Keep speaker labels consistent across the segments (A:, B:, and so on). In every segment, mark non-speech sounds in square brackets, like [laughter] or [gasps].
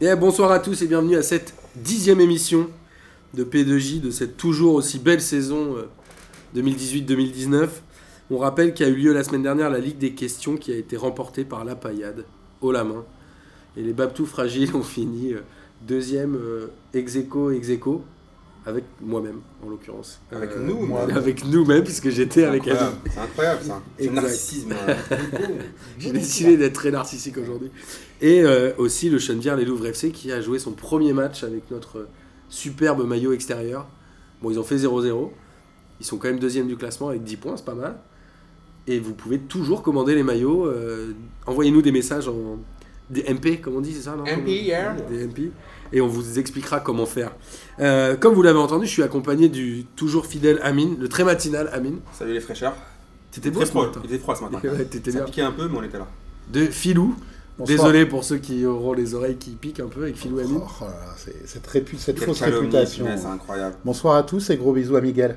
A: Et bonsoir à tous et bienvenue à cette dixième émission de P2J, de cette toujours aussi belle saison euh, 2018-2019. On rappelle qu'il y a eu lieu la semaine dernière la Ligue des questions qui a été remportée par la paillade, haut la main. Et les Babtou fragiles ont fini euh, deuxième euh, ex aequo, ex aequo, avec moi-même en l'occurrence.
B: Avec nous,
A: moi-
B: même.
A: Avec nous-mêmes, puisque j'étais avec Adam.
B: Incroyable, C'est incroyable ça. C'est le
A: Exact.
B: narcissisme. euh,
A: [laughs] J'ai décidé d'être très narcissique aujourd'hui. Et euh, aussi le Chenvière les Louvres FC qui a joué son premier match avec notre euh, superbe maillot extérieur. Bon, ils ont fait 0-0. Ils sont quand même deuxième du classement avec 10 points, c'est pas mal. Et vous pouvez toujours commander les maillots. euh, Envoyez-nous des messages en. Des MP, comme on dit, c'est ça non
B: MP, yeah.
A: Des MP. Et on vous expliquera comment faire. Euh, comme vous l'avez entendu, je suis accompagné du toujours fidèle Amine, le très matinal Amine.
B: Salut les fraîcheurs.
A: T'étais beau
B: Très
A: ce
B: froid.
A: matin.
B: Il était froid ce matin.
A: Ouais, t'étais
B: Ça
A: bien.
B: piquait un peu, mais on était là.
A: de Filou.
C: Bonsoir.
A: Désolé pour ceux qui auront les oreilles qui piquent un peu avec Filou Amine.
C: Oh, oh là là, c'est- cette, répu- cette
B: Quelle
C: fausse
B: calomnie,
C: réputation.
B: punaise, C'est
A: hein.
B: incroyable.
C: Bonsoir à tous et gros bisous à Miguel.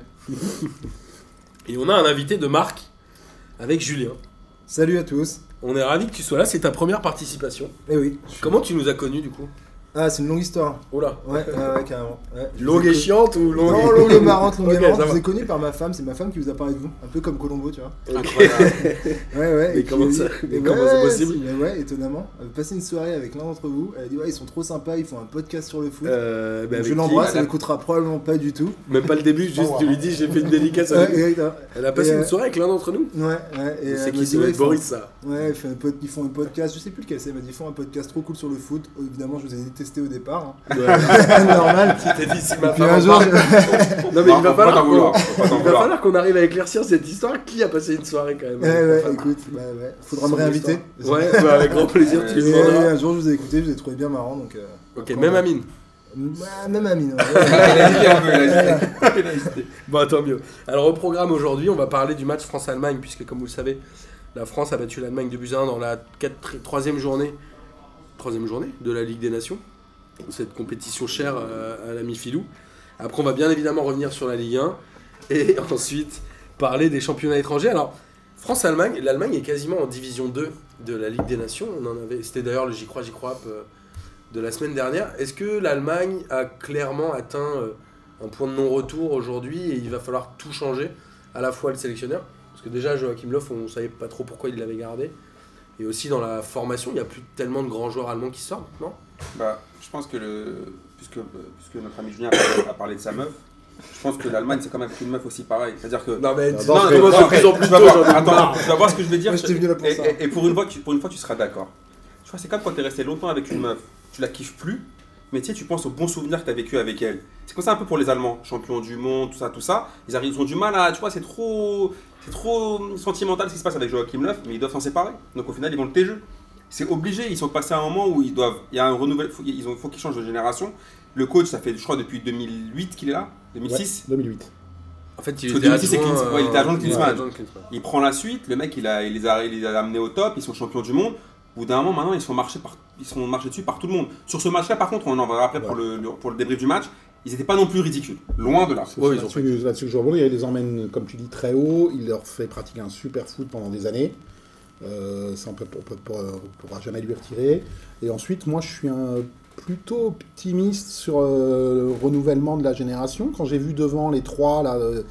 A: Et on a un invité de marque avec Julien.
D: Salut à tous.
A: On est ravis que tu sois là, c'est ta première participation.
D: Eh oui.
A: Comment tu nous as connus du coup
D: Ah, c'est une longue histoire.
A: Oh là
D: Ouais, ouais, ouais, carrément. Ouais.
A: [laughs] Longue et chiante ou longue
D: Non, [laughs] longue et marrante, longue
A: [laughs] Ok,
D: et marrante.
A: ça
D: Je
A: va.
D: vous ai connu par ma femme, c'est ma femme qui vous a parlé de vous. Un peu comme Colombo, tu vois.
A: [laughs]
B: Incroyable.
D: Ouais, ouais.
A: Mais
D: qui
A: comment
D: a dit-
A: ça- [laughs] mais
D: Ouais,
A: comment c'est possible
D: si, mais ouais, étonnamment. Elle a passé une soirée avec l'un d'entre vous. Elle a dit, ouais, ils sont trop sympas, ils font un podcast sur le foot.
A: Euh, bah,
D: Donc,
A: avec
D: je
A: qui
D: l'embrasse,
A: Elle
D: elle
A: a-
D: n'écoutera probablement pas du tout.
A: Même pas le début, juste tu lui dis j'ai fait une dédicace avec
D: Ouais,
A: lui.
D: ouais, ouais.
A: Elle a passé
D: Et, euh,
A: une soirée avec l'un d'entre nous
D: Ouais, ouais. et
A: C'est
D: elle
A: qui
D: m'a
A: ça
D: dit,
A: doit
D: ouais,
A: être
D: ils font-
A: Boris ça
D: Ouais, ils font un pod- ils font un podcast, je sais plus lequel c'est, elle m'a dit, ils font un podcast trop cool sur le foot. Évidemment, je vous ai détesté au départ. hein. [laughs] Normal.
A: Tu t'es dit si ma
D: Puis
A: femme en
D: un jour,
A: parle. Non mais
B: Non,
A: il va
B: faut pas
A: falloir
B: t'en
A: qu'on-
B: vouloir. faut pas t'en
A: il va
B: vouloir.
A: falloir qu'on arrive à éclaircir cette histoire. Qui a passé une soirée quand même
D: Eh Ouais,
A: avec ta
D: ouais,
A: femme
D: écoute, ouais, ouais. Faudra me
A: Son
D: réinviter.
A: histoire. Ouais, bah, avec grand plaisir, tu
D: [laughs] Et,
A: lui
D: euh,
A: demanderas.
D: un jour, je vous ai écouté, je vous ai trouvé bien marrant, donc. euh,
A: Ok,
D: après,
A: même
D: on-
A: Amine.
D: Ouais, même Amine. ouais.
B: Il a hésité un peu, il
A: [laughs]
B: a hésité. Il a hésité.
A: Bon, tant mieux. Alors, au programme aujourd'hui, on va parler du match France-Allemagne, puisque, comme vous le savez, la France a battu l'Allemagne de buts à un dans la quatre- troisième journée, troisième journée de la Ligue des Nations, cette compétition chère euh, à, l'ami Filou. Après, on va bien évidemment revenir sur la Ligue 1 et [laughs] ensuite parler des championnats étrangers. Alors, France-Allemagne, l'Allemagne est quasiment en division 2 de la Ligue des Nations. On en avait, c'était d'ailleurs le J'y crois, J'y crois up, euh, de la semaine dernière. Est-ce que l'Allemagne a clairement atteint. euh, un point de non-retour aujourd'hui et il va falloir tout changer, à la fois le sélectionneur, parce que déjà Joachim Löw, on savait pas trop pourquoi il l'avait gardé, et aussi dans la formation, il n'y a plus tellement de grands joueurs allemands qui sortent maintenant.
B: Bah, je pense que le, puisque, puisque notre ami Julien a parlé, a parlé de sa meuf, je pense que l'Allemagne c'est quand même une meuf aussi pareil. C'est-à-dire que
A: Non mais
C: D'abord,
A: non,
C: je vais-
A: commence de
B: après,
A: plus en plus
B: tu vas
A: tôt,
B: voir,
A: j'en ai
B: attends,
A: marre.
B: tu vas voir ce que je veux dire.
D: Moi, j'étais venu là pour
B: et,
D: ça. Ah
B: et- et pour une fois, tu, pour une fois, tu seras d'accord. Tu vois, c'est comme quand t'es resté longtemps avec une meuf, tu la kiffes plus, mais tu sais, tu penses aux bons souvenirs que t'as vécu avec elle. C'est comme ça un peu pour les Allemands, champions du monde, tout ça, tout ça. Ils arrivent, ils ont du mal à, tu vois, c'est trop, c'est trop sentimental ce qui se passe avec Joachim Löw, mais ils doivent s'en séparer. Donc au final, ils vont le TGE. C'est obligé. Ils sont passés à un moment où ils doivent, il y a un renouvellement, faut- ils ont, faut qu'ils changent de génération. Le coach, ça fait, je crois, depuis 2008 qu'il est là, 2006.
C: Ouais, 2008.
A: En fait,
B: Parce
A: il
B: que
A: était, euh,
B: 2006, c'est
A: adjoint,
B: Klinsmann. Ouais, il était adjoint de
A: ouais,
B: Klinsmann.
A: adjoint de Klinsmann.
B: Il prend la suite, le mec il, a, il les a, il les a amenés au top, ils sont champions du monde. Au bout d'un moment maintenant ils sont marchés, par, ils sont marchés dessus par tout le monde. Sur ce match là par contre, on en verra après pour, le, le- pour le débrief du match, ils n'étaient pas non plus ridicules. Loin de là.
A: Ouais, ils ont
C: là-dessus que- là-dessus que je rebondis. Il les emmène, comme tu dis, très haut. Il leur fait pratiquer un super foot pendant des années. Euh, ça, on peut- on peut- on pourra jamais lui retirer. Et ensuite, moi, je suis un- plutôt optimiste sur euh, le renouvellement de la génération. Quand j'ai vu devant les trois, là, euh,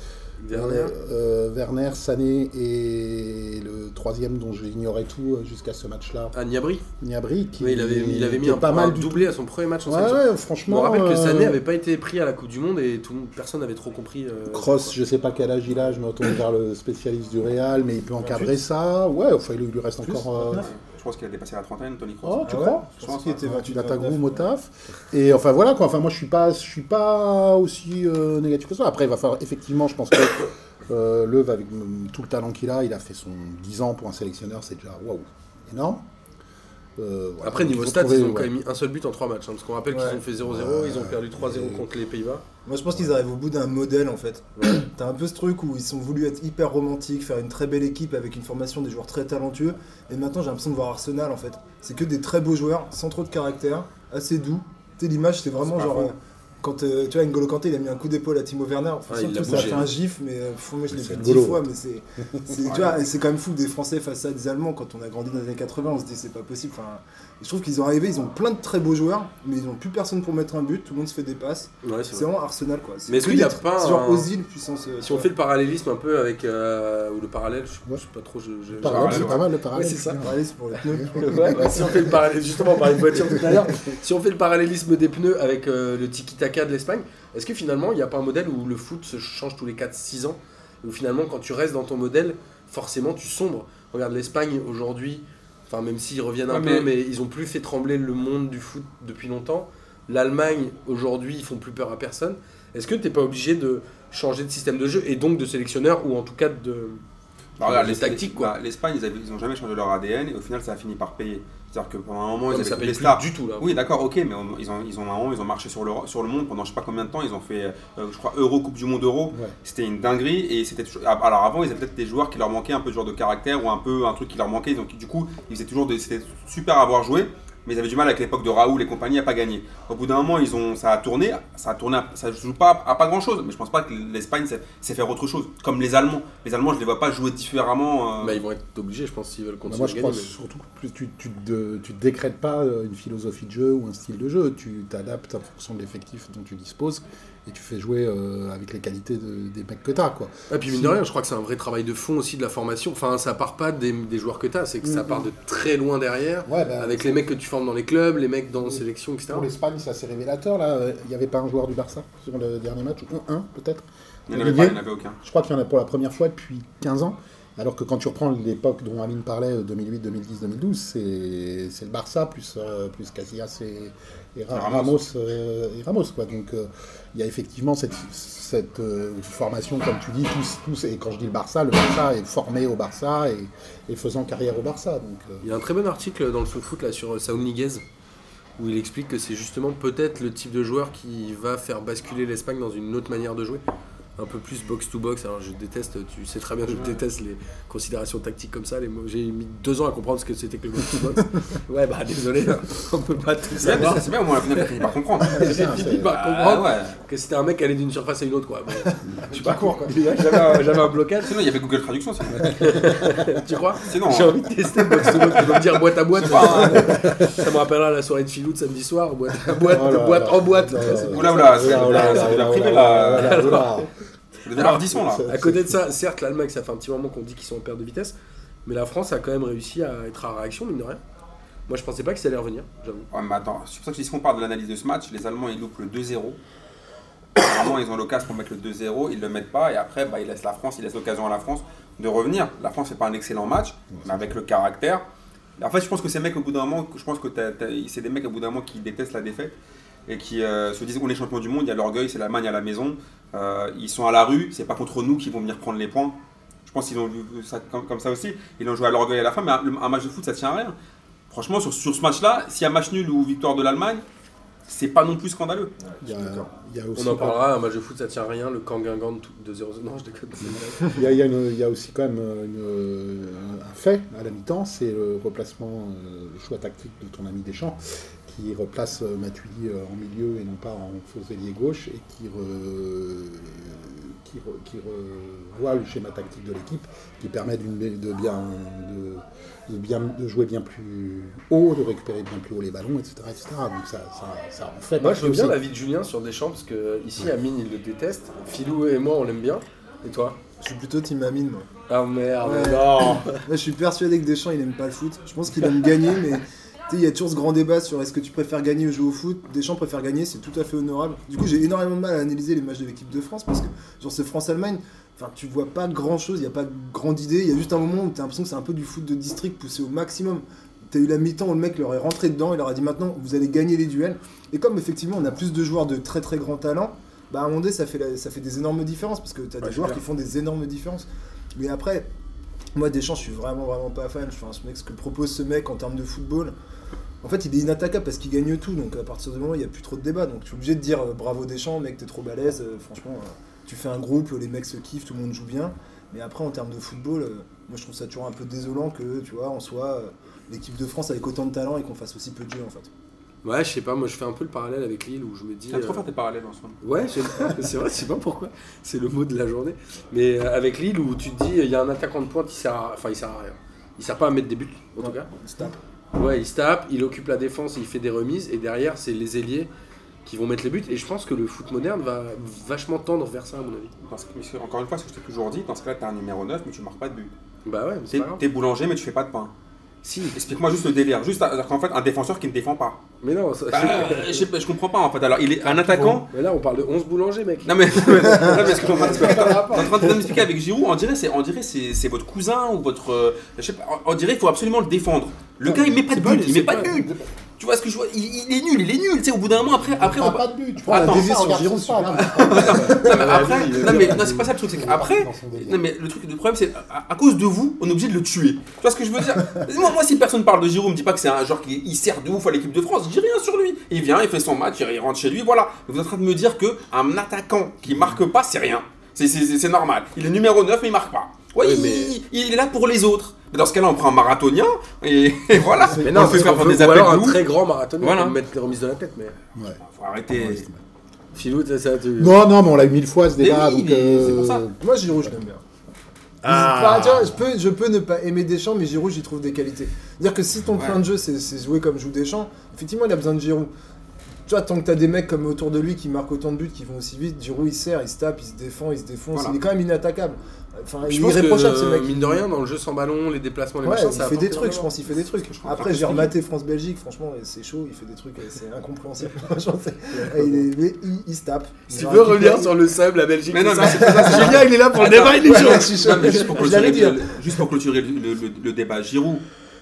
A: Dernière.
C: euh, Werner, Sané et le troisième dont j'ignorais tout euh, jusqu'à ce match-là,
A: Ah, Gnabry.
C: Niabri, qui
A: Oui, il avait, il avait mis
C: était
A: un,
C: pas mal du
A: doublé à son premier match en
C: Ouais,
A: sélection.
C: ouais,
A: Je
C: franchement.
A: me rappelle que
C: euh,
A: Sané n'avait pas été pris à la Coupe du Monde et tout, le monde- personne n'avait trop compris. euh,
C: Cross,
A: pourquoi.
C: je sais pas quel âge il a, je me retourne vers le spécialiste du Real, mais il peut encadrer ça. Ouais, enfin, il lui reste
D: Plus,
C: encore. euh,
D: 29.
B: Je pense qu'il a dépassé la trentaine, Tony Kroos.
C: Oh, tu
D: Ah ouais
C: crois
D: Je pense qu'il était
C: Tu
D: 28
C: l'as ta
D: 29,
C: groom au
D: ouais.
C: taf. Et enfin voilà quoi. Enfin moi je suis pas, je suis pas aussi euh, négatif que ça. Après il va falloir effectivement, je pense que euh, Löw avec mm, tout le talent qu'il a, il a fait son 10 ans pour un sélectionneur, c'est déjà waouh, énorme. Euh, voilà.
A: Après,
C: Donc,
A: niveau
C: faut
A: stats,
C: trouver,
A: ils ont quand
C: ouais.
A: même mis un seul but en trois matchs. hein, parce qu'on rappelle qu'ils
D: Ouais.
A: ont fait 0-0, ils ont perdu 3-0 contre les Pays-Bas.
D: Moi, je pense qu'ils arrivent au bout d'un modèle en fait. T'as un peu ce truc où ils sont voulu être hyper romantiques, faire une très belle équipe avec une formation des joueurs très talentueux. Et maintenant, j'ai l'impression de voir Arsenal en fait. C'est que des très beaux joueurs, sans trop de caractère, assez doux. Tu sais, l'image, c'est
B: C'est
D: vraiment
B: pas
D: genre.
B: faux.
D: euh, Quand euh, tu vois, N'Golo Kanté, il a mis un coup d'épaule à Timo Werner. Enfin,
A: Ah, il
D: surtout,
A: l'a
D: ça a
A: bougé.
D: fait un gif, mais euh, pff, moi je
C: Mais
D: l'ai
C: c'est
D: vu dix
C: N'Golo.
D: fois. Mais c'est, c'est- tu vois, et c'est quand même fou des Français face à des Allemands. Quand on a grandi dans les années 80, on se dit c'est pas possible. Enfin, je trouve qu'ils ont arrivé, ils ont plein de très beaux joueurs, mais ils n'ont plus personne pour mettre un but. Tout le monde se fait des passes.
A: Ouais, c'est
D: C'est
A: vrai.
D: vraiment Arsenal quoi. C'est
A: Mais est-ce
D: que
A: qu'il y a
D: des-
A: pas
D: c'est genre
A: un-
D: Ozil puissance. euh,
A: Si
D: tu
A: on
D: vois.
A: fait le parallélisme un peu avec. euh, ou le parallèle, je sais,
C: Ouais.
A: je sais pas trop. Je, je-
C: Par exemple,
B: ouais,
C: c'est pas mal le parallèle.
A: Ouais, c'est ça.
C: finalement.
D: Ouais, c'est pour les pneus.
A: [laughs] Ouais, bah, si on fait le parallé- justement on parlait de voiture tout à
C: [laughs]
A: l'heure, si on fait le parallélisme des pneus avec euh, le tiki-taka de l'Espagne, est-ce que finalement il n'y a pas un modèle où le foot se change tous les 4-6 ans Où finalement quand tu restes dans ton modèle, forcément tu sombres. Regarde l'Espagne aujourd'hui, enfin même s'ils reviennent un
B: Ouais,
A: peu,
B: mais-
A: mais ils ont plus fait trembler le monde du foot depuis longtemps. L'Allemagne aujourd'hui ils font plus peur à personne. Est-ce que t'es pas obligé de changer de système de jeu et donc de sélectionneur ou en tout cas de...
B: Bah, regarde,
A: de
B: les
A: tactique, quoi.
B: bah, L'Espagne, ils, avaient- ils ont jamais changé leur ADN et au final, ça a fini par payer. C'est-à-dire que pendant un moment,
A: Ouais,
B: ils
A: mais
B: avaient
A: ça
B: toutes
A: paye
B: les
A: plus
B: stars.
A: du tout là.
B: Oui, d'accord, ok, mais on- ils ont, ils ont, un rond, ils ont marché sur le, sur le monde pendant je sais pas combien de temps. Ils ont fait, euh, je crois, Euro, Coupe du Monde, Euro.
C: Ouais.
B: C'était une dinguerie. Et c'était toujours- ah, alors avant, ils avaient peut-être des joueurs qui leur manquaient un peu de joueurs de caractère ou un peu un truc qui leur manquait. Donc du coup, ils faisaient toujours des- c'était super à avoir joué. Mais ils avaient du mal avec l'époque de Raoul et compagnie à pas gagner. Au bout d'un moment, ils ont, ça a tourné, ça a tourné, à- ça joue pas à pas grand chose. Mais je pense pas que l'Espagne sait, sait faire autre chose. Comme les Allemands, les Allemands, je les vois pas jouer différemment. euh,
A: Bah, ils vont être obligés, je pense, s'ils veulent
C: Bah,
A: continuer
C: moi,
A: à
C: je
A: gagner.
C: crois
A: mais-
C: surtout que plus tu, tu, te, tu te décrètes pas euh, une philosophie de jeu ou un style de jeu. Tu t'adaptes en fonction de l'effectif dont tu disposes et tu fais jouer euh, avec les qualités de- des mecs que t'as, quoi.
A: Et Ah, puis mine de rien, je crois que c'est un vrai travail de fond aussi de la formation. Enfin, ça part pas des, des joueurs que t'as, c'est que ça
C: Mhm.
A: part de très loin derrière,
C: Ouais, bah,
A: avec les mecs que tu formes dans les clubs, les mecs dans les sélections, etc.
C: Pour l'Espagne, c'est assez révélateur. Là, Euh, il n'y avait pas un joueur du Barça sur le dernier match, ou un peut-être.
B: il n'y en
C: Euh,
B: avait pas, il n'y en avait aucun.
C: Je crois qu'il y en a pour la première fois depuis 15 ans. Alors que quand tu reprends l'époque dont Amine parlait, euh, 2008, 2010, 2012, c'est c'est le Barça plus, euh, plus Casillas et, et Ra-
B: Et Ramos.
C: Ramos, euh, et Ramos quoi. Donc euh, il y a effectivement cette, cette euh, formation, comme tu dis, tous, tous. Et quand je dis le Barça, le Barça est formé au Barça et, et faisant carrière au Barça. Donc euh,
A: Il y a un très bon article dans le Soul Foot là, sur euh, Saul Niguez, où il explique que c'est justement peut-être le type de joueur qui va faire basculer l'Espagne dans une autre manière de jouer. Un peu plus box-to-box. Alors je déteste, tu sais très bien, je
B: Ouais.
A: déteste les considérations tactiques comme ça. Les mots- J'ai mis deux ans à comprendre ce que c'était que le box-to-box. ouais, bah désolé, on peut pas tout
B: C'est bien,
A: savoir.
B: mais c'est bien, au moins, la finale, t'as fini par comprendre.
C: c'est ça,
A: J'ai fini
C: c'est-
A: par comprendre.
B: Ah ouais.
A: que c'était un mec qui allait d'une surface à une autre quoi. Bon,
C: [laughs] tu parcours quoi.
A: j'avais un- j'avais un blocage,
B: Sinon, il y avait Google Traduction. sinon.
A: tu crois
B: Sinon,
A: J'ai
B: hein.
A: envie de tester box to box, tu vas me dire boîte à boîte.
B: C'est pas un-
A: Ça me rappellera la soirée de filou de samedi soir, boîte à boîte,
C: Oh là
A: boîte
C: là.
A: en boîte.
C: Oh là là.
B: Oula, oula, c'est
C: Oh là là,
B: c'est de la
C: oh là
B: privée,
C: là,
B: là.
C: oh là là, oh là.
B: C'est de la l'artisson, là.
A: À côté de ça, certes l'Allemagne ça fait un petit moment qu'on dit qu'ils sont en perte de vitesse, mais la France a quand même réussi à être à réaction mine de rien. Moi je pensais pas que ça allait revenir, j'avoue.
B: Ouais, mais attends, c'est pour ça que si on parle de l'analyse de ce match, les Allemands ils loupent le 2-0. Normalement, ils ont l'occasion pour mettre le 2-0, ils le mettent pas, et après, bah, ils laissent la France, ils laissent l'occasion à la France de revenir. La France fait pas un excellent match, mais avec le caractère. En fait, je pense que ces mecs, au bout d'un moment, je pense que t'as- t'as- c'est des mecs, au bout d'un moment, qui détestent la défaite et qui euh, se disent on est champion du monde, il y a l'orgueil, c'est l'Allemagne à la maison, Euh, ils sont à la rue, c'est pas contre nous qu'ils vont venir prendre les points. Je pense qu'ils ont vu ça comme, comme ça aussi. Ils ont joué à l'orgueil à la fin, mais un, un match de foot, ça tient à rien. Franchement, sur, sur ce match-là, s'il y a match nul ou victoire de l'Allemagne, c'est pas non plus scandaleux.
C: Il y a- il y a aussi
A: On en parlera, un match de foot ça tient à rien, le Kanguingan de 0 Non je
C: [laughs]
A: déconne. c'est vrai.
C: Il y, a- il y a une- il y a aussi quand même euh, une- un fait à la mi-temps, c'est le replacement, euh, le choix tactique de ton ami Deschamps, qui replace euh, Matuidi euh, en milieu et non pas en faux ailier gauche, et qui, re- qui, re- qui revoit le schéma tactique de l'équipe, qui permet d'une- de bien, de, de bien de jouer bien plus haut, de récupérer bien plus haut les ballons, etc. etc. Donc ça, ça, ça en fait.
A: Moi je veux bien
C: aussi.
A: l'avis de Julien sur Deschamps parce que ici Amine il le déteste, Filou et moi on l'aime bien. Et toi
D: Je suis plutôt team Amine, moi.
A: Ah merde,
B: [laughs]
D: Ouais.
A: non
D: Moi, je suis persuadé que Deschamps, il aime pas le foot. Je pense qu'il aime gagner, mais tu sais, il y a toujours ce grand débat sur est-ce que tu préfères gagner ou jouer au foot. Deschamps préfère gagner, c'est tout à fait honorable. Du coup, j'ai énormément de mal à analyser les matchs de l'équipe de France parce que sur ce France-Allemagne, enfin, tu vois pas grand-chose, il y a pas grande idée. Il y a juste un moment où tu as l'impression que c'est un peu du foot de district poussé au maximum. T'as eu la mi-temps où le mec leur est rentré dedans, il leur a dit maintenant vous allez gagner les duels. Et comme effectivement on a plus de joueurs de très très grand talent, bah à un moment donné ça fait, la- ça fait des énormes différences parce que t'as
A: Ouais,
D: des joueurs
A: clair.
D: qui font des énormes différences. Mais après, moi Deschamps je suis vraiment vraiment pas fan. Enfin, ce mec, ce que propose ce mec en termes de football, en fait il est inattaquable parce qu'il gagne tout. Donc à partir du moment où il n'y a plus trop de débat, donc tu es obligé de dire euh, bravo Deschamps, mec t'es trop balèze, euh, franchement euh, tu fais un groupe, les mecs se kiffent, tout le monde joue bien. Mais après en termes de football, euh, moi je trouve ça toujours un peu désolant que tu vois en soi. euh, l'équipe de France avec autant de talent et qu'on fasse aussi peu de jeux en fait.
A: Ouais, je sais pas, moi je fais un peu le parallèle avec Lille où je me dis.
B: J'aime trop
A: euh,
B: faire tes parallèles ensemble.
A: Ouais, j'aime- c'est [laughs] vrai, je sais pas pourquoi. C'est le mot de la journée. Mais euh, avec Lille, où tu te dis, il y a un attaquant de pointe, il sert à- enfin, il sert à rien. Il sert pas à mettre des buts, en tout cas.
D: Il se tape.
A: Ouais, il se tape, il occupe la défense, il fait des remises, et derrière, c'est les ailiers qui vont mettre les buts. Et je pense que le foot moderne va vachement tendre vers ça, à mon avis.
B: Dans ce- mais c'est- encore une fois, ce que je t'ai toujours dit, dans ce cas-là, t'as un numéro 9, mais tu marques pas de but.
A: Bah ouais, mais c'est
B: T'es
A: pas grave.
B: t'es boulanger, mais tu fais pas de pain.
A: Si,
B: Explique-moi juste le délire. Juste, alors qu'en fait, un défenseur qui ne défend pas.
A: mais non, ça-
B: Bah, je, sais pas, je comprends pas en fait. Alors, il est un attaquant.
A: [laughs] mais là, on parle de 11 boulangers, mec.
B: Non mais, [laughs] non, mais, ce que je comprends-
A: [laughs]
B: parce que- t'es en train de m'expliquer avec Giroud, on dirait c'est on dirait c'est c'est votre cousin ou votre euh, je sais pas, on on dirait il faut absolument le défendre. Le gars il met pas
A: c'est
B: de
A: pas-
B: but, il
A: c'est
B: met pas
A: pas-
B: de but. Tu vois ce que je vois il, il est nul, il est nul, tu sais au bout d'un moment après
A: Ah,
B: après on
C: Ah,
E: on
B: va-
E: pas de but. Tu
B: Attends,
E: prends la déviation,
C: sur
E: regarde,
C: Giroud,
E: c'est pas
C: super.
E: grave.
B: non, mais après
E: il est
B: non mais
E: bien.
B: non, c'est pas ça le truc c'est qu'après
E: Dans son délire.
B: non mais le truc le problème c'est à, à cause de vous, on est obligé de le tuer. Tu vois ce que je veux dire moi, moi si personne parle de Giroud, me dit pas que c'est un genre qui il sert de ouf à l'équipe de France, je dis rien sur lui. Il vient, il fait son match, il rentre chez lui, voilà. Mais vous êtes en train de me dire que un attaquant qui marque pas, c'est rien. C'est- C'est c'est- c'est normal. Il est numéro 9 mais il marque pas. Ouais,
A: Oui,
B: il,
A: mais-
B: il est là pour les autres. Mais dans ce cas-là, on prend un marathonien et, [laughs] et voilà.
A: Mais
B: on
A: non,
B: le fait
A: parce
B: faire
A: qu'on
B: pour
A: veut-
B: des
A: ou
B: appels
A: alors un
B: de ouf.
A: très grand marathon,
B: Voilà.
A: pour mettre les remises de la tête, mais.
C: Ouais.
B: Faut arrêter.
A: Filou, t'as ça, tu.
C: Non, non, mais on l'a eu mille fois ce
B: Mais
C: débat.
B: oui,
C: donc,
B: mais
C: euh,
B: c'est pour ça.
D: Moi, Giroud, je l'aime bien.
A: Ah.
D: Enfin, tu vois, je, peux, je peux ne pas aimer Deschamps, mais Giroud, j'y trouve des qualités. C'est-à-dire que si ton
B: Ouais.
D: plan de jeu, c'est c'est jouer comme joue Deschamps, effectivement, il a besoin de Giroud. Tu vois, tant que t'as des mecs comme autour de lui qui marquent autant de buts, qui vont aussi vite, Giroud, il sert, il se tape, il se défend, il se défonce.
B: Voilà.
D: Il est quand même inattaquable. Enfin,
A: Je
D: il est
A: pense
D: irréprochable, ce mec.
A: que, euh, mine de rien, dans le jeu sans ballon, les déplacements, les
D: Ouais,
A: machins,
D: il
A: ça
D: fait des
A: apporte
D: trucs, je
A: énormément.
D: pense, il fait des trucs.
B: je comprends
D: Après,
B: pas
D: j'ai
B: ce qu'il
D: rematé France-Belgique, franchement, et c'est chaud, il fait des trucs, et c'est
A: [laughs]
D: incompréhensible. J'en sais. Et il est- mais il, il se tape.
A: Si tu veux revenir sur le sable, la Belgique,
B: Mais non,
A: c'est
B: mais
A: ça. [laughs] Julien, il est là pour le débat, il est chaud.
B: Non, mais juste pour
D: Je
B: clôturer,
D: l'avais dit, hein.
B: le, juste pour clôturer le, le- le- le débat, Giroud,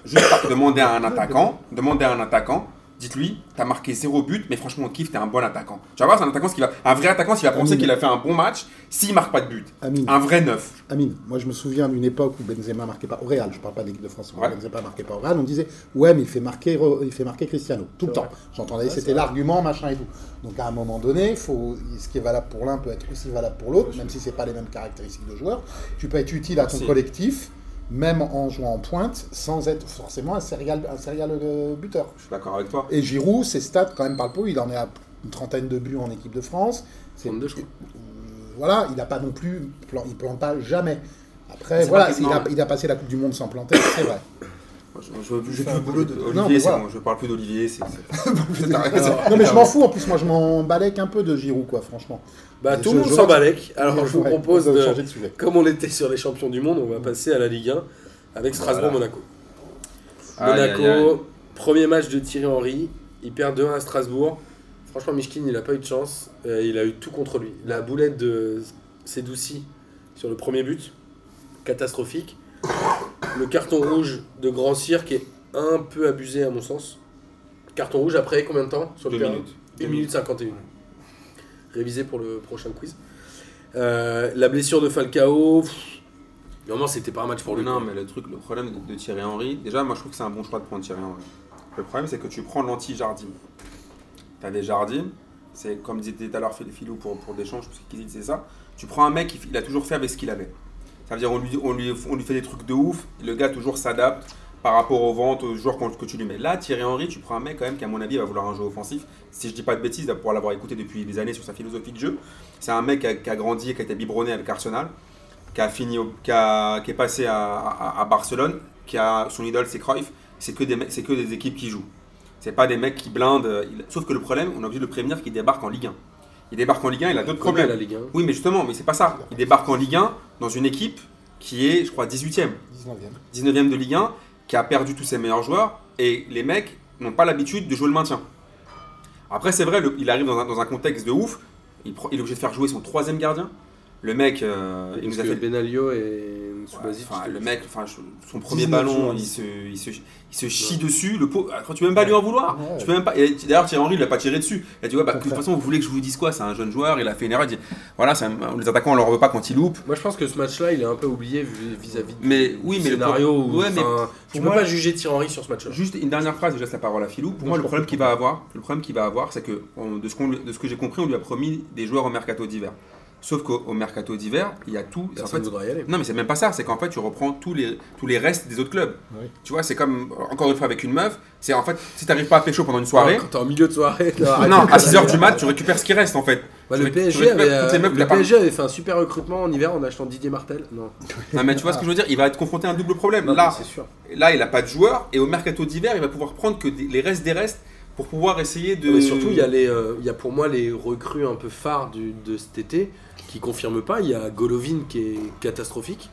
B: juste par- demander à un attaquant, demander à un attaquant, dites-lui, t'as marqué zéro but, mais franchement on kiffe, t'es un bon attaquant. Tu vas voir, c'est un attaquant qui va, un vrai attaquant, s'il va penser
D: Ah,
C: Amine.
B: qu'il a fait un bon match, s'il marque pas de but,
C: Amine.
B: un vrai neuf.
C: Amine, moi je me souviens d'une époque où Benzema marquait pas au Real, je parle pas de l'équipe de France, où
B: Ouais.
C: Benzema marquait pas au Real, on disait ouais mais il fait marquer, Ro- il fait marquer Cristiano tout le temps. J'entendais c'était l'argument machin et tout. Donc à un moment donné, faut ce qui est valable pour l'un peut être aussi valable pour l'autre, même si c'est pas les mêmes caractéristiques de joueur. Tu peux être utile à ton
B: Merci.
C: collectif, même en jouant en pointe, sans être forcément un serial, un serial euh, buteur.
B: Je suis d'accord avec toi.
C: Et Giroud, ses stats quand même par le pot, il en est à une trentaine de buts en équipe de France. C'est
A: 32, je crois.
C: Euh, voilà, il n'a pas non plus, plan- il plante pas jamais. Après,
B: C'est
C: voilà,
B: pas
C: il a,
B: question.
C: il a passé la Coupe du Monde sans planter,
A: [coughs]
C: c'est vrai.
B: Moi, Je, je, je- je-
D: fait un boulot de-
C: Non,
B: Olivier,
C: mais
B: c'est
C: voilà.
B: bon, je parle plus d'Olivier, c'est.
D: [laughs]
B: c'est- c'est- c'est-
C: Non, mais je m'en fous, en plus, moi je m'en balèque un peu de Giroud, quoi, franchement.
A: Bah,
C: Je-
A: tout le monde
C: je-
A: s'en balèque. Alors, je vous
C: Ouais,
A: propose
C: on peut
A: de.
C: changer de sujet.
A: Comme on était sur les champions du monde, on va passer à la Ligue 1 avec Strasbourg-Monaco.
B: Aïe, aïe,
A: Monaco,
B: aïe.
A: premier match de Thierry Henry. Il perd 2-1 à Strasbourg. Franchement, Mishkin, il n'a pas eu de chance. Euh, il a eu tout contre lui. La boulette de Sedoussi sur le premier but, catastrophique. Le carton rouge de Grand Cyr qui est un peu abusé à mon sens. Carton rouge après combien de temps sur le
B: Deux
A: terrain
B: minutes.
A: 1 minute 51. Révisé pour le prochain quiz. Euh, la blessure de Falcao. pff, Normalement, c'était pas un match pour lui.
B: Non,
A: quoi.
B: mais le truc, le problème de, de Thierry Henry, déjà, moi je trouve que c'est un bon choix de prendre Thierry Henry. Le problème, c'est que tu prends l'anti-Jardim. T'as des Jardim, c'est comme disait tout à l'heure Phil- Philou pour, pour Deschamps, je pense qu'il disait ça. Tu prends un mec, il, il a toujours fait avec ce qu'il avait. Ça veut dire, on lui, on, lui, on lui fait des trucs de ouf, le gars toujours s'adapte par rapport aux ventes, aux joueurs qu'on- que tu lui mets. Là, Thierry Henry, tu prends un mec quand même qui, à mon avis, va vouloir un jeu offensif. Si je dis pas de bêtises, pour l'avoir écouté depuis des années sur sa philosophie de jeu, c'est un mec qui a, qui a grandi et qui a été biberonné avec Arsenal qui a fini au- qui, a- qui est passé à, à- à Barcelone, qui a son idole c'est Cruyff, c'est que des mecs- c'est que des équipes qui jouent. C'est pas des mecs qui blindent. euh, il- Sauf que le problème, on est obligé de le prévenir qu'il débarque en Ligue 1. Il débarque en Ligue 1, il a d'autres
A: Premier à la
B: problèmes.
A: Ligue 1.
B: Oui, mais justement, mais c'est pas ça. Il débarque en Ligue 1 dans une équipe qui est, je crois, 18e.
C: 19e.
B: 19e de Ligue 1, qui a perdu tous ses meilleurs joueurs, et les mecs n'ont pas l'habitude de jouer le maintien. Après, c'est vrai, le- il arrive dans un, dans un contexte de ouf, il, pro- il est obligé de faire jouer son troisième gardien. Le mec, euh, il nous a fait.
A: Benalio et
B: Ouais,
A: Subasic,
B: enfin,
A: c'était-
B: le mec, enfin, je- son premier
D: 19
B: ballon,
D: jours.
B: il se, il se, il se chie dessus. Le pauvre, quand tu peux même pas lui en vouloir.
C: Ouais.
B: Tu peux même pas. et D'ailleurs, Thierry Henry, il l'a pas tiré dessus. Il a dit ouais, bah, de toute façon, vous voulez que je vous dise quoi C'est un jeune joueur, il a fait une erreur. Il dit, voilà, c'est un- les attaquants, on leur veut pas quand ils loupent.
A: Moi, je pense que ce match-là, il est un peu oublié vis- vis-à-vis du
B: Mais oui, mais le
A: scénario.
B: pro-
A: où,
B: ouais, mais
A: enfin, tu peux
B: moi-
A: pas juger Thierry Henry sur ce match-là.
B: Juste une dernière phrase, et je laisse la parole à Philou. Pour
C: Non,
B: moi,
C: je
B: le problème qu'il va avoir, le problème qu'il va avoir, c'est que on- de ce, qu'on- de ce que j'ai compris, on lui a promis des joueurs au mercato d'hiver. Sauf qu'au au mercato d'hiver, il y a tout. c'est en
A: Personne
B: fait-
A: ne voudra y aller.
B: non, mais c'est même pas ça. C'est qu'en fait, tu reprends tous les, tous les restes des autres clubs.
C: Oui.
B: Tu vois, c'est comme, encore une fois, avec une meuf. C'est en fait, si t'arrives pas à pécho pendant une soirée,
A: Quand t'es en milieu de
B: [laughs]
A: soirée.
B: non, à 6h du mat, tu récupères ce qui reste en fait.
A: Bah,
B: tu
A: le
B: récupères- tu
A: PSG,
B: récupères
A: avait,
B: toutes les
A: euh,
B: meufs que
A: le
B: t'as pas-
A: PSG avait fait un super recrutement en hiver en achetant Didier Martel. Non,
B: Non, mais tu vois ce que je veux dire Il va être confronté à un double problème.
A: Non, mais
B: Là,
A: c'est sûr.
B: là il a pas de joueur et au mercato d'hiver, il va pouvoir prendre que des- les restes des restes pour pouvoir essayer de.
A: Mais surtout, il y, a les, euh, il y a pour moi les recrues un peu phares du- de cet été qui confirment pas. Il y a Golovin qui est catastrophique.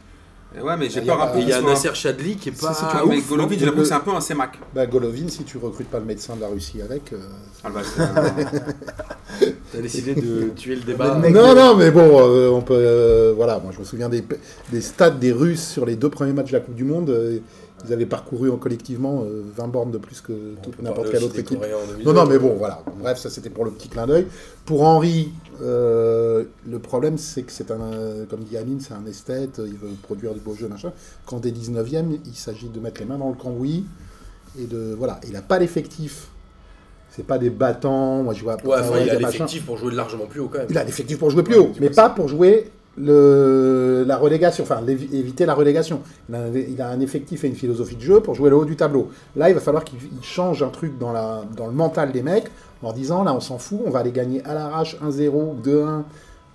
B: Ouais, mais j'ai
C: Il y a
B: peur un
C: pas-
B: peu.
A: Et il y a
B: qu'il soit-
A: Nasser Chadli qui est
C: Si,
A: pas.
C: si, tu
B: Ah,
A: ouf.
B: mais Golovin, j'ai l'impression que c'est un peu un Semak.
C: Bah, Golovin, si tu recrutes pas le médecin de la Russie avec. euh,
B: Ah, bah, c'est un-
A: T'as décidé
B: [laughs]
A: de tuer le débat.
D: Le mec-
C: non,
D: de-
C: non, mais bon, euh, on peut. euh, voilà, moi je me souviens des, des stats des Russes sur les deux premiers matchs de la Coupe du Monde. euh, ils avaient parcouru en collectivement euh, 20 bornes de plus que
A: On
C: toute-
A: peut
C: n'importe
A: parler
C: quelle
A: aussi
C: autre
A: des
C: équipe.
A: Coréens en 2002.
C: Non, non, mais bon, voilà. Bref, ça c'était pour le petit clin d'œil. Pour Henri, euh, le problème c'est que c'est un. euh, Comme dit Amine, c'est un esthète, il veut produire du beau jeu, machin. Quand des 19e, il s'agit de mettre les mains dans le cambouis. Et de. Voilà, il n'a pas l'effectif. C'est pas des battants, moi je vois.
A: Ouais, enfin,
C: Forest,
A: il a
C: des machins.
A: l'effectif pour jouer largement plus haut quand même.
C: Il a l'effectif pour jouer plus
A: Ouais,
C: haut,
A: tu
C: mais
A: vois,
C: pas pour jouer le, la relégation, enfin l'évi- éviter la relégation. Il a, un- il a un effectif et une philosophie de jeu pour jouer le haut du tableau. Là, il va falloir qu'il il change un truc dans, la, dans le mental des mecs en disant là, on s'en fout, on va aller gagner à l'arrache 1-0, 2-1.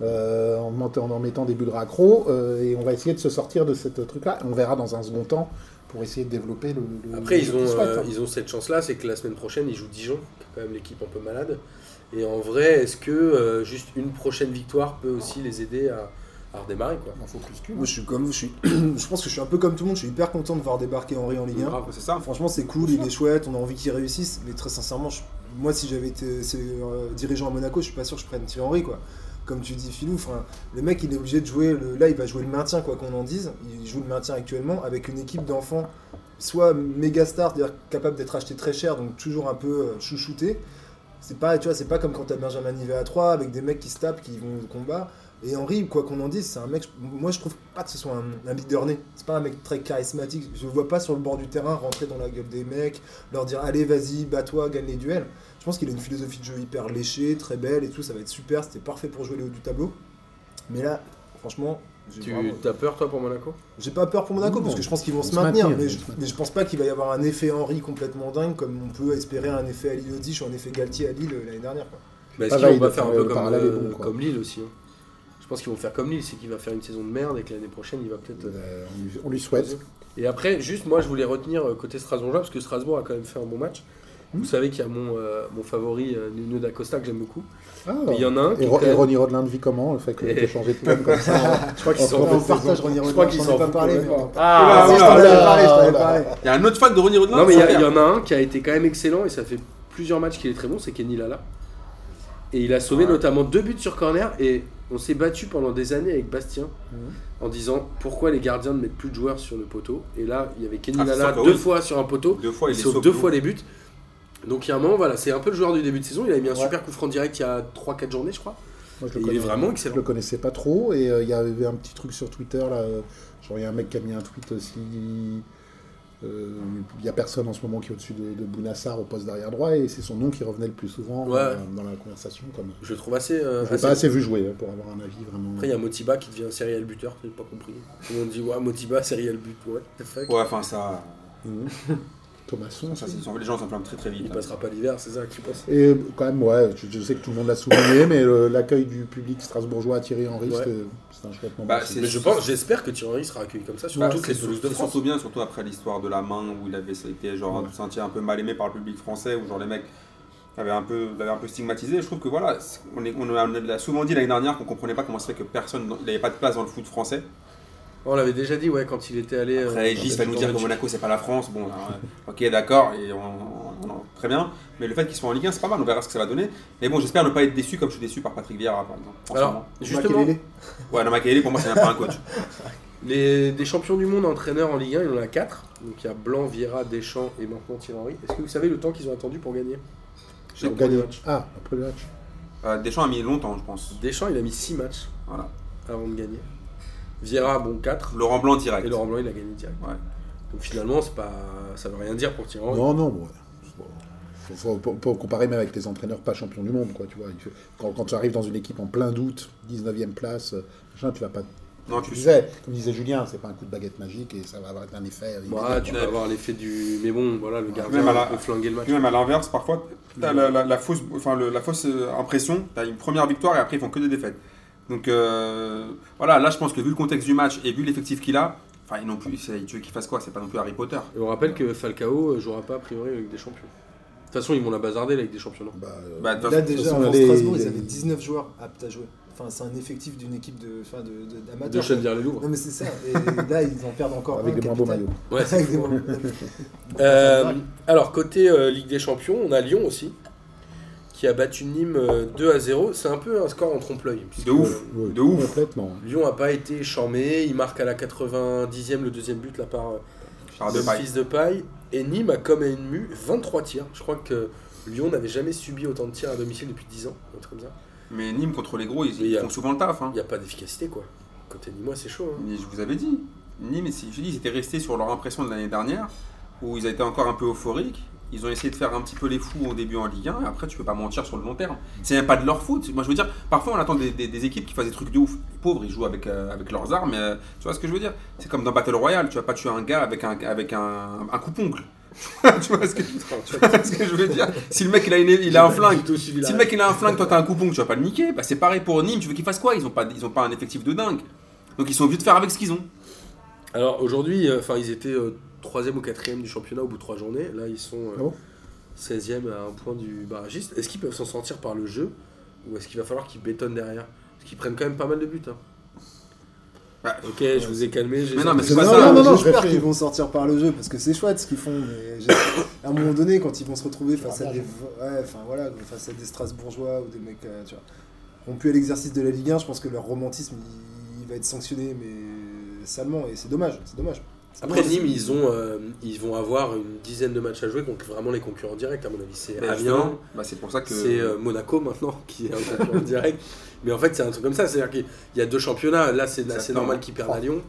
C: euh, en, montant- en mettant des bulles raccro euh, et on va essayer de se sortir de ce truc là on verra dans un second temps pour essayer de développer le, le-
A: Après,
C: le
A: ils
C: jeu qu'ils
A: ont,
C: souhaitent,
A: euh,
C: hein.
A: ils ont cette chance-là, c'est que la semaine prochaine, ils jouent Dijon, qui est quand même l'équipe un peu malade. Et en vrai, est-ce que euh, juste une prochaine victoire peut aussi les aider à, à redémarrer quoi
C: Il en faut plus qu'une, hein.
D: Moi, je suis comme vous, je, suis... [clears throat] je pense que je suis un peu comme tout le monde, je suis hyper content de voir débarquer Henri en Ligue 1.
B: Grave, c'est ça.
D: Franchement, c'est cool, il est chouette, on a envie qu'il réussisse, mais très sincèrement, je- moi, si j'avais été c'est, euh, dirigeant à Monaco, je suis pas sûr que je prenne Thierry Henry, quoi. Comme tu dis, Philou, enfin, le mec, il est obligé de jouer, le- là, il va jouer le maintien, quoi qu'on en dise. Il joue le maintien actuellement avec une équipe d'enfants, soit méga star, c'est-à-dire capable d'être acheté très cher, donc toujours un peu euh, chouchouté. C'est pas, tu vois, c'est pas comme quand t'as Benjamin Nivet à 3 avec des mecs qui se tapent, qui vont au combat. Et Henry, quoi qu'on en dise, c'est un mec. Moi, je trouve pas que ce soit un, un leader né. C'est pas un mec très charismatique. Je le vois pas sur le bord du terrain rentrer dans la gueule des mecs, leur dire allez, vas-y, bats-toi, gagne les duels. Je pense qu'il a une philosophie de jeu hyper léchée, très belle et tout. Ça va être super. C'était parfait pour jouer les hauts du tableau. Mais là, franchement, j'ai
A: Tu
D: vraiment-
A: as peur, toi, pour Monaco
D: j'ai pas peur pour Monaco
C: Non,
D: parce que je pense qu'ils vont
C: ils
D: se maintenir, mais,
C: ils
D: je,
C: vont se
D: mais je pense pas qu'il va y avoir un effet Henry complètement dingue comme on peut espérer un effet Ali Odich ou un effet Galtier à Lille euh, l'année dernière. quoi.
A: bah, Est-ce
C: Ah,
A: qu'ils vont
C: il
A: pas
C: doit
A: faire un
C: faire
A: peu
C: le
A: comme,
C: parallèle est
A: euh,
C: bon, quoi.
A: comme Lille aussi hein. Je pense qu'ils vont faire comme Lille, c'est qu'il va faire une saison de merde et que l'année prochaine, il va peut-être.
C: Euh, on lui- on lui souhaite
A: Et après, juste moi, je voulais retenir euh, côté Strasbourgeois parce que Strasbourg a quand même fait un bon match.
C: Mmh.
A: Vous savez qu'il y a mon, euh, mon favori euh, Nuno da Costa que j'aime beaucoup.
C: Ah,
A: Mais Il y en a un qui
C: Et,
A: est
C: Ro-
A: quand
C: et
A: même-
C: Ronnie Rodelin le vit comment Le fait que
A: [laughs]
C: de changer de club comme ça.
A: Je crois qu'ils
C: Oh,
A: sont
C: quand même.
D: On
A: en
D: le partage, René
A: Je crois
D: Rodelin,
A: qu'ils
D: je t'en
A: s'en
D: ai pas
A: foutent
D: parlé. mais-
C: complètement.
D: Ah,
B: Ah,
D: si, je
B: oula,
D: t'en avais
C: oula,
D: parlé, je t'en avais
C: oula.
D: parlé.
B: Il y a un autre fan de Ronnie Rodelin.
A: Non, mais il y, a-
B: c'est
A: il y
B: bien.
A: en a un qui a été quand même excellent et ça fait plusieurs matchs qu'il est très bon, c'est Kenny Lala. Et il a sauvé
B: Ouais.
A: notamment deux buts sur corner et on s'est battu pendant des années avec Bastien
B: Mhm.
A: en disant pourquoi les gardiens ne mettent plus de joueurs sur le poteau. Et là, il y avait Kenny
B: Ah, c'est
A: Lala
B: sûr que
A: deux
B: oui.
A: fois sur un poteau,
B: Deux fois,
A: il
B: il est
A: sauve
B: sauve
A: deux fois les buts. Donc il y a un moment, voilà, c'est un peu le joueur du début de saison. Il avait mis un
C: Ouais.
A: super coup franc direct il y a 3-4 journées, je crois.
C: Moi, je
A: Et
C: le
A: il
C: connais-
A: est vraiment
C: Je le
A: excellent.
C: connaissais pas trop et euh, il y avait un petit truc sur Twitter là. euh, Genre il y a un mec qui a mis un tweet euh, si euh, il y a personne en ce moment qui est au-dessus de, de Bounassar au poste d'arrière droit et c'est son nom qui revenait le plus souvent
A: Ouais.
C: euh, dans la conversation. Comme...
A: Je le trouve assez. euh,
C: Je l'ai
A: assez-
C: pas assez vu jouer hein, pour avoir un avis vraiment.
A: Après, il y a Motiba qui devient un serial buteur, j'ai pas compris. Tout le monde dit, ouais, Motiba, serial but, what the fuck.
B: Ouais, enfin, ça.
C: Mhm. Thomasson.
B: ça,
C: aussi.
B: c'est- Les gens s'enflamment très très vite.
A: Il passera pas l'hiver, c'est ça qui passe.
C: Et euh, quand même, ouais, je, je sais que tout le monde l'a souligné, mais euh, l'accueil du public strasbourgeois à Thierry Henry,
A: Ouais.
C: c'était- c'est un chouette moment.
B: Bah,
C: aussi.
B: c'est-
A: Mais je pense, j'espère que Thierry Henry sera accueilli comme ça sur
B: Bah,
A: toutes
B: c'est
A: les pelouses de
B: surtout-
A: France.
B: surtout bien, surtout après l'histoire de la main où il avait été genre
C: Ouais.
B: senti un peu mal aimé par le public français, où genre les mecs l'avaient un peu, l'avaient un peu stigmatisé. Je trouve que voilà, c'est- on, est, on a, on a souvent dit l'année dernière qu'on comprenait pas comment c'est que personne, dans- il n'avait pas de place dans le foot français.
A: On l'avait déjà dit, ouais, quand il était allé. euh,
B: Après,
A: Gis
B: Gis va nous dire que Monaco c'est pas la France, bon, là, ouais. ok, d'accord, et on, on- on- très bien. Mais le fait qu'ils soient en Ligue 1, c'est pas mal, on verra ce que ça va donner. Mais bon, j'espère ne pas être déçu comme je suis déçu par Patrick Vieira, par exemple. en ce
A: Alors,
B: moment.
A: justement,
D: Makelele.
B: ouais, non, Makelele, pour moi, c'est même pas un coach. [laughs]
A: les, des champions du monde entraîneurs en Ligue 1, il y en a 4. Donc il y a Blanc, Vieira, Deschamps et maintenant Thierry Henry. Est-ce que vous savez le temps qu'ils ont attendu pour gagner
C: Pour
A: Le
C: gagner.
A: premier match.
C: Ah, après le match.
B: Euh, Deschamps a mis longtemps, je pense.
A: Deschamps, il a mis 6 matchs
B: Voilà.
A: avant de gagner. Vieira, bon, 4.
B: Laurent Blanc direct.
A: Et Laurent Blanc, il a gagné direct.
B: Ouais.
A: Donc finalement, c'est pas... ça veut rien dire pour Thierry Henry.
C: Non, non, bon, ouais. Faut, faut- faut- faut comparer même avec les entraîneurs pas champions du monde, quoi, tu vois. Il faut- Quand, quand tu arrives dans une équipe en plein doute, 19e place, euh, machin, tu vas pas.
B: Non,
C: Tu
B: tu
C: disais, comme disait Julien, c'est pas un coup de baguette magique et ça va avoir un effet.
A: Bah, tu vas avoir l'effet du. Mais bon, voilà, le gardien
B: Même à la-
A: peut flinguer le match.
B: Puis même à l'inverse, parfois, t'as la, la- la fausse, enfin, le- la fausse euh, impression, t'as une première victoire et après ils font que des défaites. Donc euh, voilà, là je pense que vu le contexte du match et vu l'effectif qu'il a, enfin ils n'ont plus, c'est- tu veux qu'ils fassent quoi C'est pas non plus Harry Potter.
A: Et on rappelle que Falcao euh, jouera pas a priori avec des champions. De toute façon, ils vont la bazarder là, avec des championnats.
C: Bah, euh,
B: Bah, de toute
D: Là
B: façon,
D: déjà,
C: façon,
D: avant
C: les-
D: Strasbourg,
C: les-
D: ils avaient 19 joueurs aptes à jouer. Enfin, c'est un effectif d'une équipe de, enfin, de, de-
A: De
D: d'amateurs.
A: Chenvière les Louvres.
D: non mais c'est ça. Et là, ils en perdent encore.
C: avec
D: un,
C: des moins beaux
D: capital.
C: maillots.
A: Ouais, c'est
D: Avec des
A: fou, hein.
D: moins beaux maillots.
A: Euh, alors, côté euh, Ligue des Champions, on a Lyon aussi, qui a battu Nîmes euh, 2 à 0. C'est un peu un score en trompe-l'œil. puisque,
B: De ouf.
A: euh,
C: Ouais,
B: de ouf.
C: Complètement.
A: Lyon n'a pas été charmé. Il marque à la 90e le deuxième but là, par, euh,
B: par de paille.
A: fils de paille. Et Nîmes a comme ému 23 tirs. Je crois que Lyon n'avait jamais subi autant de tirs à domicile depuis 10 ans. un truc comme ça.
B: Mais Nîmes contre les gros, ils,
A: Mais
B: ils
A: y a-
B: font souvent le taf. hein.
A: Il n'y a pas d'efficacité, quoi. Côté Nîmois, c'est chaud.
B: [laughs]
A: hein.
B: Mais je vous avais dit, Nîmes, si- je dis, ils étaient restés sur leur impression de l'année dernière, où ils étaient encore un peu euphoriques. Ils ont essayé de faire un petit peu les fous au début en Ligue 1, et après tu peux pas mentir sur le long terme. C'est même pas de leur faute. Moi je veux dire, parfois on attend des, des- des équipes qui fassent des trucs de ouf. Les pauvres, ils jouent avec, euh, avec leurs armes, mais euh, tu vois ce que je veux dire C'est comme dans Battle Royale, tu vas pas tuer un gars avec un, avec un, un couponcle. [laughs] tu vois ce que, tu vois ce que je veux dire Si le mec il a, une- il a un flingue,
A: Tout suivi la
B: si le mec il a un flingue, toi t'as un coupon, tu vas pas le niquer. Bah, c'est pareil pour Nîmes, tu veux qu'ils fassent quoi ils ont, pas, ils ont pas un effectif de dingue. Donc ils sont obligés de faire avec ce qu'ils ont.
A: Alors aujourd'hui, euh, enfin ils étaient euh, troisième ou quatrième du championnat au bout de trois journées. Là ils sont
C: Ah bon
A: 16 e à un point du barragiste. Est-ce qu'ils peuvent s'en sortir par le jeu ou est-ce qu'il va falloir qu'ils bétonnent derrière Parce qu'ils prennent quand même pas mal de buts. hein.
B: Bah,
A: ok, je vous ai calmé. j'ai
B: mais
A: sorti-
B: non, mais c'est pas
D: non,
B: ça.
D: non, non,
C: je
D: non, j'espère
C: réfléchis.
D: qu'ils vont sortir par le jeu parce que c'est chouette ce qu'ils font. Mais j'ai- à un moment donné, quand ils vont se retrouver face à des, ouais, enfin voilà, face à des Strasbourgeois ou des mecs, euh, tu vois, rompus à l'exercice de la Ligue 1, je pense que leur romantisme il, il va être sanctionné, mais salement. Et c'est dommage, c'est dommage. C'est
A: Après
D: dommage.
A: Nîmes, ils, ont, euh, ils vont avoir une dizaine de matchs à jouer contre vraiment les concurrents directs à mon avis. C'est
B: Bah,
A: Amiens,
B: justement, bah, c'est pour ça que.
A: C'est euh, Monaco maintenant [laughs] qui est un concurrent direct. Mais en fait, c'est un truc comme ça. C'est-à-dire qu'il y a deux championnats. Là, c'est c'est
B: Exactement.
A: normal qu'ils perdent à Lyon.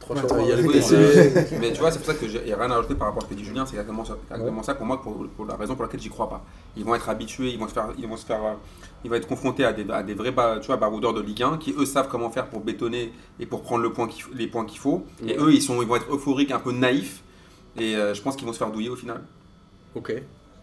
A: Trois
D: Ouais,
A: championnats. Il y a euh, le
D: oui,
A: PSG.
B: [laughs] Mais tu vois, c'est pour ça que j'ai et rien à rajouter par rapport à ce que dit Julien, c'est exactement ça, exactement ça pour moi, pour, pour la raison pour laquelle j'y crois pas. Ils vont être habitués, ils vont se faire, ils vont se faire, euh, ils vont être confrontés à des, à des vrais ba- tu vois, baroudeurs de Ligue 1 qui eux savent comment faire pour bétonner et pour prendre le point qu'il f- les points qu'il faut. Et
A: Ouais.
B: eux, ils sont, ils vont être euphoriques, un peu naïfs. Et euh, je pense qu'ils vont se faire douiller au final.
A: [laughs] Ok.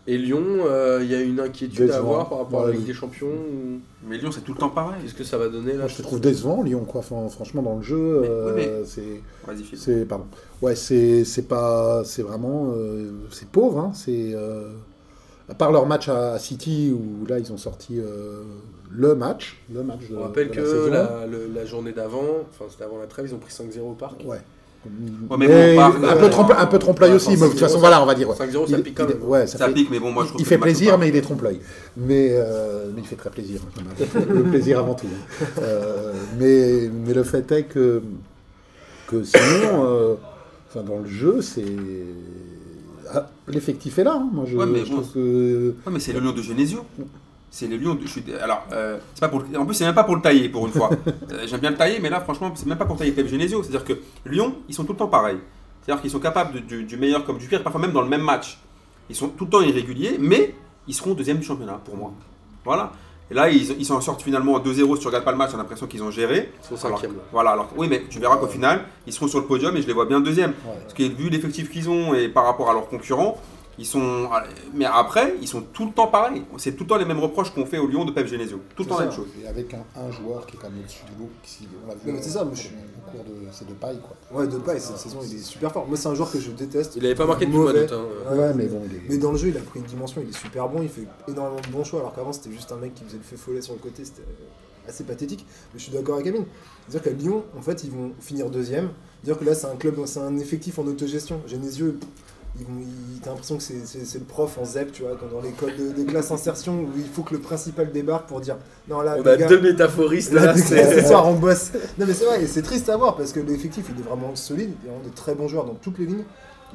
A: Et Lyon, euh, il y a une inquiétude à
C: Décevant.
A: avoir par rapport à la
C: Ouais.
A: Ligue des Champions. ou
B: Mais Lyon, c'est tout le temps pareil.
A: Qu'est-ce que ça va donner là
C: Je te trouve décevant, Lyon, quoi. Enfin, franchement, dans le jeu,
B: Mais-
C: euh,
B: oui, mais-
C: c'est.
B: Vas-y, Phil.
C: C'est pardon. Ouais, c'est c'est pas c'est vraiment euh, c'est pauvre. Hein, c'est euh, à part leur match à, à City où là ils ont sorti euh, le match, le match. De,
A: On rappelle
C: de
A: que
C: la saison.
A: la, le- la journée d'avant, enfin c'était avant la trêve, ils ont pris 5-0 au parc.
C: Ouais.
B: mais bon, par-
C: un, peu trompe, un peu trompe-l'œil
A: Ouais,
C: aussi, mais de toute
A: 5-0,
C: façon, voilà, on va dire. ouais.
A: 5-0, ça
C: Il-
A: pique quand
C: il-
A: même.
C: ouais, ça
B: Ça
C: fait-
B: pique, mais bon, moi je
C: il-
B: trouve
C: il
B: que
C: fait
B: le match
C: plaisir,
B: part-
C: mais il est trompe-l'œil. Mais, euh, mais il fait très plaisir. hein, quand même. le plaisir avant tout. hein. Euh, mais, mais le fait est que, que sinon, euh, enfin, dans le jeu, c'est. Ah, L'effectif est là. hein. Moi, je,
B: Ouais, mais
C: je
B: bon.
C: trouve que.
B: Ouais, mais c'est le lion de Genesio. C'est le lion de. Je suis... dé- Alors, euh, c'est pas pour... le- en plus, c'est même pas pour le tailler pour une
C: [laughs]
B: fois. Euh, J'aime bien le tailler, mais là, franchement, c'est même pas pour tailler Pep Genesio. C'est-à-dire que Lyon, ils sont tout le temps pareils. C'est-à-dire qu'ils sont capables de- du, du meilleur comme du pire, parfois même dans le même match. Ils sont tout le temps irréguliers, mais ils seront deuxième du championnat pour moi. Voilà. Et là, ils ils s'en sortent finalement à 2-0. Si tu regardes pas le match, on a l'impression qu'ils ont géré.
A: Ils sont
B: Alors-
A: cinquième là.
B: Voilà, alors oui, mais tu verras qu'au final, ils seront sur le podium et je les vois bien deuxième. Parce que vu l'effectif qu'ils ont et par rapport à leurs concurrents, ils sont. Mais après, ils sont tout le temps pareils. C'est tout le temps les mêmes reproches qu'on fait au Lyon de Pep Genesio. Tout le temps la même chose.
C: Et avec un, un joueur qui est quand même au-dessus du lot, qui, on l'a vu
D: Non, mais c'est ça, moi, je-
C: au cours de ces deux pailles. Quoi.
D: Ouais, de paille cette saison, il est super fort. Moi, c'est un joueur que je déteste.
A: Il avait pas marqué depuis le mois
D: Mauvais.
A: d'août. hein.
D: Ouais,
C: Ouais, mais bon, il est-
D: Mais dans le jeu, il a pris une dimension, il est super bon, il fait énormément de bons choix, alors qu'avant c'était juste un mec qui faisait le feu follet sur le côté, c'était euh, assez pathétique. Mais je suis d'accord avec Amine. C'est-à-dire qu'à Lyon, en fait, ils vont finir deuxième. C'est-à-dire que là, c'est un club, c'est un effectif en autogestion. Genesio, ils vont, ils- t'as l'impression que c'est- c'est c'est le prof en ZEP, tu vois, quand dans l'école de, des classes insertion, où il faut que le principal débarque pour dire Non, là,
A: On
D: les
A: a
D: gars,
A: deux métaphoristes
C: [laughs]
D: Là,
A: là.
D: dès que
A: c'est-
D: c'est ce soir, on bosse. Non, mais c'est vrai, et c'est triste à voir parce que l'effectif il est vraiment solide. Il y a vraiment de très bons joueurs dans toutes les lignes.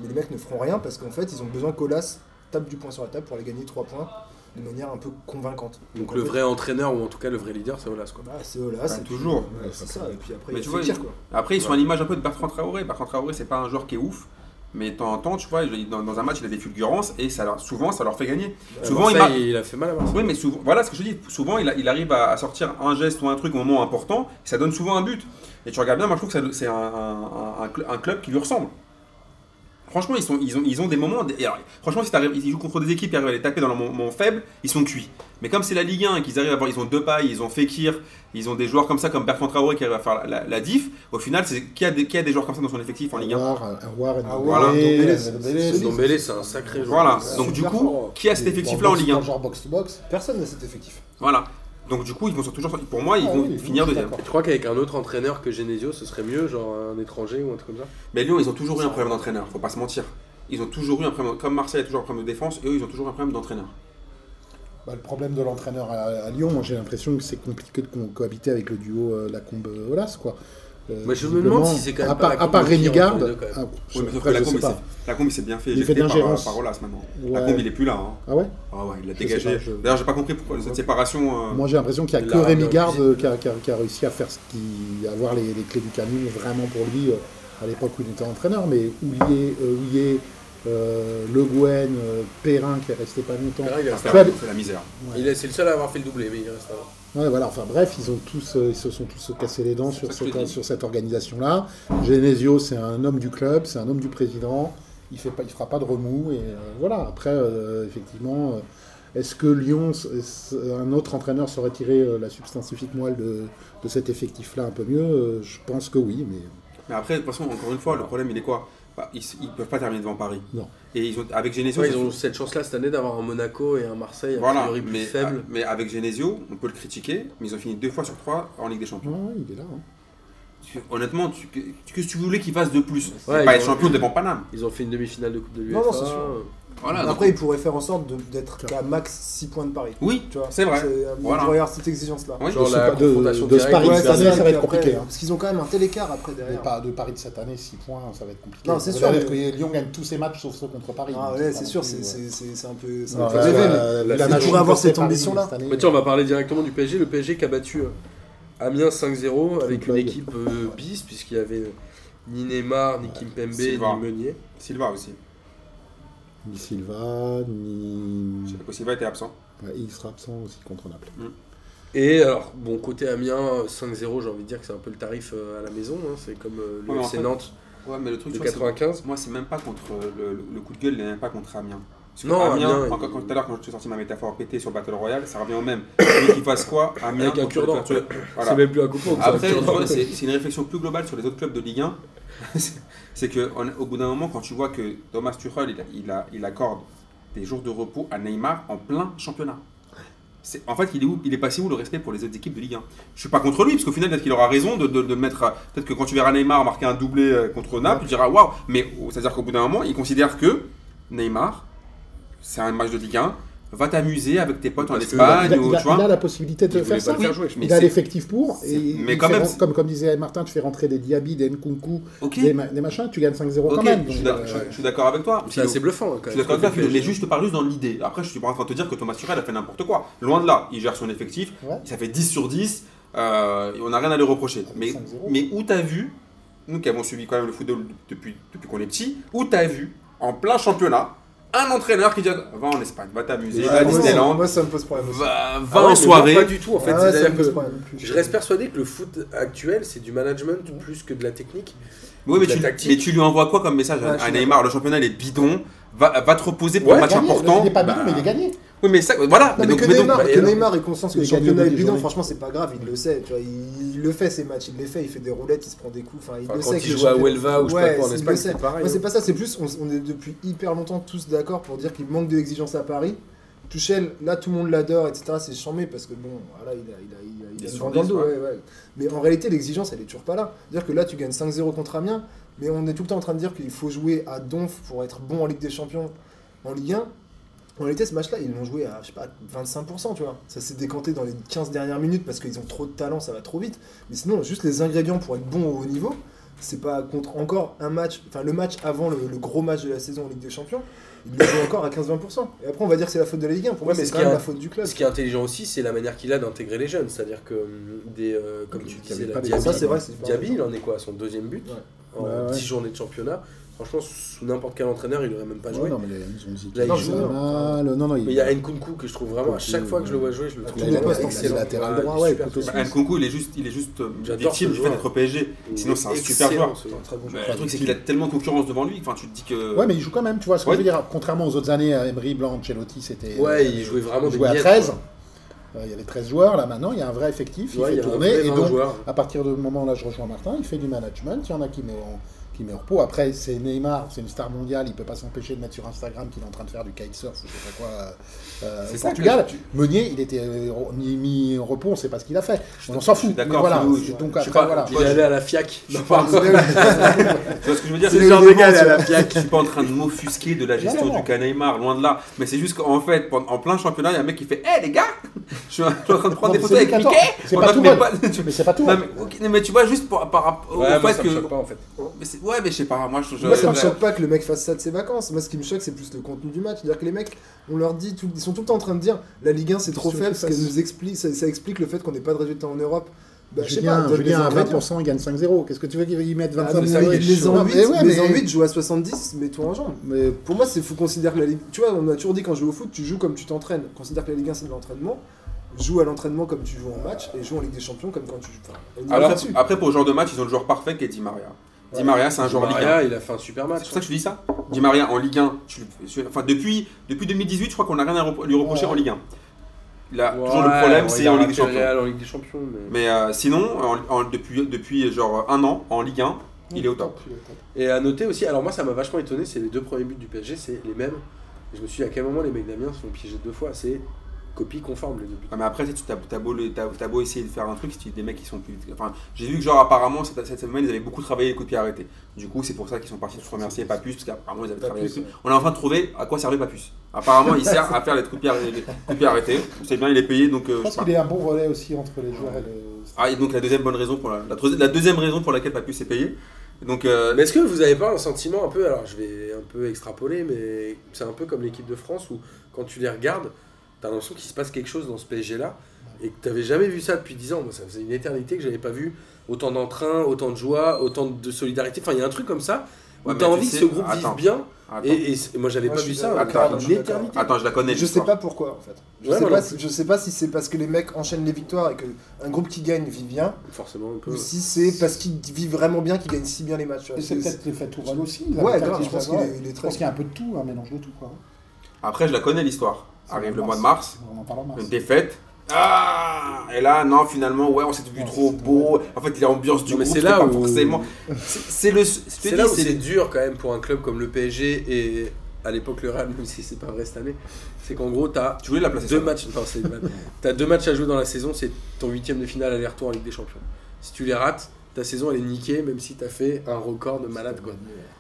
D: Mais les mecs ne feront rien parce qu'en fait, ils ont besoin qu'Olas tape du point sur la table pour aller gagner 3 points de manière un peu convaincante.
A: Donc
D: en
A: le
D: fait,
A: vrai entraîneur ou en tout cas le vrai leader, c'est Olas quoi.
D: bah, c'est Olas.
B: Bah,
D: et puis-
B: toujours.
D: ouais, c'est ça. Et puis après,
B: Mais
D: il
B: tu
D: fait
B: vois,
D: pire,
B: il-
D: quoi.
B: Après, ils sont à l'image un peu de Bertrand Traoré. Bertrand Traoré, c'est pas un joueur qui est ouf. Mais de temps en temps, tu vois, il- dans, dans un match, il a des fulgurances et ça leur- souvent, ça leur fait gagner.
A: À
B: souvent, il
A: Euh, Marseille,
B: marque.
A: il a fait mal à Marseille.
B: Oui, mais souvent, voilà ce que je dis. Souvent, il, a- il arrive à, à sortir un geste ou un truc au moment important, et ça donne souvent un but. Et tu regardes bien, moi je trouve que ça- c'est un, un- un cl- un club qui lui ressemble. Franchement, ils, sont, ils, ont, ils ont des moments. et alors, franchement, si t'arrives- ils jouent contre des équipes qui arrivent à les taper dans le moment faible, ils sont cuits. Mais comme c'est la Ligue 1 et qu'ils arrivent à avoir, ils ont deux pailles, ils ont Fekir, ils ont des joueurs comme ça, comme Bertrand Traoré qui arrive à faire la, la- la diff, au final, c'est qui a, des, qui a des joueurs comme ça dans son effectif en Ligue 1
C: Aouar, Aouar,
A: Ah
C: Ndombele,
D: Aouar, Ndombele, c'est-
C: Ndombele,
D: c'est-
A: Ndombele, c'est un sacré joueur.
B: Voilà,
A: C'est
B: donc
A: un
B: du
A: super
B: coup,
A: joueur.
B: qui a cet
C: dans
B: effectif-là en
C: box-
B: Ligue 1
C: dans Genre box-to-box.
D: Personne n'a cet effectif.
B: Voilà. Donc du coup, ils vont sur- toujours. Pour moi, ils
C: Ah
B: vont
C: oui,
B: finir
C: je suis
B: deuxième.
A: Et Tu crois qu'avec un autre entraîneur que Genesio, ce serait mieux, genre un étranger ou un truc comme ça
B: Mais Lyon, ils ont toujours eu un problème d'entraîneur, faut pas se mentir. Ils ont toujours eu un problème, comme Marseille a toujours un problème de défense, et eux, ils ont toujours un problème d'entraîneur.
C: Bah, le problème de l'entraîneur à, à Lyon, moi j'ai l'impression que c'est compliqué de co- cohabiter avec le duo euh, Lacombe-Olas. quoi. Euh,
A: Mais je me demande
C: visiblement,
A: si c'est quand même
C: à
A: pas
C: part,
A: Lacombe
C: à part
A: qui
C: Rémi
A: rentre
C: Garde.
A: les deux, quand même.
C: Ah,
B: Oui, mais
C: après,
B: sauf que
C: je
B: Lacombe,
C: sais
B: il s'est-
C: pas.
B: Lacombe, il s'est bien fait
C: Il fait
B: éjecter
C: de l'ingérence.
B: par, par Olas maintenant.
C: Ouais.
B: Lacombe, il est plus là. hein.
C: Ah ouais
B: Ah ouais, il l'a
C: Je
B: dégagé.
C: sais pas, je-
B: D'ailleurs, j'ai pas compris pourquoi cette
C: Ouais.
B: séparation. euh,
C: Moi j'ai l'impression qu'il n'y a
A: Il
C: que
A: l'a
C: Rémi
A: ramené en
C: Garde
A: cuisine.
C: euh, qui a, qui a- qui a réussi à faire ce qui, à avoir les, les clés du camion vraiment pour lui euh, à l'époque où il était entraîneur. Mais Oulier, euh, Ouillet, euh, Le Gouen, euh, Perrin qui est resté pas longtemps.
A: Là, il a-
B: c'est
C: Fred-
B: la- c'est la misère.
A: il a- C'est le seul à avoir fait le doublé, mais il reste là.
C: Ouais, voilà, enfin bref, ils, ont tous, euh, ils se sont tous cassés les dents sur,
B: ça que
C: cette-
B: je dis.
C: sur cette organisation-là. Genesio, c'est un homme du club, c'est un homme du président, il fait pas, il fera pas de remous, et euh, voilà. Après, euh, effectivement, euh, est-ce que Lyon, s- s- un autre entraîneur saurait tiré euh, la substantifique moelle de, de cet effectif-là un peu mieux Euh, Je pense que oui, mais
B: Mais après, de toute façon, encore une fois, le problème, il est quoi Bah, ils, ils peuvent pas terminer devant Paris.
C: Non.
B: Et ils ont, avec Genesio,
A: Ouais,
B: ça
A: ils ont
B: fait-
A: cette chance-là cette année d'avoir un Monaco et un Marseille a
B: voilà,
A: priori plus
B: mais, ah.
A: faible.
B: mais avec Genesio, on peut le critiquer, mais ils ont fini deux fois sur trois en Ligue des Champions.
C: ouais, ouais, il est là. hein.
B: Tu- Honnêtement, tu- que- qu'est-ce que tu voulais qu'ils fassent de plus C'est
A: Ouais,
B: Pas
A: ils
B: être
A: ont-
B: champion devant Paname.
A: Ils ont fait une demi-finale de Coupe de l'UEFA.
D: Non, non, c'est sûr.
B: Voilà, Ah, donc-
D: Après, ils pourraient faire en sorte de- d'être qu'à max 6 points de Paris.
B: Oui,
D: Tu vois,
B: c'est vrai.
D: euh, Ils
B: Voilà.
D: pourraient avoir cette exigence-là.
B: Oui.
A: Genre
C: De
A: la
C: ce- de-
A: confrontation
C: de ce
A: directe
C: Paris
A: avec
C: cette
D: c'est
C: année,
A: Versailles.
C: ça va
D: puis
C: être
D: après,
C: compliqué, hein.
D: Parce qu'ils ont quand même un tel écart après
C: De,
D: derrière.
C: pas- de Paris de cette année, 6 points, ça va être compliqué.
D: Non, c'est
C: Ça
D: sûr,
C: veut dire
D: mais-
C: que Lyon gagne tous ses matchs sauf ceux contre Paris.
D: Ah
C: donc
D: ouais,
C: pas
D: c'est
C: non
D: sûr,
C: plus,
D: c'est
C: ouais.
D: c'est- c'est- c'est un peu. c'est
C: Non,
D: un peu
C: là,
D: rêvé,
C: la-
D: mais-
C: la- la
D: pourrait
C: nation
D: avoir
C: de
D: cette
C: Paris
D: ambition-là.
C: cette année. euh,
A: Mais tiens, on va parler directement du PSG. Le PSG qui a battu euh, Amiens 5-0 avec une
C: Plug.
A: équipe euh, bis, puisqu'il y avait euh, ni Neymar, ni Kimpembe, ni
B: Silva.
A: Meunier.
B: Silva aussi.
C: Ni Silva, ni.
B: Thiago Silva était absent.
C: Ouais, il sera absent aussi contre Naples.
A: Et alors, bon, côté Amiens, euh, 5-0, j'ai envie de dire que c'est un peu le tarif euh, à la maison. hein. C'est comme euh, le
B: Ouais, mais en
A: FC
B: fait,
A: Nantes
B: Ouais, mais le truc,
A: de
B: tu vois, c'est-
A: 95.
B: moi, c'est même pas contre euh, le, le- le coup de gueule, il n'est même pas contre Amiens. Parce que
A: Non,
B: Amiens,
A: Amiens,
B: encore
A: il-
B: quand- tout à l'heure, quand je t'ai sorti ma métaphore pétée sur Battle Royale, ça revient au même. [coughs] Mais qu'il fasse quoi Amiens
A: Avec un
B: contre
A: cure-dent.
B: le club- voilà.
A: C'est même plus un coupon.
B: Après, tu vois, c'est c'est une réflexion plus globale sur les autres clubs de Ligue 1. [laughs] c'est qu'au bout d'un moment, quand tu vois que Thomas Tuchel, il, a- il a- il accorde des jours de repos à Neymar en plein championnat. C'est- En fait, il est, où, il est passé où le respect pour les autres équipes de Ligue 1 Je suis pas contre lui, parce qu'au final, peut-être qu'il aura raison de, de- de le mettre. à- Peut-être que quand tu verras Neymar marquer un doublé euh, contre Naples, tu diras waouh Mais oh, c'est-à-dire qu'au bout d'un moment, il considère que Neymar, c'est un match de Ligue 1, va t'amuser avec tes potes en
A: Parce que-
C: il, a,
B: Espagne,
C: il
B: ou
C: a-
B: tu vois.
C: il a la possibilité de
A: Il
C: faire
A: voulait pas
C: ça.
A: le faire jouer, je
B: mais
C: il a
B: c'est-
C: l'effectif pour.
B: c'est-
C: Et il-
B: mais
C: il
B: quand
C: fait
B: même,
C: ren-
B: c'est-
C: comme, comme disait Martin, tu fais rentrer des Diaby, des Nkunku,
B: Ok,
C: des, ma- des machins, tu gagnes 5-0
B: ok,
C: quand même.
B: je
C: Donc,
A: Bah,
B: suis
C: euh,
B: d'ac- je je suis d'accord avec toi.
A: C'est assez bluffant hein, quand même.
B: Je suis d'accord
A: ce que
B: avec toi,
A: fait
B: Philo,
A: le
B: mais
A: PSG.
B: juste je te parle juste dans l'idée. Après, je suis pas en train de te dire que Thomas Tuchel a fait n'importe quoi. Loin de là, il gère son effectif,
C: Ouais.
B: ça fait 10 sur 10, euh, et on n'a rien à lui reprocher.
C: Avec
B: Mais,
C: 5-0.
B: mais où t'as vu, nous qui avons suivi quand même le football depuis, depuis qu'on est petit, où t'as vu, en plein championnat, un entraîneur qui dit Va en Espagne, va t'amuser,
A: Ouais,
B: va à
D: moi,
B: Disneyland,
D: Moi, ça me pose problème. aussi.
B: va, va
A: Ah ouais,
B: en
A: mais
B: soirée.
A: Pas du tout en fait.
D: Ah ouais,
A: C'est-à-dire
D: ça me pose
A: que-
D: problème.
A: Je reste persuadé que le foot actuel, c'est du management plus que de la technique.
B: Oui, mais
A: La
B: tu,
A: tactique.
B: mais tu lui envoies quoi comme message à-
D: Ouais, je suis
B: à Neymar Le championnat, il est bidon, va, va te reposer pour
A: Ouais,
B: un match
C: gagné,
B: important.
C: Il n'est pas
B: Bah,
C: bidon, mais il est gagné.
B: Oui, mais ça, voilà.
D: Non, mais,
B: donc-
D: que,
B: mais donc-
D: Neymar,
A: bah,
D: que
A: et alors
D: Neymar ait conscience que
C: Il
D: le
C: a gagné
D: championnat
C: au
D: est
C: début,
D: bidon,
C: j'en ai-
D: franchement, c'est pas grave, il le sait. Tu vois, il, il le fait ces matchs, il les fait, il fait des roulettes, il se prend des coups. Enfin, il
A: Enfin,
D: le
A: quand
D: sait
A: il
D: que le
A: joue à
D: championnat-
A: Huelva ou je sais pas
D: Ouais,
A: quoi en
D: il
A: Espagne,
D: le sait.
A: c'est pareil. hein.
D: Moi, c'est pas ça, c'est plus, on, on est depuis hyper longtemps tous d'accord pour dire qu'il manque de l'exigence à Paris. Tuchel, là, tout le monde l'adore, etc. C'est chambé parce que bon, voilà, il a, il a, il a,
B: Il est
D: a le
B: sur
D: vent dans le
B: dix,
D: dos,
B: ouais.
D: ouais, ouais. Mais en réalité, l'exigence, elle est toujours pas là. C'est-à-dire que là, tu gagnes 5-0 contre Amiens, mais on est tout le temps en train de dire qu'il faut jouer à Donf pour être bon en Ligue des Champions, en Ligue 1. En réalité, ce match-là, ils l'ont joué à, je sais pas, 25%, tu vois. Ça s'est décanté dans les 15 dernières minutes parce qu'ils ont trop de talent, ça va trop vite. Mais sinon, juste les ingrédients pour être bon au haut niveau, c'est pas contre encore un match, enfin le match avant le, le gros match de la saison en Ligue des Champions, ils le jouent encore à 15-20%. Et après, on va dire que c'est la faute de la Ligue 1. Pour moi,
A: Ouais, mais
D: c'est
A: ce
D: quand
A: qui
D: même
A: est-
D: la faute du club.
A: Ce qui est intelligent aussi, c'est la manière qu'il a d'intégrer les jeunes. C'est-à-dire que, hum, des, euh, comme tu
C: Qu'il y
A: disais,
C: avait
A: la
C: pas des-
A: Diaby,
D: Ça, c'est vrai, c'est super
A: Diaby, il
D: intelligent.
A: en est quoi à Son deuxième but
D: Ouais.
A: En
C: Ouais, ouais.
A: 10 journées de championnat. Franchement, sous n'importe quel entraîneur, il aurait même pas joué.
C: Bah, non, mais ils ont dit
A: Là, il
C: qu'il
A: joue,
C: jouait
A: non.
C: mal. Non, non,
A: Mais il y a Nkunku que je trouve vraiment, à chaque fois que je le vois jouer, je le trouve
C: tous les
A: vraiment
C: postes,
A: excellent.
C: c'est latéral
A: Ouais,
C: droit,
A: il est
C: ouais,
A: super
C: plutôt
A: fort.
B: Bah, Nkunku, il est juste, il est juste euh,
A: J'adore
B: victime
A: ce
B: du fait
A: joueur.
B: d'être PSG. Sinon, c'est un super joueur.
A: ce
D: Très bon
B: Mais
D: joueur.
B: le truc, c'est qu'il a tellement de concurrence devant lui. Enfin, tu te dis que.
C: Ouais, mais il joue quand même, tu vois ce que
B: Ouais.
C: je veux dire. Contrairement aux autres années, à Emery, Blanc, Celotti, c'était.
A: Ouais, il jouait vraiment
C: on
A: des
C: jouait à
A: billettes,
C: 13.
A: quoi.
C: Euh, Il y avait 13 joueurs, là maintenant, il y a un vrai effectif, il
A: Ouais,
C: fait
A: il y a un
C: tourner.
A: vrai
C: Et donc,
A: joueur.
C: à partir du moment où là, je rejoins Martin, il fait du management, il y en a qui met en, qui met au repos. Après, c'est Neymar, c'est une star mondiale, il peut pas s'empêcher de mettre sur Instagram qu'il est en train de faire du kitesurf ou je sais pas quoi euh, euh,
B: C'est
C: au
B: ça que
C: Portugal.
B: tu-
C: Meunier, il était euh, mis, mis au repos, on sait pas ce qu'il a fait.
B: Je
C: On
B: suis
C: s'en
B: je suis
C: fout. Mais
B: d'accord,
C: voilà,
B: Flo, je-
C: donc
B: je
C: après,
B: suis pas-
C: voilà.
B: je-
A: Il est allé à la fiac.
D: Je
A: Non,
B: [laughs]
D: parle
A: pardon.
B: Tu vois ce que je veux dire
A: C'est
B: C'est
A: le genre de gars
B: tu
A: à la
B: vois.
A: Fiac.
B: Je suis pas en train de m'offusquer de la gestion
C: Non, non,
B: du cas Neymar, loin de là. Mais c'est juste qu'en fait, pendant- en plein championnat, il y a un mec qui fait Hé les gars [laughs] Je suis en je suis en train de prendre
C: Non,
B: des
C: mais
B: photos
C: c'est
B: avec
C: le 14.
B: Mickey
C: C'est
B: On
C: pas
B: a-
C: tout
B: mais
C: mal.
B: pas- tu-
C: Mais c'est pas
B: [laughs]
C: tout.
B: Non, mais, ok, non, mais tu vois, juste par, par rapport
A: Ouais,
B: au
A: moi,
B: fait
A: ça
B: que.
A: me choque pas en fait.
B: Mais c'est- ouais, mais je sais pas, moi je. je-
D: Moi, ça me
B: je-
D: choque pas que le mec fasse ça de ses vacances. Moi, ce qui me choque, c'est plus le contenu du match. C'est-à-dire que les mecs, on leur dit, tout- ils sont tout le temps en train de dire la Ligue 1, c'est trop
C: Qu'est-ce que
D: faible,
C: tu
D: parce qu'elle
C: fasses
D: nous explique, ça, ça explique le fait qu'on n'ait pas de résultats en Europe. Bah, je sais pas,
C: Julien,
D: donne les
C: Julien à
D: ingrédients.
C: 20%, il gagne 5-0. Qu'est-ce que tu veux qu'il mette
D: Ah,
C: 25
D: mais
A: ça,
D: les-
A: il est
D: les
A: chaud.
D: en
C: Non,
D: 8,
C: mais Eh ouais, mais-
D: les en 8 jouent à 70, mets-toi en jambe.
C: Mais
D: Pour moi, c'est faut considérer que la Ligue. Tu vois, on a toujours dit quand je joue au foot, tu joues comme tu t'entraînes. Considère que la Ligue 1 c'est de l'entraînement. Joue à l'entraînement comme tu joues en match et joue en Ligue des Champions comme quand tu joues. Enfin, on y va
B: Alors, ah,
D: là-dessus.
B: après, pour le genre de match, ils ont le joueur parfait qui est Di Maria. Di
D: Ouais.
B: Maria, c'est un joueur Ligue 1.
A: Maria, il a fait un super
B: C'est
A: match.
B: pour ça que je te dis ça. Di Maria en Ligue 1, tu lui- tu- enfin, depuis, depuis 2018, je crois qu'on n'a rien à repro- lui reprocher
C: Ouais.
B: en Ligue 1. Là,
A: Ouais,
B: toujours le problème,
A: hein. ouais,
B: c'est
A: il a
B: en Ligue des
A: raté le
B: Champions.
A: Real en Ligue des Champions. mais-
B: Mais euh, sinon, en- en- depuis, depuis genre un an, en Ligue 1, il est au top.
D: euh,
A: Et à noter aussi, alors moi ça m'a vachement étonné, c'est les deux premiers buts du PSG, c'est les mêmes. Et je me suis dit à quel moment les mecs d'Amiens se font piéger deux fois, c'est copie conforme les deux buts.
B: Ah, mais après, tu sais, t'as t'as beau, le- t'as- t'as beau essayer de faire un truc, c'est des mecs qui sont plus. Enfin, j'ai vu que, genre, apparemment, cette, cette semaine, ils avaient beaucoup travaillé les coups de pied arrêtés. Du coup, c'est pour ça qu'ils sont partis sur remercier Papus, parce qu'apparemment, ils avaient
D: Pas
B: travaillé les
D: plus,
B: coups. On est en train de trouver à quoi servait Papus. Apparemment, il sert à faire les coups de pied arrêtés- les coups de pied arrêtés. C'est bien, il est payé, donc. euh,
C: je
B: je sais
C: pense
B: pas.
C: qu'il est un bon relais aussi entre les joueurs et les.
B: Ah, et donc la deuxième bonne raison pour la, la, troisi- la deuxième raison pour laquelle Papus est payé. Donc, euh,
A: Mais est-ce que vous avez pas un sentiment un peu, alors je vais un peu extrapoler, mais c'est un peu comme l'équipe de France où quand tu les regardes, t'as l'impression qu'il se passe quelque chose dans ce PSG là et que t'avais jamais vu ça depuis 10 ans. Moi ça faisait une éternité que j'avais pas vu autant d'entrain, autant de joie, autant de solidarité. Enfin il y a un truc comme ça où
B: Ouais, mais
A: t'as
B: tu
A: envie
B: sais-
A: que ce groupe
B: attends.
A: vive bien.
B: attends,
A: Et, et c'est- moi j'avais
D: Moi,
A: pas
D: je
A: vu
D: suis
A: ça
B: d'accord.
A: depuis
D: Je suis
A: une
D: d'accord.
A: éternité.
B: attends, je la connais.
D: Je sais
B: l'histoire.
D: pas pourquoi en fait. Je,
A: Ouais,
D: sais,
A: moi
D: pas
A: non
D: si, je sais pas si c'est parce que les mecs enchaînent les victoires et que un groupe qui gagne vit bien,
A: Forcément un peu.
D: ou
A: ouais.
D: si c'est parce qu'ils vivent vraiment bien qu'ils gagnent si bien les matchs. tu vois.
C: Et c'est
D: C'est-
C: peut-être l'effet Tourelle aussi.
D: Ouais,
C: l'avantage
D: grave,
C: qu'ils
D: je pense
C: peuvent avoir.
D: qu'il est, il est
C: Je
D: très.
C: pense qu'il y a un peu de tout, un mélange de tout. Quoi.
B: Après, je la connais l'histoire. Arrive le mois de mars,
C: On en parle en mars.
B: une défaite. Ah Et là, non, finalement, ouais, on s'est vu
C: Non,
B: trop
C: c'est-
B: beau. En fait, l'ambiance du
A: Non, Ah, mais
B: groupe,
A: c'est
B: c'était
A: là
B: pas
A: où-
B: forcément. C'est c'est le. je te
A: C'est
B: dis,
A: là où
B: c'est-
A: c'est dur quand même pour un club comme le PSG et à l'époque le Real, même si c'est pas vrai cette année, c'est qu'en gros t'as
B: Tu voulais la placer.
A: deux
B: ça.
A: matchs, non, c'est une vanne. t'as deux matchs à jouer dans la saison, c'est ton huitième de finale aller-retour en Ligue des Champions. Si tu les rates, ta saison elle est niquée, même si t'as fait un record de malade quoi.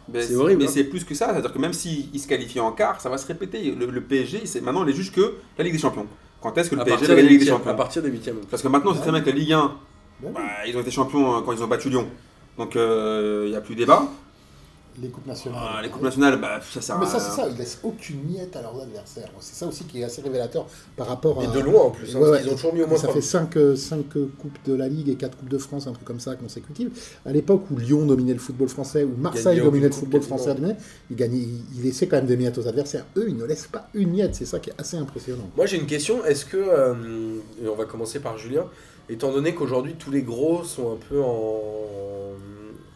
B: Ben,
A: C'est horrible,
B: Mais
A: hein.
B: c'est plus que ça. C'est-à-dire que même s'il il se qualifie en quart, ça va se répéter. Le, le PSG, c'est- maintenant, on est juste que la Ligue des Champions. Quand est-ce que le
A: À
B: PSG
A: partir,
B: va
A: des
B: gagner la Ligue des
A: huitièmes, à
B: Champions
A: partir des huitièmes.
B: Parce que maintenant, c'est très bien que la Ligue 1,
C: Ben oui.
B: bah, ils ont été champions euh, quand ils ont battu Lyon. Donc, euh, il n'y a plus débat.
C: Les coupes
B: Ah,
C: nationales. Ah,
B: les coupes nationales, bah, ça sert
C: Mais ça,
B: à-
C: c'est ça, ils laissent aucune miette à leurs adversaires. C'est ça aussi qui est assez révélateur par rapport à.
A: Et de loin en plus, hein,
C: Ouais,
A: parce qu'ils
C: ouais.
A: ont toujours mis au moins
C: ça
A: trois
C: fait 5, coupes de la Ligue et 4 coupes de France, un truc comme ça consécutives. À l'époque où Lyon dominait le football français, où Marseille
A: gagnaient
C: dominait le
A: aucune coupe
C: football
A: quasiment.
C: français, dominait, ils, gagnaient, ils, ils laissaient quand même des miettes aux adversaires. Eux, ils ne laissent pas une miette. C'est ça qui est assez impressionnant.
A: Moi j'ai une question, est-ce que, euh, et on va commencer par Julien, étant donné qu'aujourd'hui tous les gros sont un peu en,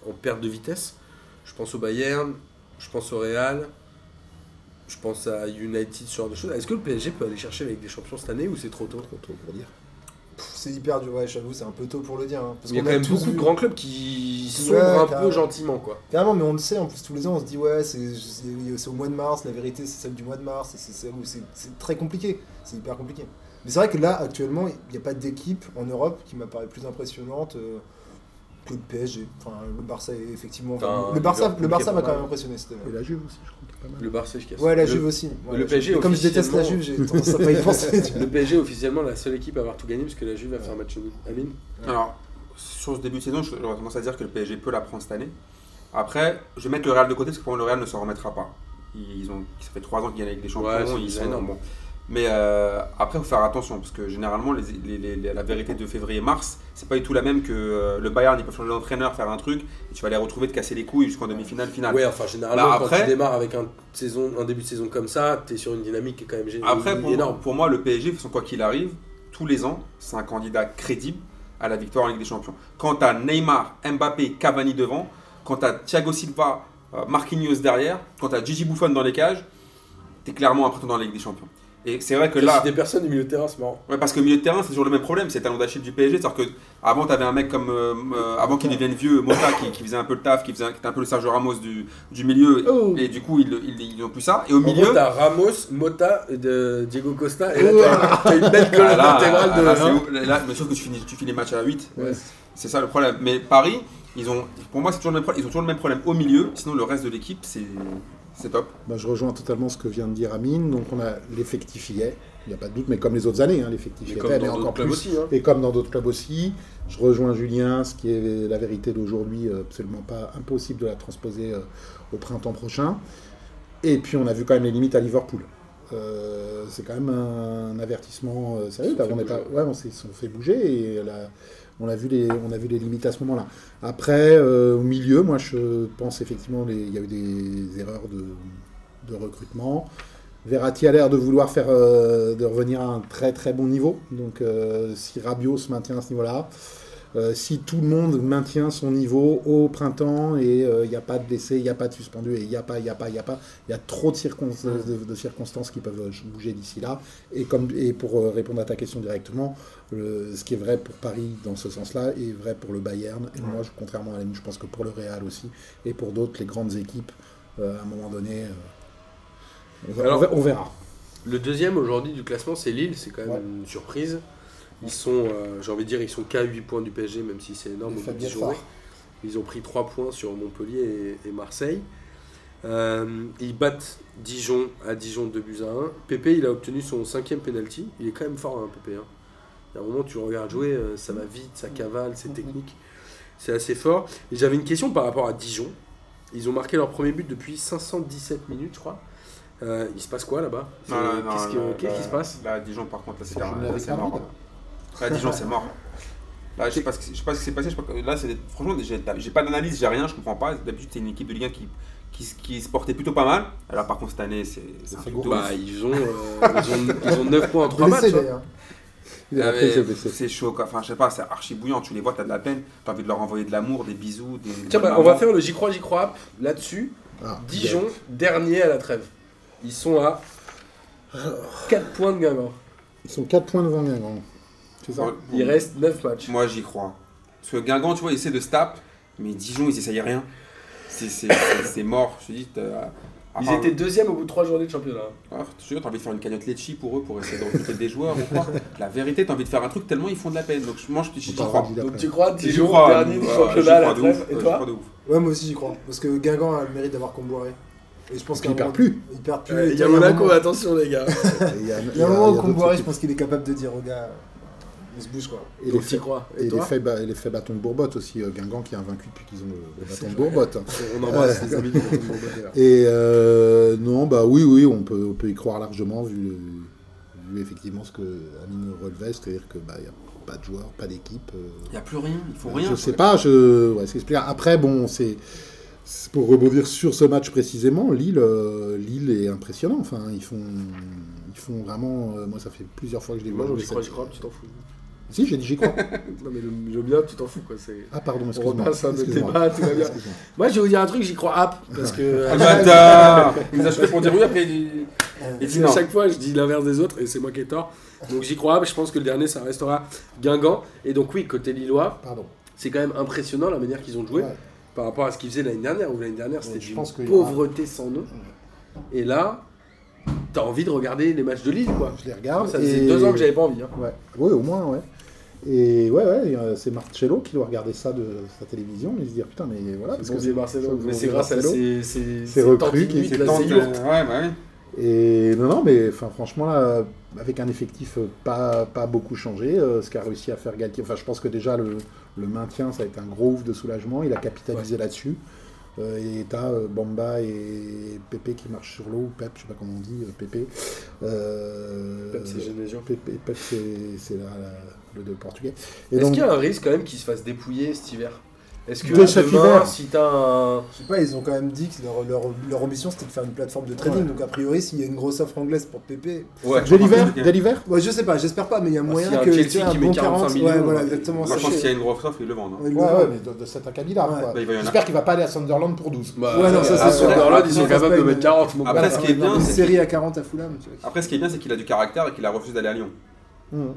A: en perte de vitesse, je pense au Bayern, je pense au Real, je pense à United, ce genre de choses, est-ce que le PSG peut aller chercher avec des champions cette année ou c'est trop tôt
C: Trop tôt pour dire.
D: Pff, C'est hyper dur, ouais, j'avoue, c'est un peu tôt pour le dire. hein,
A: Parce
D: parce
A: qu'il y a
D: qu'on
A: quand même
D: tous
A: beaucoup
D: vu-
A: de grands clubs qui sont
D: Ouais,
A: un peu
D: carrément.
A: gentiment quoi.
D: Carrément, mais on le sait, en plus tous les ans on se dit ouais, c'est- c'est c'est au mois de mars, la vérité c'est celle du mois de mars, et c'est celle où c'est- c'est très compliqué, c'est hyper compliqué. Mais c'est vrai que là, actuellement, il n'y a pas d'équipe en Europe qui m'apparaît plus impressionnante euh, que le PSG. Enfin, le Barça est effectivement.
A: Enfin,
D: le Barça,
A: Liverpool
D: le
A: qui est
D: Barça
A: pas
D: m'a quand
A: mal.
D: même impressionné cette année.
C: Et la Juve aussi, je crois, qui est pas mal.
A: Le Barça je casse.
D: Ouais, la
A: Le-
D: Juve aussi. Ouais,
A: le
D: la
A: PSG
D: Juve. Et Comme je déteste la
A: officiellement-
D: Juve, j'ai tendance à pas y penser. tu vois.
A: Le PSG est officiellement la seule équipe à avoir tout gagné parce que la Juve a fait un match nul. Amine
B: Alors, sur ce début de saison, je- j'aurais tendance à dire que le PSG peut la prendre cette année. Après, je vais mettre le Real de côté parce que pour moi, le Real ne s'en remettra pas. Ils ont, ça fait 3 ans qu'ils gagnent avec des champions,
A: Ouais, c'est
B: ils
A: déjà
B: sont
A: énorme.
B: bon. Mais euh, après, il faut faire attention, parce que généralement, les- les- les- les- la vérité de février-mars, c'est pas du tout la même que euh, le Bayern, ils peuvent changer d'entraîneur, faire un truc, et tu vas les retrouver te casser les couilles jusqu'en demi-finale, finale.
A: Ouais, enfin généralement
B: Bah,
A: quand
B: après-
A: tu démarres avec un, saison, un début de saison comme ça, t'es sur une dynamique qui est quand même gé-
B: Après, pour,
A: énorme.
B: pour moi, le PSG, de toute façon, quoi qu'il arrive, tous les ans, c'est un candidat crédible à la victoire en Ligue des Champions. Quand t'as Neymar, Mbappé, Cavani devant, quand t'as Thiago Silva, euh, Marquinhos derrière, quand t'as Gigi Buffon dans les cages, t'es clairement un prétendant à la Ligue des Champions. Et c'est vrai que là.
A: C'est des personnes du milieu de terrain, c'est marrant.
B: Ouais, parce que milieu de terrain, c'est toujours le même problème, c'est le talon d'Achille du PSG. C'est-à-dire que avant, t'avais un mec comme. euh, euh, avant qu'il devienne vieux, Mota, qui, qui faisait un peu le taf, qui, faisait, un- qui était un peu le Sergio Ramos du, du milieu.
C: Oh.
B: Et du coup, ils, ils, ils n'ont plus ça. Et au
A: Au
B: milieu.
A: milieu, t'as Ramos, Mota, et de Diego Costa, et là t'as- t'as une belle
B: Ah
A: colonne
B: là,
A: vertébrale de.
B: ah là, c'est
A: hein.
B: où- là, là, mais sauf que tu finis, tu finis les matchs à la 8.
C: Ouais.
B: C'est ça le problème. Mais Paris, ils ont, pour moi, c'est toujours le même problème. Ils ont toujours le même problème au milieu. Sinon, le reste de l'équipe, c'est, c'est top.
C: Bah, je rejoins totalement ce que vient de dire Amine. Donc on a l'effectif y est, il n'y a pas de doute, mais comme les autres années, hein, l'effectif
A: Mais
C: y était,
A: comme
C: mais
A: dans d'autres
C: encore
A: clubs
C: plus.
A: aussi. hein.
C: Et comme dans d'autres clubs aussi, je rejoins Julien, ce qui est la vérité d'aujourd'hui, euh, absolument pas impossible de la transposer euh, au printemps prochain. Et puis on a vu quand même les limites à Liverpool. Euh, c'est quand même un, avertissement euh, sérieux.
A: Ils se sont
C: On
A: fait
C: est pas-
A: bouger.
C: ouais, on s'est- ils se sont fait bouger et la- on, a vu les, on a vu les limites à ce moment-là. Après, euh, au milieu, moi je pense effectivement les- il y a eu des erreurs de, de recrutement. Verratti a l'air de vouloir faire, euh, de revenir à un très très bon niveau. Donc euh, si Rabiot se maintient à ce niveau-là, euh, si tout le monde maintient son niveau au printemps et euh, il n'y a pas de blessé, il n'y a pas de suspendu et il n'y a pas, il n'y a pas, il n'y a pas, il y a trop de, circon- de- de circonstances qui peuvent euh, bouger d'ici là. Et, comme, et pour euh, répondre à ta question directement, le- ce qui est vrai pour Paris dans ce sens-là est vrai pour le Bayern. Et moi, je- contrairement à l'AMI, je pense que pour le Real aussi et pour d'autres, les grandes équipes, euh, à un moment donné, euh, on, va-
A: Alors-
C: on va- on verra.
A: Le deuxième aujourd'hui du classement, c'est Lille, c'est quand même
C: Ouais.
A: une surprise. Ils sont, euh, j'ai envie de dire, ils sont qu'à 8 points du PSG, même si c'est énorme. au
C: Et
A: bout de
C: Fabien
A: 10 journées.
C: Farr.
A: Ils ont pris 3 points sur Montpellier et, et Marseille. Euh, ils battent Dijon à Dijon 2 buts à 1. Pépé, il a obtenu son cinquième penalty. Il est quand même fort, hein, Pépé. hein. Il y a un moment, tu le regardes jouer, euh, ça va vite, ça cavale,
C: Mm-hmm.
A: c'est technique. C'est assez fort. Et J'avais une question par rapport à Dijon. Ils ont marqué leur premier but depuis 517 minutes, je crois. Euh, il se passe quoi là-bas C'est-
B: Non, non, bah, non,
A: Qu'est-ce qui,
B: là,
A: qu'est-ce qui
B: là,
A: se passe
B: Là, Dijon, par contre, là, c'est,
C: Faut
B: là,
C: jouer avec
B: c'est
C: la
B: mort.
C: Madrid.
B: Là, Dijon, c'est mort. Là, je sais pas ce qui je sais pas ce qui s'est passé. je sais pas- là, c'est, franchement, j'ai, j'ai pas d'analyse, j'ai rien, je comprends pas. D'habitude, c'est une équipe de Ligue 1 qui, qui, se- qui se portait plutôt pas mal. Alors, par contre, cette année, c'est, c'est un
C: fait
B: truc
C: gros.
B: de ouf.
A: Bah, ils ont, euh, ils ont, ils ont 9
C: [laughs]
A: points en 3 matchs.
D: Blessé,
A: hein.
D: d'ailleurs.
C: Il a
B: Ah
C: pris
B: ouais,
C: ce blessé.
B: c'est chaud, quoi. Enfin, je sais pas, c'est archi bouillant. Tu les vois, t'as de la peine. T'as envie de leur envoyer de l'amour, des bisous. Des
A: Tiens, bah, on va faire le J'y crois, J'y crois app là-dessus.
C: Ah,
A: Dijon, dernier à la trêve. Ils sont à 4 points de Guingamp.
C: Ils sont 4 points devant Guingamp. C'est ça
B: Ouais.
A: Il reste 9 matchs.
B: Moi, j'y crois. Parce que Guingamp, tu vois, ils essaient de se taper, mais Dijon, ils essayent rien. C'est- C'est c'est- c'est mort. Je te dis, t'as- à
A: Ils
B: part-
A: étaient deuxième au bout de 3 journées de championnat. hein.
B: Ah, je te jure, t'as envie de faire une cagnotte Lecce pour eux, pour essayer de recruter des joueurs ou quoi. La vérité, t'as envie de faire un truc tellement ils font de la peine. Donc, je- moi, je- j'y
C: On parlera
B: crois.
C: de lui
A: Donc
C: d'après.
A: tu crois
B: J'y
A: Dijon,
B: crois,
A: dernier du
B: ouais, j'y
A: championnat
B: crois
A: à la
B: de ouf,
A: trêve
B: ouais,
A: Et
B: j'y
A: toi
B: crois de ouf.
D: Ouais, moi aussi j'y crois. Parce que Guingamp a le mérite d'avoir Comboiré. Et je pense
C: Puis
D: qu'il
C: il perd plus.
D: Il perd plus.
A: Euh,
D: et
A: Il y a
D: un
A: Monaco,
D: moment-
A: attention les gars.
C: hein. Il y a- il
D: Il
C: y
D: y a un
C: a-
D: moment
C: il y a
D: où
C: d'autres
D: Comboiré, je
C: équipes.
D: pense qu'il est capable de dire aux gars, euh, on se bouge quoi.
C: Et les
A: Donc tu
C: faits-
A: crois.
C: Et,
A: Et
C: les
A: toi
C: faits, bah, les faits bâtons de Bourbotte aussi, euh, Guingamp qui a invaincu depuis qu'ils ont le, le bâton de Bourbotte. Euh,
A: On embrasse les amis de
C: [laughs]
A: Monaco.
C: Et euh, non, bah oui, oui, on peut, on peut y croire largement vu, le- vu effectivement ce que Amine relevait, c'est-à-dire que bah, il n'y a pas de joueurs, pas d'équipe. euh,
B: Il n'y a plus rien, ils font
C: euh,
B: rien.
C: Je sais pas, je, ouais, c'est expliqué. Après, bon, c'est c'est pour rebondir sur ce match précisément, Lille, euh, Lille est impressionnant. Enfin, ils font, ils font vraiment. euh, moi, ça fait plusieurs fois que je les vois.
A: Moi
C: jouer
A: j'y crois,
C: cette-
A: j'y crois, tu t'en fous.
C: Si, j'ai dit
A: [laughs]
C: j'y crois.
A: Non mais le, le bien, tu t'en fous quoi. c'est-
C: Ah, pardon,
A: On
C: excuse-moi.
A: repasse à notre
C: excuse-moi.
A: débat, tout va
C: [laughs]
A: bien.
C: Excuse-moi.
A: Moi, je vais vous dire un truc, j'y crois app, parce que euh,
B: Ah, bâtard Ils nous achetaient pour dire oui, après ils ils disent
A: à
B: non.
A: chaque fois, je dis l'inverse des autres et c'est moi qui ai tort. Donc j'y crois app, je pense que le dernier, ça restera Guingamp. Et donc oui, côté Lillois,
C: Pardon.
A: c'est quand même impressionnant la manière qu'ils ont joué
C: Ouais.
A: par rapport à ce qu'ils faisaient l'année dernière, où l'année dernière, c'était
C: je
A: une
C: pense qu'il y aura-
A: pauvreté sans nom. Et là, t'as envie de regarder les matchs de Lille, quoi.
C: Je les regarde.
A: Ça faisait
C: Ah, et-
A: deux ans que j'avais pas envie. hein.
C: Ouais. Oui, au moins, ouais. Et ouais, ouais, euh, c'est Marcello qui doit regarder ça de sa télévision et se dire putain, mais voilà.
A: Parce que c'est Marcelo,
C: c'est-
A: mais c'est
C: c'est
A: grâce à
C: Marcelo.
A: ces, ces,
C: Ces
A: ces
C: recrues qui-
A: tentinites,
B: C'est
A: là,
B: tant
A: ces
B: que-
A: yourtes.
B: Ouais, bah oui.
C: Et non, non, mais enfin, franchement, là, avec un effectif euh, pas, pas beaucoup changé, euh, ce qu'a réussi à faire Galtier, enfin, je pense que déjà le, le maintien, ça a été un gros ouf de soulagement, il a capitalisé là-dessus. Euh, et t'as euh, Bamba et Pépé qui marchent sur l'eau, ou Pep, je sais pas comment on dit, euh, Pépé. Euh,
A: Pep, c'est Génésion.
C: Pépé- Pep, c'est- c'est la- la- le, le portugais. Et
A: Est-ce
C: donc,
A: qu'il y a un risque quand même qu'il se fasse dépouiller cet hiver Est-ce que
C: Dès cet
A: demain,
C: hiver.
A: si t'as un.
D: Je sais pas, ils ont quand même dit que leur, leur, leur ambition c'était de faire une plateforme de trading. Donc a priori, s'il y a une grosse offre anglaise pour PP,
B: Ouais.
C: dès l'hiver Dès l'hiver
D: ouais, je sais pas, j'espère pas, mais il y a moyen
A: s'il y a un
D: que
A: Chelsea
D: tu aies un
A: qui met
D: bon
A: 45
D: 40.
A: millions,
D: ouais, voilà,
A: ouais.
D: exactement.
B: Moi,
D: ça,
B: je pense
D: je-
B: qu'il y a une grosse offre, ils le vendent. hein.
D: Ouais,
C: Ouais, ouais,
D: mais-
C: mais de, de cet acabit-là.
D: Ouais.
C: quoi.
B: Bah, il va y en avoir.
C: J'espère qu'il va pas aller à Sunderland pour 12.
B: Bah,
D: Ouais, non, ça, c'est
A: à
D: sûr.
A: Sunderland, ils sont
D: Non, ça,
A: capables
D: c'est
A: de
D: pas
A: mettre
D: une-
A: 40, mon
B: Après,
A: gars.
B: ce qui est bien,
D: une
B: c'est
D: série à 40 à Fulham, tu vois.
B: Après, ce qui est bien, c'est qu'il a du caractère et qu'il a refusé d'aller à Lyon.
C: Hum.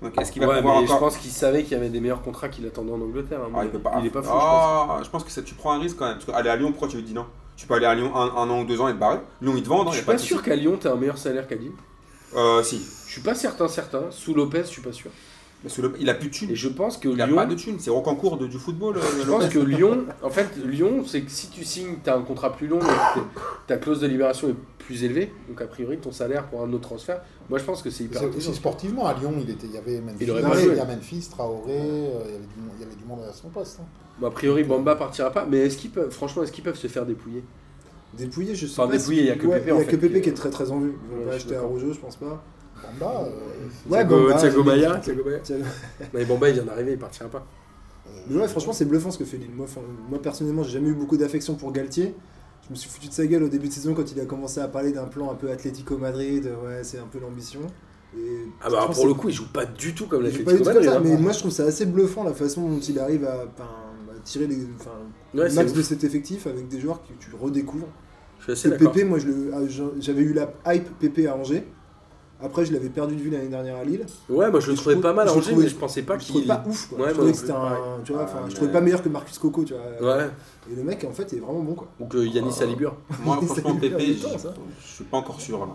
B: Donc, est-ce qu'il va
A: Ouais,
B: pouvoir
A: mais
B: encore.
A: Je pense qu'il savait qu'il y avait des meilleurs contrats qu'il attendait en Angleterre. hein,
B: Ah, il
A: mais
B: peut pas.
A: il est pas fou,
B: Ah, je pense que ça- tu prends un risque quand même. Parce qu'aller à Lyon, pourquoi tu lui dis non Tu peux aller à Lyon un, un an ou deux ans et te barrer. Lyon, ils te vendent.
A: je pense. Je
B: hein, y a
A: suis pas
B: de
A: sûr
B: souci.
A: qu'à Lyon, t'as un meilleur salaire qu'à Lille.
B: Euh, si.
A: Je suis pas certain, certain. Sous Lopez, je suis pas sûr.
B: Parce que le- il a plus de thunes.
A: Et je pense que
B: Il a
A: Lyon.
B: pas de thunes. C'est Rocancourt de- du football. euh,
A: Je
B: le-
A: pense que Lyon, en fait, Lyon, c'est que si tu signes, t'as un contrat plus long, donc t'es- ta clause de libération est plus élevée. Donc, a priori, ton salaire pour un autre transfert, moi je pense que c'est hyper
C: C'est aussi
A: intelligent.
C: sportivement, à Lyon, il, était, il y avait Memphis,
A: Il aurait
C: non,
A: pas
C: il
A: joué.
C: y a Memphis, Traoré, euh, il, y avait du, monde- il y avait du monde à son poste. hein.
A: Bon, a priori, Bamba partira pas, mais est-ce qu'ils peuvent, franchement, est-ce qu'ils peuvent se faire dépouiller
D: Dépouillé, je sais
A: Enfin,
D: pas.
A: dépouillé,
D: si-
A: il y a que
D: ouais,
A: PP,
D: Il y
A: en
D: a
A: fait,
D: que PP
A: qui-
D: qui est très très en vue. Ils
A: Ouais,
D: vont pas
A: je
D: acheter
A: suis
D: un
A: d'accord.
D: Rougeau, je pense pas.
C: Bamba, euh, c'est-
D: Ouais,
A: Thiago-
D: Bamba,
A: Thiago
D: oui.
A: Maia Thiago Maia
D: Tiens,
A: Non, mais Bamba, il vient d'arriver, il partira pas.
D: Mais
C: euh,
D: ouais, franchement, c'est bluffant ce que fait Lille. Moi, enfin, moi personnellement, j'ai jamais eu beaucoup d'affection pour Galtier. Je me suis foutu de sa gueule au début de saison quand il a commencé à parler d'un plan un peu Atlético Madrid. Ouais, c'est un peu l'ambition. Et
A: Ah bah,
D: franchement,
A: pour le
D: c'est-
A: coup, il joue pas du tout comme
D: je vais pas du
A: l'Atlético
D: tout comme
A: Madrid.
D: ça,
A: hein.
D: mais moi, je trouve ça assez bluffant la façon dont il arrive à, enfin, à tirer les, enfin,
A: Ouais,
D: le
A: c'est
D: max de
A: ouf.
D: cet effectif avec des joueurs que tu redécouvres.
A: Je suis assez
D: Le
A: d'accord.
D: PP, moi, je le- ah, je- j'avais eu la hype PP à Angers. Après, je l'avais perdu de vue l'année dernière à Lille.
A: Ouais, moi je le
D: Je
A: trouvais
D: trouve-
A: pas mal
D: je
A: à Angers,
D: trouvais-
A: mais je pensais pas
D: je trouvais
A: qu'il.
D: pas ouf. Quoi.
A: Ouais,
D: je
A: moi
D: trouvais
A: non
D: que
A: plus,
D: c'était un, tu vois,
B: Ah,
D: enfin, je
B: mais-
D: trouvais pas meilleur que Marcus Coco, tu vois.
A: Ouais, euh,
D: Et le mec, en fait, est vraiment bon, quoi.
A: ou que Yanis Alibur.
B: Moi,
D: C'est
B: franchement,
D: hyper
B: Pépé,
D: détente,
B: je
D: ça.
B: je suis pas encore sûr là.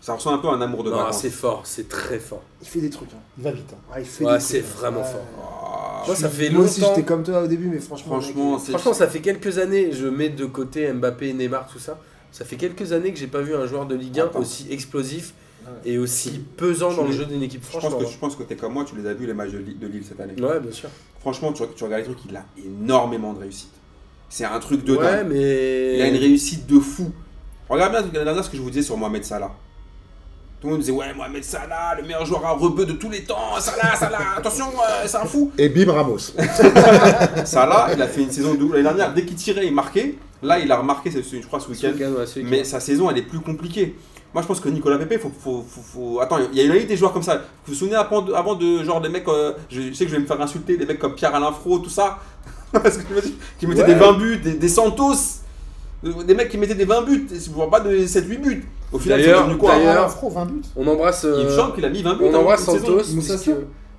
B: Ça ressemble un peu à un amour de
A: Non,
B: vacances.
A: c'est fort, c'est très fort.
D: Il fait des trucs. Hein.
C: il va vite. hein.
D: Ah, il fait
A: Ouais,
D: des
A: c'est
D: trucs, hein.
A: vraiment
D: Ouais.
A: fort.
B: Ah,
A: Moi, Oh, ça fait
D: Moi aussi,
A: longtemps-
D: j'étais comme toi au début, mais franchement.
B: Franchement, c'est.
A: Franchement, ça fait quelques années, je mets de côté Mbappé, Neymar, tout ça. Ça fait quelques années que j'ai pas vu un joueur de Ligue 1
B: Attends.
A: aussi explosif
C: Ouais.
A: et aussi pesant
B: Je
A: dans le
B: l'ai-
A: jeu d'une équipe.
B: Je pense
A: Franchement, hein.
B: que, je pense que t'es comme moi, tu les as vus les matchs de Lille, de Lille cette année.
A: ouais, bien sûr.
B: Franchement, tu, tu regardes les trucs, il a énormément de réussite. C'est un truc de
A: Ouais,
B: dingue.
A: mais
B: Il a une réussite de fou. Regarde bien l'année dernière ce que je vous disais sur Mohamed Salah. Tout le monde disait, ouais, Mohamed Salah, le meilleur joueur à rebeu de tous les temps. Salah, Salah, [laughs] attention, euh, c'est un fou.
C: Et Bim Ramos.
B: Salah, il a fait une saison de ouf l'année dernière. Dès qu'il tirait, il marquait. Là, il a remarqué, c'est- je crois, ce
A: Ce
B: week-end.
A: week-end, ouais, ce week-end.
B: Mais sa saison, elle est plus compliquée. Moi, je pense que Nicolas Pepe, faut, faut, faut, faut- Attends, il y a eu des joueurs comme ça. Vous vous souvenez avant de, avant de genre des mecs. euh, je, je sais que je vais me faire insulter, des mecs comme Pierre-Alain Fro, tout ça. [laughs] Parce que je me dis- qui mettaient
A: Ouais.
B: des 20 buts, des, des Santos. euh, Des mecs qui mettaient des 20 buts. Et Je ne vois pas de 7-8 buts. Au final, c'est
A: D'ailleurs,
B: devenu quoi
A: d'ailleurs,
C: Alain Fro, 20 buts.
A: On embrasse.
B: Il me
A: euh,
B: semble qu'il a mis 20 buts.
A: on
B: hein,
A: embrasse
B: cette saison.
A: Santos.
D: Moussa
A: puisque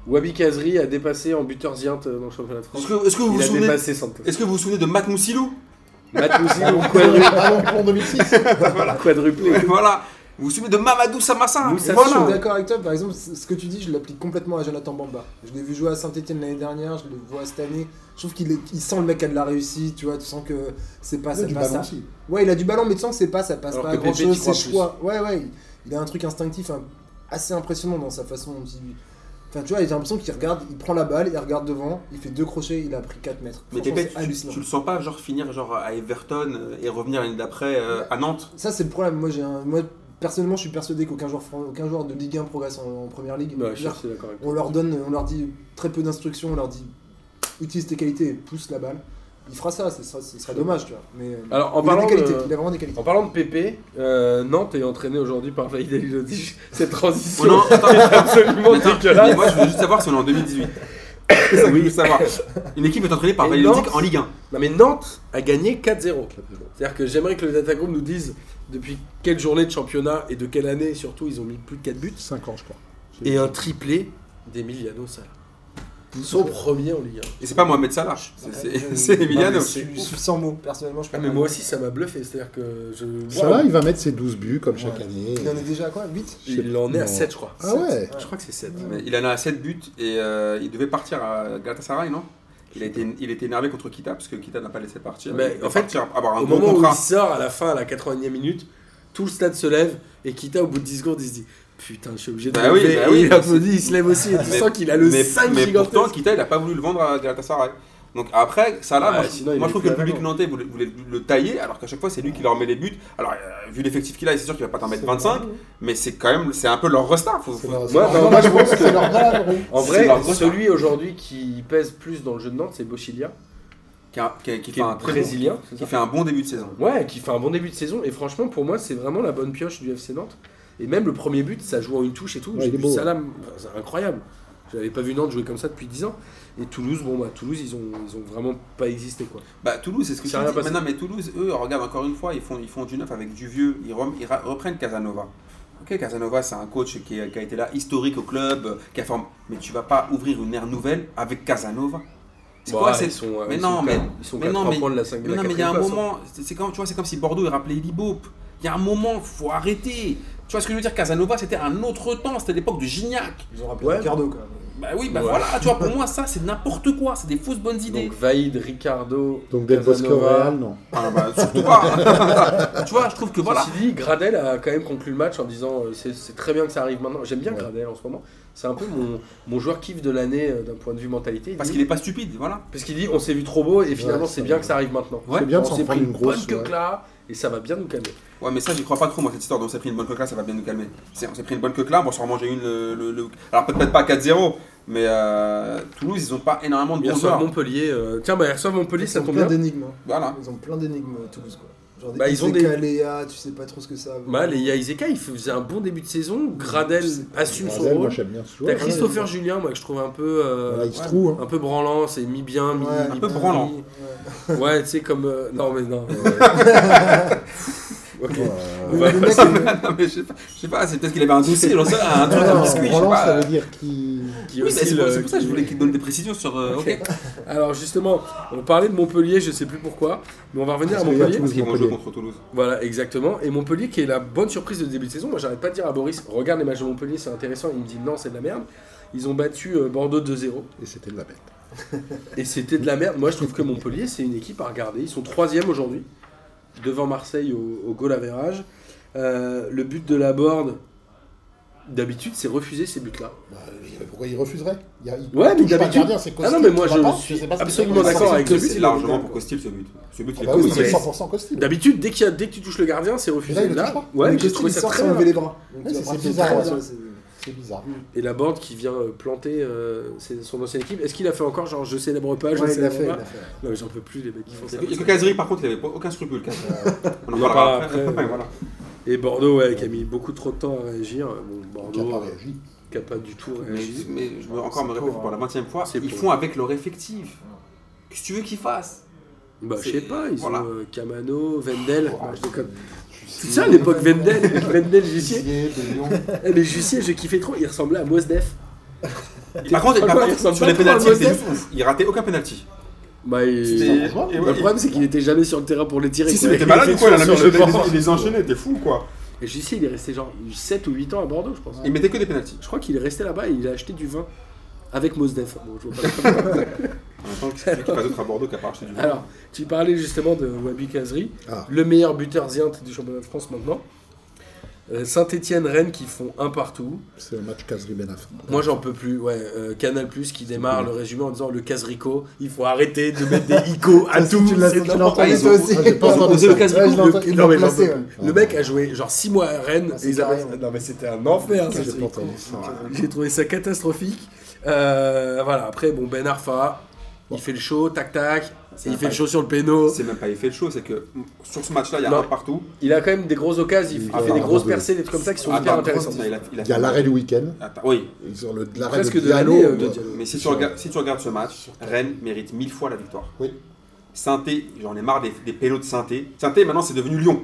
A: Wabi Kazri a dépassé en buteur Zient euh, dans le championnat de France.
B: Est-ce que, est-ce que vous vous
A: Il a
B: souvenez,
A: dépassé
B: [laughs]
A: Santos.
B: est-ce que vous vous souvenez de Matt Moussilou
A: Matt Moussi,
C: Allons
A: donc [laughs]
C: pour
A: quadru-
C: en 2006.
A: quadruplé.
B: [laughs] Voilà. Vous vous souvenez de Mamadou Samassa
A: Moussa-
D: Moi, je
A: Voilà.
D: suis d'accord avec toi. Par exemple, c- ce que tu dis, je l'applique complètement à Jonathan Bamba. Je l'ai vu jouer à Saint-Etienne l'année dernière, je le vois cette année. Je trouve qu'il est- il sent le mec qui a de la réussite, tu vois. Tu sens que c'est pas, ça
C: du
D: passe
C: ballon
D: à-
C: aussi.
D: Ouais, il a du ballon, mais tu sens que c'est pas, ça passe
A: Alors
D: pas
A: que
D: à grand
A: Pépé, t'y
D: chose,
A: crois
D: ses choix. Ouais, ouais, il- il a un truc instinctif hein, assez impressionnant dans sa façon dont il. Enfin, tu vois, j'ai l'impression qu'il regarde, il prend la balle, il regarde devant, il fait deux crochets, il a pris 4 mètres.
B: Mais
D: Franchement,
B: Pépé,
D: c'est
B: tu, tu-
D: hallucinant.
B: tu le sens pas genre finir genre à Everton euh, et revenir l'année d'après euh, à Nantes
A: Oh
D: Ça, c'est le problème. Moi, j'ai un... Moi, personnellement, je suis persuadé qu'aucun joueur, fran- aucun joueur de Ligue 1 progresse en, en première ligue.
A: Ouais, je suis
D: C'est-à-dire
A: assez d'accord avec toi.
D: On leur donne, on leur dit très peu d'instructions, on leur dit utilise tes qualités et pousse la balle. Il fera ça, ce sera, ce sera dommage, tu vois. Mais euh,
A: Alors, Ah, en
D: il a
A: parlant
D: des qualités,
A: de-
D: il a vraiment des qualités.
A: En parlant de Pépé, euh, Nantes est entraîné aujourd'hui par Vaïd Elodich. [laughs] Cette transition
B: Oh non, attends,
A: est absolument
B: attends, [laughs] mais [laughs]
A: dégueulasse.
B: moi je voulais juste savoir si on est en 2018. C'est ça que je voulais savoir. Une équipe est entraînée par
A: Et
B: Valéodic
A: Nantes
B: en Ligue 1.
A: Non mais Nantes a gagné 4-0. C'est-à-dire que j'aimerais que le Data Group nous dise depuis quelle journée de championnat et de quelle année surtout ils ont mis plus de 4 buts.
C: 5 ans, je crois.
A: Et un triplé d'Emiliano Sala. Son premier en Ligue 1.
B: Et c'est pas Mohamed Salah, c'est-
A: Euh,
B: c'est- [laughs] c'est Emiliano.
D: Je suis je suis sans mots, personnellement, je
A: Ah,
D: peux
A: mais
D: pas-
A: moi aussi ça m'a bluffé. C'est-à-dire que je.
C: Ça
A: Waouh.
C: là, il va mettre ses 12 buts comme chaque
D: Ouais.
C: année.
D: Il en est déjà à quoi 8
A: Il en est à
C: Non.
A: 7 je crois.
C: Ah ouais
A: Je crois que c'est 7.
B: Mais Il en a 7 buts et euh, il devait partir à Galatasaray, non il, a été, il était énervé contre Kita parce que Kita n'a pas laissé partir.
A: Mais
B: Il devait
A: en fait,
B: partir, avoir un
A: Au
B: bon
A: moment où
B: contrat.
A: il sort à la fin, à la 80e minute, tout le stade se lève et Kita, au bout de 10 secondes, il se dit Putain, je suis obligé de
B: Bah
A: me
B: oui,
A: lever.
B: bah
A: Et
B: oui,
A: il
B: mais
A: applaudit, il se lève aussi et tu
B: Mais-
A: sens qu'il a le
B: mais,
A: 5
B: mais pourtant,
A: gigantesque.
B: Kita, il a pas voulu le vendre à Galatasaray. Donc après, Salah,
A: Ouais,
B: moi, je-
A: Ah, sinon, il
B: moi,
A: est
B: je trouve
A: plus
B: que le
A: là-bas,
B: public
A: non.
B: nantais voulait, voulait le tailler, alors qu'à chaque fois, c'est lui qui leur met les buts. Alors, euh, vu l'effectif qu'il a, c'est sûr qu'il va pas t'en mettre 25, mais c'est quand même, c'est un peu leur restart. Faut,
C: C'est
B: faut-
C: leur- c'est
A: Moi,
C: leur-
A: bah,
C: non,
A: moi,
C: je
A: je
C: pense
A: pense
C: que c'est leur valable, oui.
A: En
B: C'est
A: vrai,
B: leur grosse-
A: celui aujourd'hui qui pèse plus dans le jeu de Nantes, c'est Bochilia,
B: qui, a- qui a- qui
A: qui
B: fait
A: est
B: un très bon-
A: brésilien. c'est
B: qui
A: ça
B: fait un bon début de saison.
A: Ouais, qui fait un bon début de saison. Et franchement, pour moi, c'est vraiment la bonne pioche du FC Nantes. Et même le premier but, ça joue en une touche et tout.
C: Ouais,
A: J'ai
C: il est
A: vu
C: beau.
A: Salam, enfin, c'est incroyable. Je n'avais pas vu Nantes jouer comme ça depuis 10 ans. Et Toulouse, bon, bah Toulouse, ils ont, ils ont vraiment pas existé quoi.
B: Bah Toulouse, c'est ce que
A: C'est
B: tu
A: rien
B: dis.
A: passé.
B: Maintenant, mais Toulouse, eux, regarde encore une fois, ils font, ils font du neuf avec du vieux. Ils, rem- ils ra- reprennent Casanova. Ok, Casanova, c'est un coach qui, est- qui a été là, historique au club, euh, qui a formé. Mais tu vas pas ouvrir une ère nouvelle avec Casanova. C'est
A: Bon,
B: quoi
A: ouais,
B: c'est-
A: ils sont, euh,
B: mais
A: ils
B: non,
A: sont
B: mais-
A: qu'à- ils sont
B: mais
A: qu'à
B: non,
A: trois
B: mais-
A: points de la 5
B: Mais non, mais il y a un moment, c'est c'est comme, tu vois, c'est comme si Bordeaux il rappelait Libop. Il y a un moment, faut arrêter. Tu vois ce que je veux dire Casanova, c'était un autre temps, c'était l'époque de Gignac.
D: Ils ont rappelé
A: Ouais.
D: Ricardo, quoi.
B: Bah oui, bah
A: Ouais.
B: voilà, tu vois, pour moi, ça, c'est n'importe quoi, c'est des fausses bonnes idées.
A: hein. Donc Vaïd, Ricardo,
C: Donc Del Bosque au
A: Casanova.
C: Real, non.
B: Ah, [laughs] bah, surtout pas. [laughs] tu vois, je trouve que voilà.
A: Ceci dit, Gradel a quand même conclu le match en disant euh, c'est c'est très bien que ça arrive maintenant. J'aime bien
C: Ouais.
A: Gradel en ce moment. C'est un peu mon, mon joueur kiff de l'année euh, d'un point de vue mentalité. Il
B: Parce
A: dit-
B: qu'il est pas stupide, voilà.
A: Parce qu'il dit on s'est vu trop beau et finalement
C: Ouais,
A: c'est
C: ça
A: bien
C: va.
A: que ça arrive maintenant.
B: Ouais.
C: C'est bien de
A: on
C: s'en
A: s'est pris
C: prendre
A: une
C: une grosse.
A: bonne queue
C: ouais.
A: que là et ça va bien nous calmer.
B: Ouais, mais ça, j'y crois pas trop, moi, cette histoire. Donc, on s'est pris une bonne coque là, ça va bien nous calmer. C'est- On s'est pris une bonne coque là, on va s'en manger une. Le, le- le- Alors, peut-être pas à 4-0, mais euh, Toulouse, ils ont pas énormément de
A: Hier
B: bons
A: soir
B: joueurs.
A: Montpellier, euh, tiens bah hier soir Montpellier
D: Ils
A: ça
D: ont
A: tombe
D: plein
A: bien.
D: d'énigmes. hein.
B: Voilà.
D: Ils ont plein d'énigmes euh, Toulouse, quoi. Genre
A: Bah,
D: des
A: ils ont
D: Iseka,
A: des-
D: Léa, tu sais pas trop ce que ça. veut.
A: Bah, les Yaizeka il faisait un bon début de saison, Gradel assume son
C: Gradel, Bah, moi
A: rôle.
C: j'aime bien ce
A: T'as
C: joueur.
A: Christopher Julien moi que je trouve un peu euh,
C: Voilà, il se
B: Ouais.
C: trouve. hein.
A: un peu branlant, c'est mi bien, mi
D: Ouais,
A: mi-
D: un
B: peu
A: mi-
B: branlant.
D: Ouais.
A: Ouais, tu sais comme euh, non mais non. euh, Ok.
C: Euh,
A: On va
D: Le
A: passer-
D: mec,
B: non, mais je sais pas, je sais pas c'est peut-être qu'il avait un dossier, j'en sais rien, un truc, un
C: alors,
B: biscuit, je sais
C: Roland, ça
B: pas.
C: veut dire qu'il.
A: qui
B: Oui, mais
A: oscille,
B: c'est pour,
A: euh,
B: c'est pour ça que je
A: qui-
B: voulais qu'il donne des précisions sur. euh, ok.
A: Ok. Alors justement, on parlait de Montpellier, je sais plus pourquoi, mais on va revenir à
C: Parce qu'il y a
A: Montpellier.
C: Toulouse,
B: Parce qu'ils vont jouer
C: Montpellier.
B: contre Toulouse.
A: Voilà, exactement. Et Montpellier qui est la bonne surprise de début de saison. Moi, j'arrête pas de dire à Boris, regarde les matchs de Montpellier, c'est intéressant. Il me dit non, c'est de la merde. Ils ont battu euh, Bordeaux 2-0
C: Et c'était de la bête.
A: et c'était de la merde. Moi, je trouve que Montpellier, c'est une équipe à regarder. Ils sont troisième aujourd'hui, devant Marseille au, au goal average. Euh, le but de la borne, d'habitude, c'est refuser ces buts-là.
C: Bah, pourquoi il refuserait Il y a- il
A: Ouais, mais
C: touche pas le
A: d'habitude-
C: gardien, c'est
A: Ah non,
C: Costil
A: mais
C: qui
A: moi,
C: va
A: je
C: pas,
A: suis
C: sais pas ce que
A: absolument
C: c'est.
A: d'accord avec
B: C'est
A: Costil,
B: c'est
A: il
B: largement
A: est
B: pour Costil ce but. Ce but,
C: Ah
B: il est
C: bah oui,
B: cool.
C: c'est
A: mais-
C: 100% Costil.
A: D'habitude, dès qu'il y a- dès que tu touches le gardien, c'est refusé.
C: Là, il le touche
A: Là,
C: pas.
A: ouais,
D: mais
A: j'ai
D: Costil,
A: trouvé
D: il
A: ça
D: sort
A: très
D: sans
A: bien.
D: lever les bras. Donc, euh,
C: Ouais,
D: tu vas
C: c'est-
D: partir
C: c'est
D: de
C: bizarre,
D: très
C: ouais.
D: loin, c'est-
C: C'est bizarre.
A: Et la bande qui vient euh, planter euh, c'est son ancienne équipe. Est-ce qu'il a fait encore genre je célèbre pas, je
D: Ouais, il l'a
A: célèbre
D: fait, il
A: pas
D: l'a fait.
A: Non mais j'en peux plus les mecs qui font ça.
B: Il y a que Kazri, par contre, il avait pas- aucun scrupule, Kazri. On en
A: On en parlera
B: parlera après.
A: après.
B: Ouais, voilà.
A: Et Bordeaux ouais, qui a mis beaucoup trop de temps à réagir. Bon
C: Il a
A: Bordeaux
C: pas
A: euh,
C: réagi.
A: qui a pas du tout
B: Mais,
A: réagi.
B: mais je veux encore me
D: C'est
B: répéter
D: pour,
B: pour la 20 e fois,
A: c'est
B: ils
A: pour.
B: font avec leur effectif. Qu'est-ce que tu veux qu'ils fassent
A: Bah je
B: c'est-
A: sais pas, ils
B: voilà.
A: ont euh, Camano, Vendel.
C: Ouais,
A: Non, je déconne.
C: Tu
A: C'est
C: sais,
A: ça l'époque Vendel, [laughs] Vendel Jussier.
C: Jussier, De Lyon.
A: Eh, mais Jussier, je kiffais trop, il ressemblait à Mosdef.
B: Par contre,
A: Franchement,
B: par contre,
A: ils ressemblent
B: sur
A: pas
B: les
A: trop à
B: pénaltys, c'était
A: Mosdef.
B: juste ouf. Il ratait aucun pénalty.
A: Bah, il-
B: C'était-
A: Le
B: et ouais, il-
A: problème c'est qu'il était jamais sur le terrain pour les tirer.
B: Si, si,
A: quoi.
B: mais t'es malade ou quoi Il en a
A: était
B: mis-
A: sur le
B: il les-
A: banc.
B: il les enchaînait, t'es fou quoi.
A: Et Jussier il est resté genre 7 ou 8 ans à Bordeaux je pense.
B: Il mettait que des pénaltys.
A: Je crois qu'il est resté là-bas et il a acheté du vin avec Mosdef. Bon, je vois pas.
B: [laughs] En même temps, qu'est-ce que tu veux qu'il fasse d'autre à Bordeaux qu'à part acheter du vin
A: Alors, tu parlais justement de Wabi Kazri,
C: Ah.
A: le meilleur buteur ziante du championnat de France maintenant. Saint-Etienne, Rennes qui font un partout.
C: C'est le match Ben Casri Benaf.
A: Moi, j'en peux plus. Ouais, euh, Canal Plus qui démarre le résumé en disant le Casrico, il faut arrêter de mettre des icos à
C: Ah, si,
A: tout.
C: tu l'as-
A: c'est
C: tu
A: trop
C: l'as entendu,
A: pas-
B: toi
C: aussi.
A: Ils ont-
C: J'ai pas
A: ils ont
C: entendu
A: posé
C: ça.
A: le Casrico.
D: Ouais, je l'ai entendu, ils
A: Non,
D: l'ont
A: mais j'en
D: placé,
A: peux
D: ouais.
A: plus. Le mec a joué genre 6 mois à Rennes
D: Ah,
A: et
D: c'est
A: ils avaient-
D: carré, ouais.
A: Non, mais c'était un enfer. ça,
C: J'ai
A: ce
C: pas entendu
A: Rico.
C: ça.
A: [laughs] J'ai trouvé ça catastrophique. Euh, voilà, après, bon, Ben Arfa, il fait le show, tac-tac, et il fait le show sur le péno.
B: C'est même pas il fait le show, c'est que sur ce match-là, il y a
A: Non.
B: un partout.
A: Il a quand même des grosses occasions, il, il
C: Ah,
A: fait
C: bah,
A: des grosses
C: bah,
A: percées, des trucs comme ça qui sont
B: Attends,
A: hyper
B: attends,
A: intéressantes.
B: il a- il a-
C: Il y a l'arrêt du week-end.
B: Attends, Oui,
C: Sur le- l'arrêt
A: Presque de
C: Diallo,
A: l'année euh, de
C: euh,
A: Diallo.
B: mais si tu, regardes, si tu regardes ce match, Rennes mérite mille fois la victoire.
C: Oui.
B: Sainté, j'en ai marre des, des pélos de Sainté. Sainté, maintenant, c'est devenu Lyon.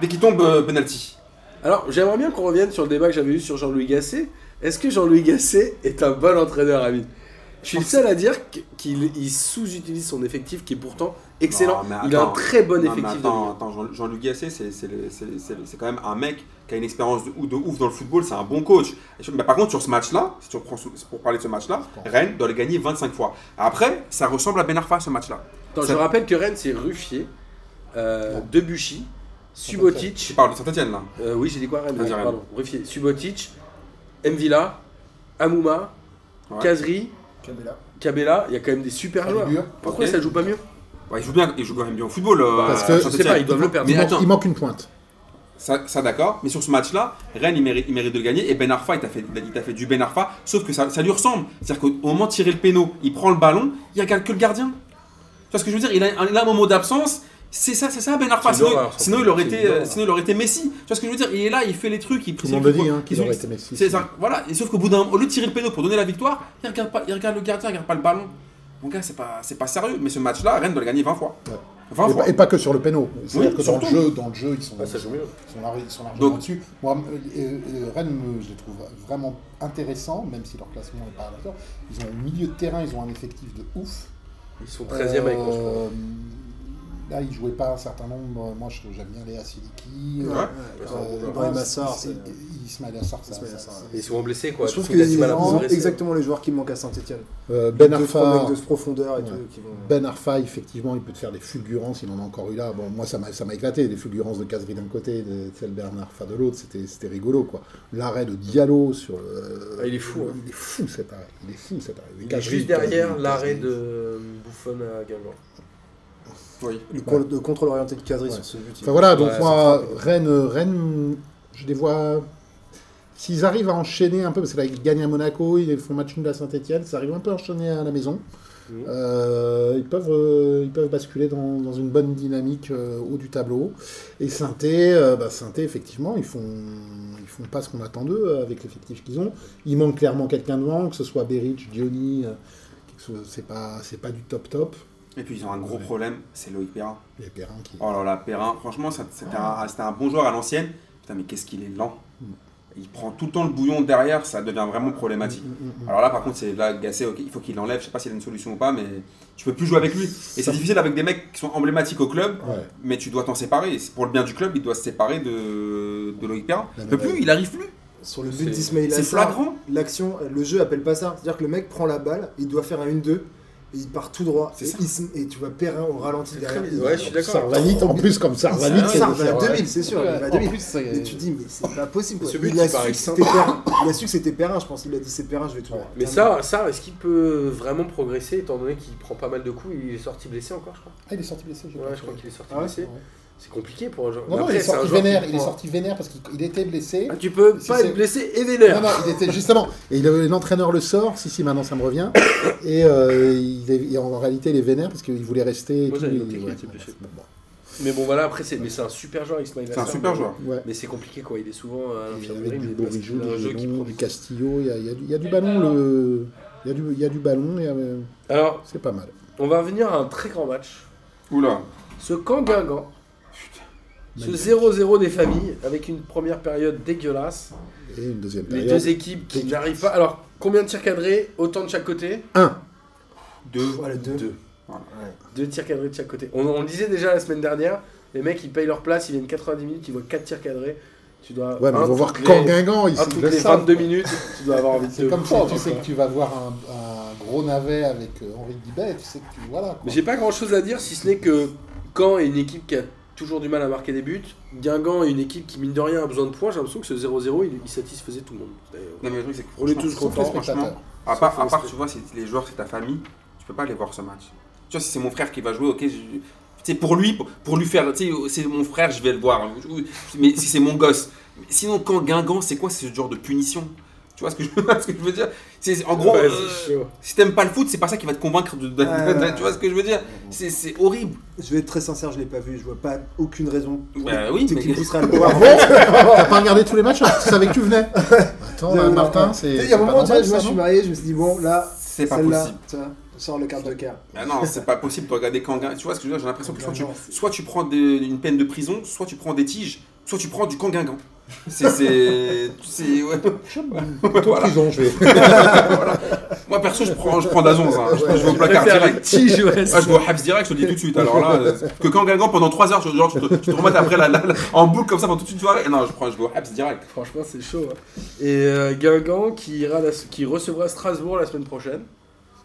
B: Dès qu'il tombe, euh, penalty.
A: Alors, j'aimerais bien qu'on revienne sur le débat que j'avais eu sur Jean-Louis Gasset. Est-ce que Jean-Louis Gasset est un bon entraîneur, Amine Je suis le seul à dire qu- qu'il il sous-utilise son effectif qui est pourtant excellent.
B: Non, mais
A: il a un
B: attends.
A: très bon
B: Non, mais
A: effectif. de
B: attends, attends, Jean- Jean-Luc Gasset, c'est- c'est le- c'est- c'est- c'est quand même un mec qui a une expérience de, ou- de ouf dans le football, c'est un bon coach. Et je- bah, par contre, sur ce match-là, si tu reprends ce- pour parler de ce match-là, Rennes doit le gagner 25 fois. Après, ça ressemble à Ben Arfa, ce match-là.
A: Attends,
B: Ça-
A: je rappelle que Rennes, c'est Ruffier, euh,
C: Non.
A: Debuchy,
B: Tu
A: Subotic.
B: parles de Saint-Etienne, là.
A: euh, oui, j'ai dit quoi Rennes
B: Vas-y, Rennes.
A: Pardon, Ruffier, Subotic, Mvila, Amouma,
B: Ouais.
A: Kazri,
D: Kabela.
A: Cabella, il y a quand même des super joueurs.
C: Adebayor.
A: Pourquoi
B: Ok.
A: ça joue pas mieux
B: Ouais, il joue bien, il joue quand même bien au football. euh,
C: Parce que-
A: Je
B: Saint-Étienne.
A: sais pas, ils doivent le perdre.
B: Mais
C: il, manque-
B: attends.
C: il manque une pointe.
B: Ça, ça, d'accord, mais sur ce match-là, Rennes il mérite, il mérite de le gagner et Ben Arfa il t'a fait, il t'a fait du Ben Arfa, sauf que ça, ça lui ressemble. C'est-à-dire qu'au moment de tirer le péno, il prend le ballon, il regarde que le gardien. Tu vois ce que je veux dire il a, un- il a un moment d'absence, c'est ça, c'est ça Ben Arfa.
A: C'est
B: Sinon,
A: l'horreur,
B: sinon, il
A: surtout. C'est
B: aurait été, euh,
A: l'horreur.
B: sinon il aurait été Messi. Tu vois ce que je veux dire Il est là, il fait les trucs, il
C: Tout le monde le dit, hein, qu'il
B: il-
C: aurait été Messi.
B: c'est ça, voilà. Et sauf qu'au bout d'un au lieu de tirer le péno pour donner la victoire, il regarde, pas, il regarde le gardien, il regarde pas le ballon. Mon gars, c'est pas, c'est pas sérieux, mais ce match-là, Rennes doit le gagner 20 fois.
C: Ouais.
B: 20
C: Et bah,
B: fois.
C: pas, et pas que sur le péno. C'est-à-dire
B: Oui,
C: que dans le,
B: surtout. Bah,
C: jeu, dans le jeu, ils sont,
A: Ah, ça joue mieux.
C: ils sont, lar- ils sont largement
B: Donc-
C: dessus. Moi, euh, euh, Rennes, me- je les trouve vraiment intéressants, même si leur classement n'est pas d'accord. Ils ont un milieu de terrain, ils ont un effectif de ouf.
A: Ils sont 13 e avec
C: Euh,
A: moi, je crois.
C: Là, ils jouaient pas un certain nombre. Moi, je- j'aime bien euh, les Asiliki.
B: Ouais.
C: bah,
D: Ibrahim Assar, c'est-
C: Ismail Assar, ça-
D: Ismail
C: ça-
D: Assar,
C: ça-
A: Ils sont blessés quoi.
D: Je trouve
A: Ils ont du
D: qu'ils
A: mal à
D: ont
A: progresser.
D: exactement les joueurs qui manquent à Saint-Etienne.
C: Euh, Ben
D: Deux, trois
C: Arfa,
D: mecs de profondeur et
C: Ouais.
D: tout. Qui vont...
C: Ben Arfa, effectivement, il peut te faire des fulgurances, il en a encore eu là. Bon, moi, ça m'a ça m'a éclaté, des fulgurances de Casri d'un côté, de celle Bernard Arfa de l'autre, c'était c'était rigolo, quoi. L'arrêt de Diallo sur le...
A: Ah, il est fou, hein.
C: Il est fou, cet arrêt. Il est fou, cet arrêt.
A: Il est
C: Casri,
A: juste
C: Casri,
A: derrière
C: Casri.
A: l'arrêt de Bouffon à Guingamp.
B: Oui.
D: Le, con- le contrôle orienté de Cadri
C: Ouais.
D: sur ce but. il-
C: Enfin, voilà, donc
A: Ouais,
C: moi, Rennes, euh, Rennes, je les vois... S'ils arrivent à enchaîner un peu, parce que là, ils gagnent à Monaco, ils font match nul à Saint-Etienne, ça arrive un peu à enchaîner à la maison.
A: Mhm.
C: Euh, ils, peuvent, euh, ils peuvent basculer dans, dans une bonne dynamique euh, haut du tableau. Et Sainté, euh, bah, Sainté, effectivement, ils font, ils font pas ce qu'on attend d'eux euh, avec l'effectif qu'ils ont. Il manque clairement quelqu'un devant, que ce soit Berich, Diony, euh, que ce- c'est pas, c'est pas du top top.
B: Et puis ils ont un gros problème, c'est Loïc Perrin.
C: Et Perrin qui.
B: Oh là là, Perrin, franchement, ça- c'était
A: Ah.
B: un, c'était un bon joueur à l'ancienne. Putain, mais qu'est-ce qu'il est lent.
A: Mm.
B: Il prend tout le temps le bouillon derrière, ça devient vraiment problématique.
C: Mm,
A: Mm.
B: Alors là, par contre, c'est là, Gasset, ok, il faut qu'il l'enlève. Je sais pas s'il a une solution ou pas, mais tu peux plus jouer avec lui. Et c'est difficile avec des mecs qui sont emblématiques au club,
C: Ouais.
B: mais tu dois t'en séparer. C'est Pour le bien du club, il doit se séparer de, de Loïc Perrin. Il peut
C: mais-
B: plus, il arrive plus.
D: Sur le
A: C'est-
D: but d'Ismail
B: C'est
D: Assar,
B: flagrant.
D: l'action, le jeu appelle pas ça. C'est-à-dire que le mec prend la balle, il doit faire un 1-2, et il part tout droit.
B: C'est
D: Et,
B: ça.
D: Ism- et tu vois Perrin au ralenti derrière.
A: très
D: il-
A: bizarre. Ouais, je suis d'accord.
C: Sarvanite, en plus, comme Sarvanite.
D: Ça, ça, va à 2000, c'est sûr, il va à 2000. Et
C: Et
D: tu dis, mais c'est pas possible. Quoi.
A: Ce but,
D: il, a
A: il paraît
D: su que c'était Perrin. il a su que c'était Perrin, je pense. Il a dit, c'est Perrin, je vais tout droit.
A: Mais ça, ça est-ce qu'il peut vraiment progresser étant donné qu'il prend pas mal de coups Il est sorti blessé encore, je crois.
C: Ah, il est sorti blessé, j'ai pas
A: Ouais, je
C: entendu.
A: crois qu'il est sorti
D: Ah ouais
A: blessé.
C: Ouais.
A: C'est compliqué pour un joueur.
C: Non, non,
A: Après,
C: il est
A: c'est un
C: sorti
A: joueur qui
C: vénère, il est
A: prend-
C: sorti vénère parce qu'il il était blessé.
A: Ah, tu peux
C: Si
A: pas
C: c'est-
A: être blessé et
C: Non,
A: vénère.
C: non, il était justement. Et il avait- l'entraîneur le sort, si, si, maintenant ça me revient. Et, euh, il est- et en réalité, il est vénère parce qu'il voulait rester. et
A: Moi,
C: tout,
A: j'avais
C: il-
A: noté qu'il
C: ouais,
A: était
C: bon,
A: blessé.
C: bon, bon.
A: Mais bon, voilà, après, c'est mais c'est un super joueur, Ismail
B: C'est un
A: Assar,
B: super
A: mais-
B: joueur.
C: Ouais.
A: Mais c'est compliqué, quoi. Il est souvent à
C: Il y
A: l'infirmerie.
C: avait du
A: mais parce
C: Borijou,
A: qu'il a un jeu qui
C: du,
A: prend
C: Gelon,
A: du
C: du
A: temps.
C: Castillo, il y a, il y a du- il y a du ballon. Le... Il, y a du, il y a du ballon, et, euh,
A: Alors,
C: c'est pas mal.
A: on va revenir à un très grand match.
B: Oula.
A: Ce camp Guingamp. Ce
C: Magnifique.
A: 0-0 des familles, avec une première période dégueulasse.
C: Et une deuxième
A: Les
C: période.
A: deux équipes qui
C: Dégueulasse.
A: n'arrivent pas. Alors, combien de tirs cadrés Autant de chaque côté
C: Un.
B: Deux.
D: Voilà, deux.
A: Deux.
B: Voilà.
A: Deux tirs cadrés de chaque côté. On, on le disait déjà la semaine dernière, les mecs ils payent leur place, ils viennent 90 minutes, ils voient 4 tirs cadrés. Tu dois.
C: Ouais, mais
A: un
C: on va voir
A: toutes
C: quand
A: les-
C: Guingamp, ils
A: Un
C: ils
A: toutes
C: le
A: les
C: savent,
A: 22
C: quoi.
A: minutes, tu dois avoir envie de. hein.
C: C'est comme si
A: prendre,
C: tu sais
A: quoi.
C: que tu vas voir un, un gros navet avec euh, Henri Guibet, tu sais que tu. Voilà. quoi.
A: Mais j'ai pas grand chose à dire si ce n'est que Caen est une équipe qui a toujours du mal à marquer des buts. Guingamp est une équipe qui, mine de rien, a besoin de points. J'ai l'impression que ce 0-0 il, il satisfaisait tout le monde. d'ailleurs.
B: Non, mais le truc, c'est que
A: On est
B: franchement,
A: tous
C: Sauf
A: contents,
C: les
B: franchement.
C: spectateurs.
B: À part, à
A: Sauf
B: part,
A: respect.
B: tu vois, c'est- les joueurs, c'est ta famille, tu peux pas aller voir ce match. Tu vois, si c'est mon frère qui va jouer, ok, je- tu sais, pour lui, pour, pour lui faire, tu sais, c'est mon frère, je vais le voir. Mais si c'est mon gosse. Mais Sinon, quand Guingamp, c'est quoi ce genre de punition Tu vois ce que je, [laughs] ce que je veux dire C'est- En gros,
A: Ouais,
B: euh,
A: c'est chaud.
B: si t'aimes pas le foot, c'est pas ça qui va te convaincre. De, de-
D: Ouais, ouais,
B: tu vois ce que je veux dire C'est- C'est horrible.
D: Je vais être très sincère, je l'ai pas vu. Je vois pas aucune raison
B: Bah oui,
D: qui
B: mais-
D: me pousserait à le
C: Ah
D: voir.
C: T'as pas regardé tous les matchs alors que tu savais que tu [laughs] venais Attends, là,
D: Non, non,
C: Ah, Martin,
D: non.
C: c'est.
D: Tu sais, Il y
C: c'est
D: a un
C: pas
D: moment, tu vois,
C: normal,
D: je me
C: ça,
D: suis
C: non
D: marié, je me suis dit, bon, là,
B: C'est pas
D: celle-là,
B: possible.
D: tiens, sors le quart de
A: [laughs]
D: quart.
B: Ah non, c'est pas possible de regarder quand Guingamp. Tu vois ce que je veux dire J'ai l'impression que soit tu,
D: Guingamp, c'est-
B: soit tu prends des- une peine de prison, soit tu prends des tiges, soit tu prends du camp Guingamp. C'est. c'est- c'est- ouais.
C: Plutôt
B: Voilà. [laughs]
C: prison, je vais.
B: Moi perso, je prends, je prends d'Azonz. hein. Je, je vais au
A: Je
B: placard
A: préfère la
B: direct.
A: tige, ouais.
B: Ah, je vais au Habs direct, je te le dis tout de suite. Alors là, euh, que quand Guingamp pendant 3 heures, je- genre, tu te, tu te remettes après la, la- la- en boucle comme ça pendant toute une soirée. Non, je, prends, je vais au Habs direct.
A: Franchement, c'est chaud. hein. Et euh, Guingamp qui, ira la- qui recevra Strasbourg la semaine prochaine.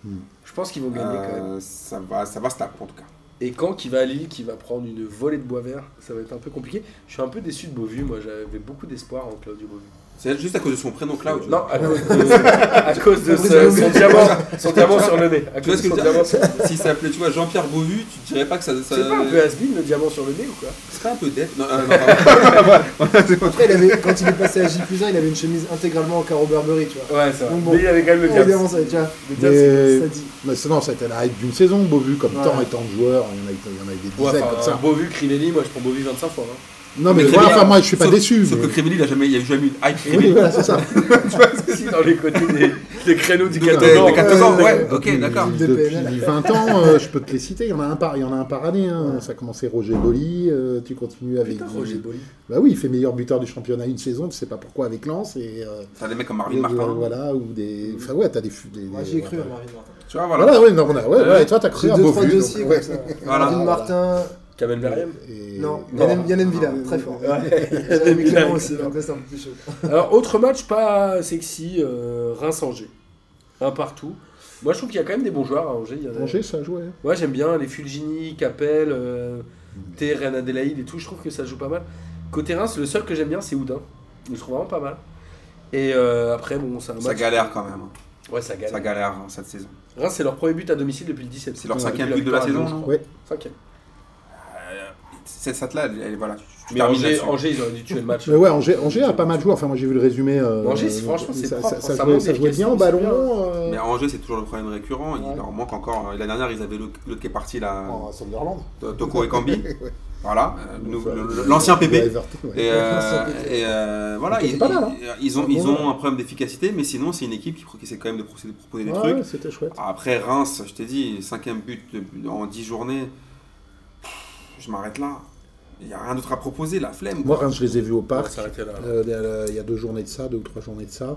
C: Hmm.
A: Je pense qu'ils vont gagner quand même.
B: Euh, ça, va, ça va se taper en tout cas.
A: Et Caen qui va à Lille, qui va prendre une volée de bois vert, ça va être un peu compliqué. Je suis un peu déçu de Beauvu, moi j'avais beaucoup d'espoir en Claudio Beauvu.
B: C'est juste à cause de son prénom Cloud.
A: Non, à cause de, [laughs] à cause de ce- son diamant, [laughs] son diamant sur le nez. À
B: Tu vois
A: cause de
B: ce que je
A: son
B: veux
A: diamant.
B: dire
A: sur-
B: S'il s'appelait, tu vois, Jean-Pierre Beauvu, tu dirais pas que ça. ça...
A: C'est pas un peu has le diamant sur le nez ou quoi
B: serait un peu dead. Non,
C: [laughs]
B: euh, non, pardon.
D: Après, il avait- quand il est passé à J 1, il avait une chemise intégralement en carreau Burberry, tu vois.
A: Ouais, c'est vrai.
D: Donc bon.
A: Mais il avait quand même le
D: Évidemment,
A: diamant.
D: ça, déjà,
A: Le diamant, c'est-
C: Mais,
D: ça dit.
C: mais c'est- non, ça a été la hype d'une saison, Beauvu, comme
D: Ouais.
C: tant et tant de joueurs, il y en a, il y en a eu des
A: Ouais,
C: dizaines
A: enfin,
C: comme ça.
A: Beauvu, Crivelli, moi je prends Beauvu 25 fois. hein.
C: Non, mais,
B: Mais
C: voilà,
B: Crivelli,
C: enfin, moi, je suis pas
B: Sauf-
C: déçu.
B: Sauf
C: mais-
B: que Crivelli, il a jamais, il y a eu jamais eu de hype.
C: Oui,
B: Crivelli.
C: voilà, c'est ça.
A: Si, dans les côtés des, des créneaux du Euh,
B: De- de-
A: 14 ans.
B: de 14 ans, ouais,
C: Depuis-
B: ok, d'accord.
D: De
C: Depuis
D: PNL.
C: 20 ans, euh, je peux te les citer, il y en a un par, il y en a un par année. hein. Ça a commencé Roger Bolli, euh, tu continues avec...
A: Putain, Roger Bolli.
C: Bah oui, il fait meilleur buteur du championnat une saison, tu sais pas pourquoi, avec Lens. Et, euh,
B: T'as des mecs comme Marvin
C: et, euh,
B: Martin.
C: voilà, ou des... Enfin ouais, t'as des... fu- des-
D: Moi,
C: des-
D: j'y ai cru à
C: voilà.
D: Marvin Martin.
B: Tu vois, voilà.
C: Voilà, ouais, non, on a- ouais,
A: Ouais.
C: ouais, et toi t'as cru
D: J'ai
C: à
D: deux,
C: Beauvu.
D: trois
C: donc,
D: dossiers
C: ouais.
D: comme ça.
B: Voilà.
D: Marvin Martin,
A: Kamel Meriem.
C: Et-
D: non,
A: Non.
D: Yannem Yannem Villa,
C: Non.
D: très fort.
A: Yannem
D: Jérémy
A: Villa.
D: Clément aussi, mais après, c'est un peu plus chaud.
A: Alors, autre match pas sexy, euh, Reims-Angers. Un partout. Moi, je trouve qu'il y a quand même des bons joueurs à Angers. il y en a-
C: Angers, ça hein. jouait.
A: Ouais, j'aime bien les Fulgini, Capel, euh, T, Reine Adélaïde et tout. Je trouve que ça joue pas mal. Côté Reims, le seul que j'aime bien, c'est Houdin. Je le trouve vraiment pas mal. Et euh, après, bon, c'est un match.
B: Ça galère quand même. hein.
A: Ouais, ça gagne.
B: Ça galère hein, cette saison.
A: Reims, c'est leur premier but à domicile depuis le 17.
B: C'est leur
A: Ouais,
B: cinquième
A: depuis
B: but de la
A: victoire à
B: saison,
A: Lyon, je
C: non
A: crois. Cinquième.
B: Cette stat-là, elle, elle- voilà. Tu, tu
A: Mais
B: termines
A: Angers,
B: là-dessus.
A: Angers, ils auraient dû tuer le match.
C: Mais ouais, Angers, Angers a pas mal joué. Enfin, moi j'ai vu le résumé. euh,
A: Angers, c'est- franchement, c'est
C: ça,
A: propre.
C: ça, ça
A: Ça
C: jouait,
A: monte
C: ça
A: des
C: jouait bien
A: questions,
C: au
A: c'est
C: ballon.
A: bien.
C: euh,
B: Mais à Angers, c'est toujours le problème récurrent.
C: Ouais.
B: Il leur manque encore. euh, La dernière, ils avaient l'autre l'autre qui est parti, là,
C: en Sunderland.
B: To- Toko et
C: [laughs]
B: Cambi.
C: Ouais.
B: Voilà, euh, nous- le- l'ancien
C: Ouais,
B: PP.
C: Everton, ouais.
B: Et, euh,
D: L'ancien
C: [laughs]
D: PP.
B: et, euh, voilà,
C: C'était
B: ils,
C: pas mal,
B: ils- ils ont,
C: C'est un
B: ils
C: bon
B: ont un problème d'efficacité, mais sinon, c'est une équipe qui, qui essaie quand même de procéder- de proposer des
C: Ouais,
B: trucs.
C: ouais, c'était chouette.
B: Après Reims, je t'ai dit, cinquième but de- en 10 journées. Je m'arrête là. Il n'y a rien d'autre à proposer, la flemme.
C: Moi, Reims, je les ai vus au
A: On va
C: parc.
A: s'arrêter là.
C: Euh, Il y a la- il y a deux journées de ça, deux ou trois journées de ça.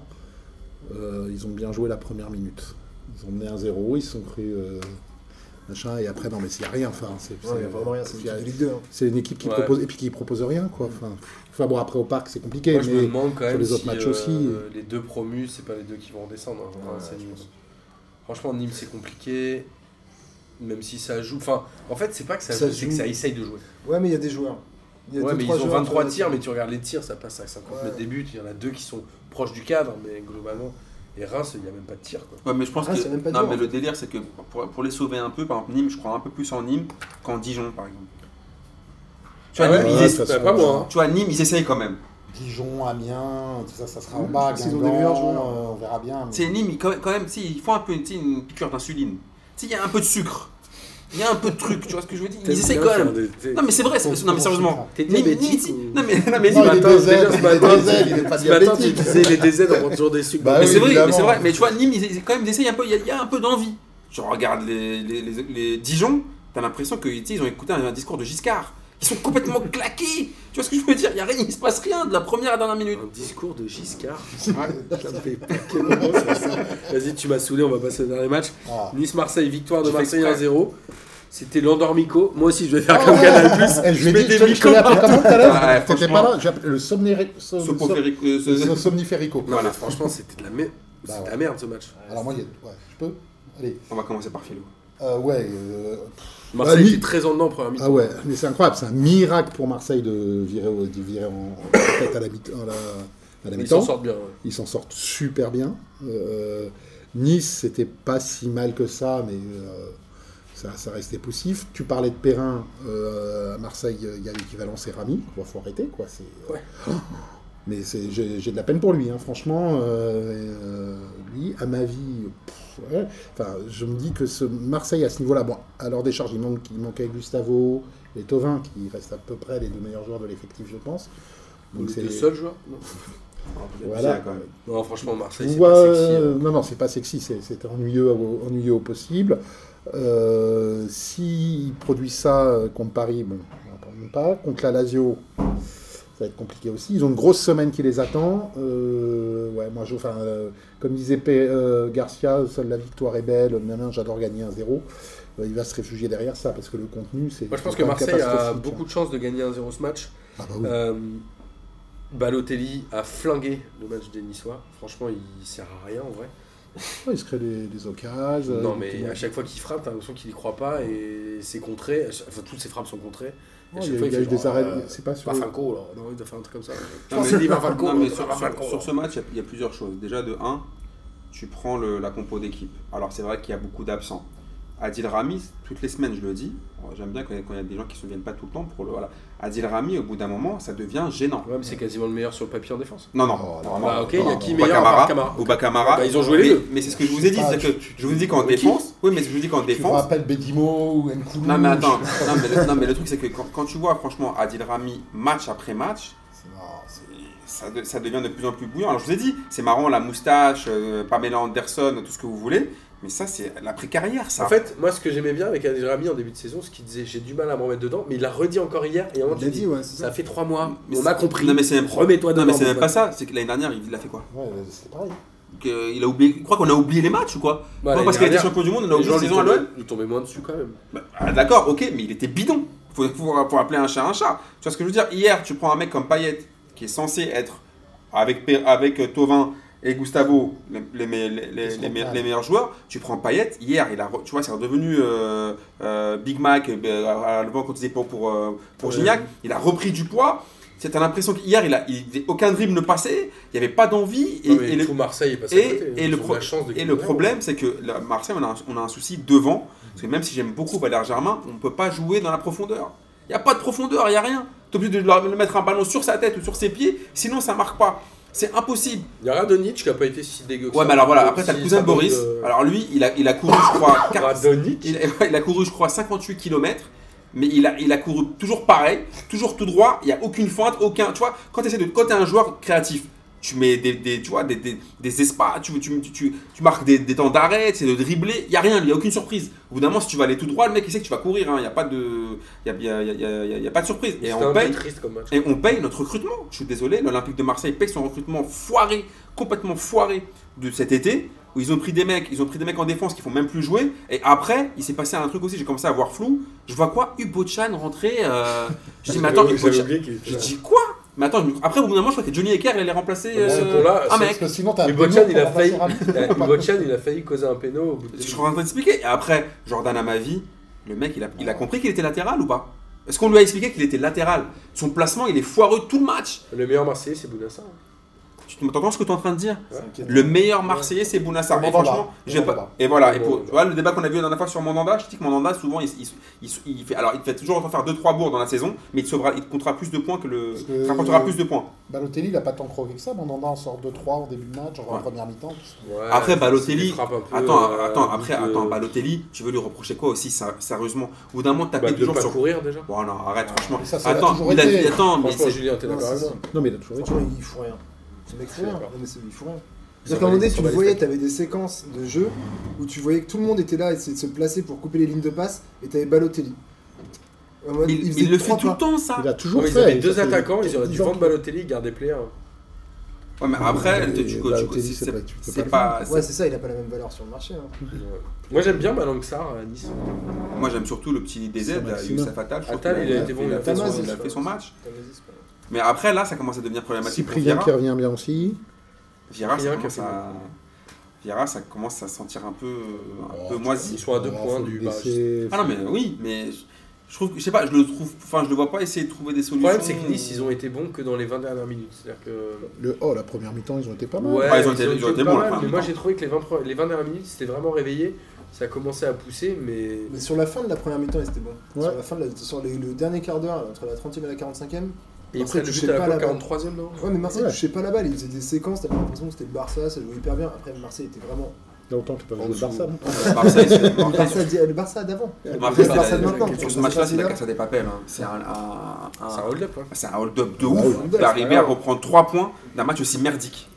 C: Euh, ils ont bien joué la première minute. Ils ont mené un 0 ils se sont cru euh, machin. Et après, non, mais il n'y a rien. Enfin, c'est
D: Non, il y a
C: c'est-
D: vraiment rien, c'est une
C: il y a-
D: équipe de Ligue 2. hein.
C: c'est une équipe qui
A: Ouais.
C: propose et puis qui propose rien, quoi. Enfin, enfin, bon, après au parc, c'est compliqué.
A: Moi, je me
C: mais-
A: demande quand
C: sur
A: même
C: les autres
A: si
C: matchs
A: euh,
C: aussi.
A: les deux promus, c'est pas les deux qui vont redescendre. hein. Enfin,
C: Ouais,
A: c'est
C: je
A: nul.
C: pense.
A: Franchement, Nîmes, c'est compliqué. Même si ça joue. Enfin, en fait, c'est pas que ça,
D: Ça
A: joue, c'est que
D: joue.
A: ça essaye de jouer.
D: Ouais, mais il y a des joueurs. Il y a
A: Ouais,
D: deux,
A: mais ils
D: trois
A: ont
D: joueurs
A: 23
D: qui-
A: tirs, mais tu regardes les tirs, ça passe à 50
D: Ouais.
A: mètres des buts. Il y en a deux qui sont proches du cadre, mais globalement. Et Reims, il n'y a même pas de tir. Quoi.
B: Ouais, mais je pense
D: Ah,
B: que
D: c'est même pas
B: non,
D: dur,
B: mais
A: hein.
D: en
B: le délire, c'est que pour, pour les sauver un peu, par exemple, Nîmes, je crois un peu plus en Nîmes qu'en Dijon, par exemple. Tu vois,
A: Ah ouais,
B: Nîmes,
A: ils
C: Ouais, de
A: essaient-
C: toute façon,
A: pas moi. hein.
B: Tu vois, Nîmes, ils essayent quand même.
C: Dijon, Amiens, tout ça, ça sera
D: Ouais,
C: en bas.
D: s'ils ont
C: Guingamp,
D: des meilleurs joueurs.
C: euh, on verra bien. mais-
B: C'est Nîmes, ils- quand quand même, si, ils font un peu tu sais, une piqûre d'insuline. Tu sais, il y a un peu de sucre. Il y a un peu de truc, tu vois ce que je veux dire Ils
A: T'aimes
B: essayent
A: bien
B: quand même.
A: faire des- t'es-
B: Non, mais c'est vrai, c'est-
C: Faut-
B: non, mais
C: faut
B: sérieusement.
A: T'es
B: Nîmes,
A: diabétique
B: Nîmes,
A: ou-
B: non, mais, non, mais
C: Non,
B: Nîmes,
C: il est
B: attends,
C: deux Z,
A: déjà, ce
C: il est
A: matin,
C: deux Z, il est pas
A: Ah, Ce matin, tu
C: diabétique.
A: disais les DZ on prend toujours des sucres.
C: Bah
A: dans
B: Mais
A: le nez.
B: c'est vrai,
C: oui,
B: mais
C: évidemment.
B: c'est vrai. Mais tu vois, Nîmes, ils, ils- quand même, ils essayent un peu. Il y a- il y, a un peu d'envie. Tu regardes les, les, les, les Dijon, t'as l'impression que tu sais, ils ont écouté un, un discours de Giscard. Ils sont
C: [laughs]
B: complètement claqués. Tu vois ce que je veux dire Il y a rien, il se passe rien de la première à la dernière minute.
A: Un discours de Giscard. [laughs]
B: Ouais.
A: Ça me fait plaquer mon bras, ça, ça. Vas-y, tu m'as saoulé, on va passer au dernier match. [laughs]
C: Ah.
A: Nice-Marseille, victoire de
B: J'ai fait
A: Marseille
B: exprès.
A: 1-0. C'était l'endormico. Moi aussi, je vais faire comme Canal Plus.
C: Eh, je lui ai
A: mets
C: dit,
A: des
C: je te- je te
A: micos
C: l'ai appelé comment tout à l'heure
B: Ah ouais,
C: T'étais
B: franchement.
C: pas là, j'ai appelé le somnérico.
B: Soporifique, euh, ce- ce-
C: Somniférico.
A: Non, mais franchement, c'était de la merde.
C: Bah
A: C'était de
C: ouais.
A: la merde ce match.
C: Alors moi, il y a- ouais, je peux Allez.
B: On va commencer par Philo.
C: Euh, ouais. euh,
A: Marseille
C: Bah,
A: était
C: lui-
A: très en dedans en première mi-temps.
C: Ah ouais, mais c'est incroyable, c'est un miracle pour Marseille de virer, au- de virer en en tête à la mi- à la- à la
A: Mais Ils s'en
C: mi-temps.
A: sortent bien. Ah ouais.
C: Ils s'en sortent super bien. Euh, nice, c'était pas si mal que ça, mais euh, ça, ça restait poussif. Tu parlais de Perrin, euh, à Marseille, il y a l'équivalent, c'est Rami. Il faut arrêter, quoi. c'est- euh,
A: Ouais.
C: [gasps] Mais c'est- j'ai j'ai de la peine pour lui, hein, franchement. euh, euh, lui, à ma vie, pff, ouais. enfin, je me dis que ce Marseille à ce niveau-là, bon, à leur décharge, il, manque, il manquait Gustavo et Tovin, qui restent à peu près les deux meilleurs joueurs de l'effectif, je pense.
A: Donc,
C: c'est
A: c'est le seul joueur non.
C: Voilà.
B: Quand même.
A: Non, franchement, Marseille,
C: Ouais,
A: c'est pas sexy. hein.
C: euh, non, non, c'est pas sexy, c'est c'est ennuyeux, au- ennuyeux au possible. Euh, S'il produit ça euh, contre Paris, bon, on n'en parle même pas. Contre la Lazio, ça va être compliqué aussi. Ils ont une grosse semaine qui les attend. Euh, ouais, moi, je, enfin, euh, comme disait P- euh, Garcia, seule la victoire est belle, maintenant j'adore gagner 1-0. Euh, il va se réfugier derrière ça parce que le contenu, c'est.
A: Moi, je pense que
C: c'est quand même
A: Marseille a
C: catastrophique,
A: beaucoup
C: hein.
A: de chances de gagner 1-0 ce match.
C: Ah bah oui.
A: Euh, Balotelli a flingué le match des Niçois. Franchement, il sert à rien en vrai.
C: Ouais, il se crée des, des occasions.
A: non,
C: euh,
A: mais
C: des-
A: à chaque fois qu'il frappe, t'as l'impression qu'il y croit pas et c'est contré. Enfin, toutes ses frappes sont contrées. Et
C: Ouais,
A: chaque
C: il y a,
A: fois,
C: il y a
A: fait
C: eu des
A: genre,
C: arrêts.
A: euh,
C: C'est pas sur.
A: Pas Franco, là. Non, il doit faire un truc comme ça.
B: Non, mais-
A: Il dit pas Franco,
B: Non, mais
A: pas
B: euh, sur,
A: Franco.
B: sur- sur ce match, il y a- il y, a plusieurs choses. Déjà, de 1, tu prends le- la compo d'équipe. Alors, c'est vrai qu'il y a beaucoup d'absents. Adil Rami, toutes les semaines, je le dis. Alors, J'aime bien quand il y a- quand il y a des gens qui ne se viennent pas tout le temps. Pour le, voilà. Adil Rami, au bout d'un moment, ça devient gênant.
A: Ouais, mais c'est quasiment le meilleur sur le papier en défense.
B: Non, non.
C: Oh,
B: non,
C: non,
B: non.
A: Bah, ok, il y a qui
B: Ou
A: meilleur à part Camara
B: Bakamara, ou Bakamara.
A: Bah, ils ont joué les
B: Mais-
A: deux.
B: Mais c'est ce que je vous ai dit,
C: Ah,
B: c'est-à-dire que je vous ai dit qu'en
A: Oui, qui
B: défense, oui, mais je vous dis qu'en
C: Tu te
B: défense,
C: rappelles Bedimo ou Nkoulou
B: non mais
C: [laughs]
B: attends, non mais le, non, mais le truc c'est que quand, quand tu vois franchement Adil Rami match après match,
C: C'est- non, Ah, c'est-
B: ça, de- ça devient de plus en plus bouillant. Alors je vous ai dit, c'est marrant la moustache, euh, Pamela Anderson, tout ce que vous voulez, mais ça c'est l'après-carrière ça.
A: En fait, moi, ce que j'aimais bien avec Adil Rami en début de saison, ce qu'il disait, j'ai du mal à me remettre dedans, mais il l'a redit encore hier, et à un moment,
D: Il
A: tu
D: l'a
A: dis,
D: dit, ouais, c'est
A: ça
D: ça.
A: fait trois mois,
B: Mais
A: on
B: c'est-
A: m'a compris.
B: non mais c'est même,
A: Remets-toi
B: non,
A: dedans.
B: mais c'est même
A: mon
B: pas
A: pote.
B: ça, c'est que l'année dernière il a fait quoi
C: Ouais, c'est pareil.
B: Que- Il a oublié, je crois qu'on a oublié les matchs ou quoi
A: Bah,
B: Non, Parce qu'il
A: l'année dernière,
B: était champion du monde, on a
A: les
B: oublié
A: gens
B: la
A: lui
B: saison à l'OL.
A: tombaient- lui tombaient moins dessus quand même.
B: Bah, ah, D'accord, ok, mais il était bidon. Faut, faut, faut appeler un chat un chat. Tu vois ce que je veux dire Hier, tu prends un mec comme Payet, qui est censé être avec, Pe- avec euh, Thauvin et Gustavo, les, les, me- les- les-
C: Ils sont
B: les me-
C: pas.
B: les meilleurs joueurs. Tu prends Payet, hier, il a, re- tu vois, c'est redevenu euh, euh, Big Mac, euh, à- à- avant quand il disait pour, pour, euh, pour
A: Ouais.
B: Gignac. Il a repris du poids. C'est t'as l'impression qu'hier, il a, il- aucun dribble ne passait, il n'y avait pas d'envie. Et,
A: Non, mais
B: et le-
A: tout Marseille est passé
B: et-
A: à côté.
B: et
A: Ils
B: le
A: ont
B: pro-
A: la chance de
B: et
A: gagner.
B: le problème, c'est que la Marseille, on a, un, on a un souci devant. Parce que même si j'aime beaucoup Valère Germain, on ne peut pas jouer dans la profondeur. Il n'y a pas de profondeur, il n'y a rien. Tu obligé de leur- de mettre un ballon sur sa tête ou sur ses pieds, sinon ça marque pas. C'est impossible.
A: Il y a Radonjic qui a pas été si dégueu. que
B: Ouais,
A: ça.
B: mais alors voilà,
A: Le
B: après t'as le
A: petit
B: cousin de
A: sabot
B: Boris.
A: de-
B: Alors lui, il a, il a couru, je crois, quar-
A: Radonjic
B: il, il a couru, je crois, 58 km. Mais il a, il a couru toujours pareil, toujours tout droit. Il n'y a aucune feinte, aucun. Tu vois, quand tu de, quand t'es un joueur créatif, tu mets des, des- tu vois, des, des, des espaces, tu, tu, tu, tu- tu marques des, des temps d'arrêt, c'est de dribbler. Il n'y a rien, il n'y a aucune surprise. Au bout d'un moment, si tu vas aller tout droit, le mec, il sait que tu vas courir. hein. Il n'y a, pas de- il y a, il y a- il y a- il y a- il y a pas de surprise.
A: C'était
B: Et
A: un
B: on
A: peu
B: paye,
A: triste comme match.
B: et on paye notre recrutement. Je suis désolé, l'Olympique de Marseille paye son recrutement foiré, complètement foiré de cet été, où ils ont pris des mecs, ils ont pris des mecs en défense qui font même plus jouer. Et après, il s'est passé un truc aussi, j'ai commencé à voir flou. Je vois quoi Ubochan rentrer.
A: [laughs]
B: euh, Je dis, mais attends,
A: J'avais
B: Ubochan.
A: oublié qu'il était
B: Je
A: là.
B: dis quoi Mais attends, je me- après, au bout d'un moment, je crois que Johnny Ecker, il allait remplacer
A: Mais ce
B: euh,
A: con-là,
B: un
A: c'est-
B: mec.
C: Parce que sinon, t'as
A: Mais
C: un
A: Bochan,
C: peu
A: il a
C: pour
A: failli-
C: passer rapide.
B: [laughs]
A: Eh, Bochan, il a failli causer un péno au bout de
B: Je suis en train de t'expliquer. Et après, Jordan à ma vie, le mec, il a, il a compris qu'il était latéral ou pas Est-ce qu'on lui a expliqué qu'il était latéral Son placement, il est foireux tout le match.
A: Le meilleur Marseillais, c'est Bounassa. hein.
B: Tu t'entends ce que tu es en train de dire
C: C'est inquiétant.
B: Le meilleur Marseillais, c'est Bounassar.
C: Mandanda.
B: Et franchement,
C: Et
B: je vais
C: Mandanda.
B: pas. Et voilà. Et
A: Et
B: pour,
A: Mandanda.
B: tu vois, le débat qu'on a vu la dernière fois sur Mandanda, je dis que Mandanda, souvent, il, il- il- il fait. Alors, il fait toujours autant faire 2-3 bourres dans la saison, mais il te, sauvera, il te comptera plus de points que le.
C: Parce que-
B: il te rapportera plus de points.
C: Balotelli, il a pas tant croqué que ça. Mandanda en sort 2-3 en début de match, genre en
B: Ouais.
C: première mi-temps.
A: Ouais,
B: Après, Balotelli-
A: il frappe un peu,
B: Attends,
A: euh,
B: attends,
A: au
B: après,
A: bout de-
B: attends, Balotelli, tu veux lui reprocher quoi aussi, ça- sérieusement Au bout d'un moment,
A: Bah,
B: taper
A: de
B: toujours
A: pas
B: sur.
A: courir déjà.
B: Bon, non, arrête, franchement.
C: Ah, Ça, ça l'a
B: attends,
C: toujours
B: il a-
C: été.
B: attends, mais
A: Franchement,
B: c'est-
A: Julien, t'es
D: Non,
A: d'accord avec
D: c'est-
A: moi
C: Non, mais il a toujours
D: Franchement, il fout rien. Ce mec fout rien.
A: d'accord.
D: Non, mais c'est- il fout rien.
A: Ils ont
D: C'est-à-dire qu'à un moment
A: des-
D: donné, tu
A: ils ont
D: le
A: des
D: voyais,
A: spectacles.
D: t'avais des séquences de jeu où tu voyais que tout le monde était là et essayait de se placer pour couper les lignes de passe et t'avais Balotelli. En mode,
B: Il,
D: faisait
B: il le fait
D: trois
B: tout le
D: pas.
B: temps, ça.
C: Il a toujours
A: Ouais,
C: fait.
A: Ils avaient
C: et ça
A: deux
C: fait
A: attaquants, ils auraient dû
C: 10 ans
A: vendre
C: qu'il-
A: Balotelli, garder Player.
B: Ouais, mais après,
C: Et
B: tu- tu-
C: Balotelli,
B: tu-
C: c'est
B: c'est-
C: pas- tu peux pas
B: Ah, c'est
C: le
B: pas.
D: Ouais, c'est ça, il a pas la même valeur sur le marché. hein.
A: Moi, j'aime bien Malangsar à Nice.
B: Moi, j'aime surtout le petit DZ, là,
C: Maximum.
B: Youssef Attal. je trouve
A: Attal,
B: qu'il
A: il a été bon,
B: il a fait
D: Thomas,
B: son- il a
D: c'est-
B: fait son match.
D: T'as vas-y, c'est pas-
B: Mais après, là, ça commence à devenir problématique. pour
C: Cyprien
B: Vieira.
C: qui revient bien aussi.
B: Vieira, ça
A: Rien
B: commence
A: qu'à
B: à... Vieira, ça commence à sentir un peu, un
C: Oh,
B: peu
A: Ils
B: moisi.
A: sont à deux
C: Rafa,
A: points du barrage. Le
C: blessé,
B: Ah non, mais oui, mais je- je trouve, que- je sais pas, je le trouve, enfin, je le vois pas essayer de trouver des solutions.
A: problème, c'est que Nice, ils ont été bons que dans les 20 dernières minutes. C'est-à-dire que.
C: Le oh, la première mi-temps, ils ont été pas mal.
A: Ouais,
B: Ah, ils ont été- ils ont été
A: pas
B: bons,
A: mal,
B: la première
A: mais moi
B: mi-temps.
A: j'ai trouvé que les 20, pro- les 20 dernières minutes c'était vraiment réveillé, ça a commencé à pousser, mais.
D: Mais sur la fin de la première mi-temps, il était bon.
C: Ouais.
D: Sur la fin de la- sur les- le dernier quart d'heure, là, entre la 30e et la 45e.
A: Et après,
D: Après,
A: le
D: tu
A: but à
D: sais pas
A: la
D: la-
A: 43 e non
D: Ouais, mais Marseille
C: Ouais.
D: touchait pas la balle, il faisait des séquences, t'avais l'impression que c'était le Barça, ça jouait hyper bien. Après, Marseille était vraiment.
C: Il y a longtemps que t'as pas
A: En
C: joué le
A: dessous.
C: Barça. non
B: Euh, Marseille, c'est-
D: Le
B: Marseille,
D: Barça, d'hi- le Barça d'avant.
B: sur-
D: Le
B: Marseille, c'est
D: Barça de
B: la-
D: maintenant.
B: sur ce match-là, c'est la
D: Barça
B: casse des papels. hein. C'est un, un- un-
A: C'est un hold-up. hein.
B: c'est un hold-up de
C: Ah, oui.
B: ouf d'arriver à
D: grave.
B: reprendre 3 points d'un match aussi merdique.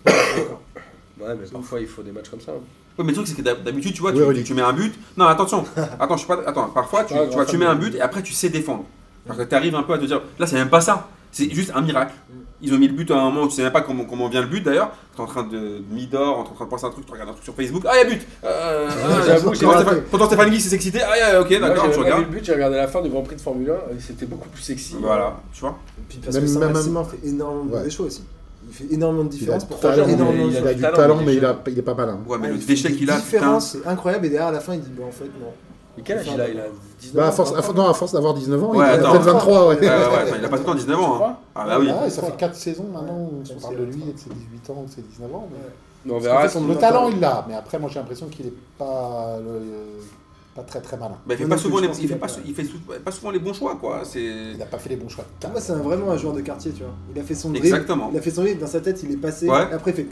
A: Ouais, mais parfois il faut des matchs comme ça. hein.
B: Oui, mais le truc, c'est que d'hab- d'habitude, tu vois,
C: Oui,
B: tu- tu,
C: Rudy.
B: tu mets un but. Non, attention. Attends, je suis pas. Attends, parfois, tu,
A: Ah,
B: tu, vois, tu mets un
A: enfin,
B: but et après, tu sais défendre. Parce que tu arrives un peu à te dire, là, c'est même pas ça. C'est juste un miracle. Ils ont mis le but à un moment où tu sais même pas comment, comment vient le but d'ailleurs. T'es en train de midor, t'es en train de penser à un truc, tu regardes un truc sur Facebook. Ah, il y a but Euh, ah,
A: J'avoue,
B: quand
A: j'ai
B: Stéphane-
A: raté.
B: Quand Stéphane Guy s'est excité, ah, yeah, ok,
A: Moi,
B: d'accord,
A: j'avais pas
B: tu
A: vu
B: regardes.
A: le but, j'ai regardé la fin du Grand Prix de Formule 1 et c'était beaucoup plus sexy.
B: Voilà, tu vois.
D: Puis parce
C: Même-
D: que
C: même-
D: Saint-Maximin fait énormément de
C: Ouais.
D: mauvais choix aussi. Il fait énormément
C: Il
D: de
C: a
D: différences
C: du
D: pour
A: talent,
D: faire
C: talent,
A: mais
D: énormément de
C: il
A: il
D: choses.
A: a
C: a
A: du
C: du
A: talent,
C: talent,
A: mais
C: mais il
A: déjà-
C: a- il est pas hein. malin.
B: Ouais, mais
D: Ouais,
B: le
D: Ah, il fait
B: déchet
D: des
B: qu'il a, putain.
D: différences incroyables et derrière à la fin il dit bah en fait non.
A: Mais quel âge il a Il a 19
C: Bah, à
A: ans,
C: force, à for- non, à force d'avoir 19 ans,
B: Ouais,
C: il a
B: attends.
C: peut-être 23, ouais.
B: Ouais, ouais, ouais, attends, il a pas tout le temps 19 ans. hein. Ah bah oui.
E: Ouais.
C: Ah, et ça fait 4 saisons maintenant où
E: Ouais.
C: on parle de lui et que c'est 18 ans ou que c'est 19 ans. mais-
A: Mais on
C: En
A: verra.
C: fait, le talent, il l'a, mais après, moi j'ai l'impression qu'il est pas, le- pas très très malin.
B: Bah, il fait
D: Non,
B: pas
D: non,
B: souvent
D: je
B: les-
D: pense
B: il
D: qu'il
B: fait
D: a
B: pas
D: pas-
B: sou- il fait sou- pas souvent les bons choix, quoi. C'est.
C: Il n'a pas fait les bons choix.
D: Pour moi, c'est un- vraiment un joueur de quartier, tu vois. Il a fait son dribble.
B: Exactement.
D: Il a fait son dribble dans sa tête, il est passé.
B: Ouais.
D: et Après, il fait.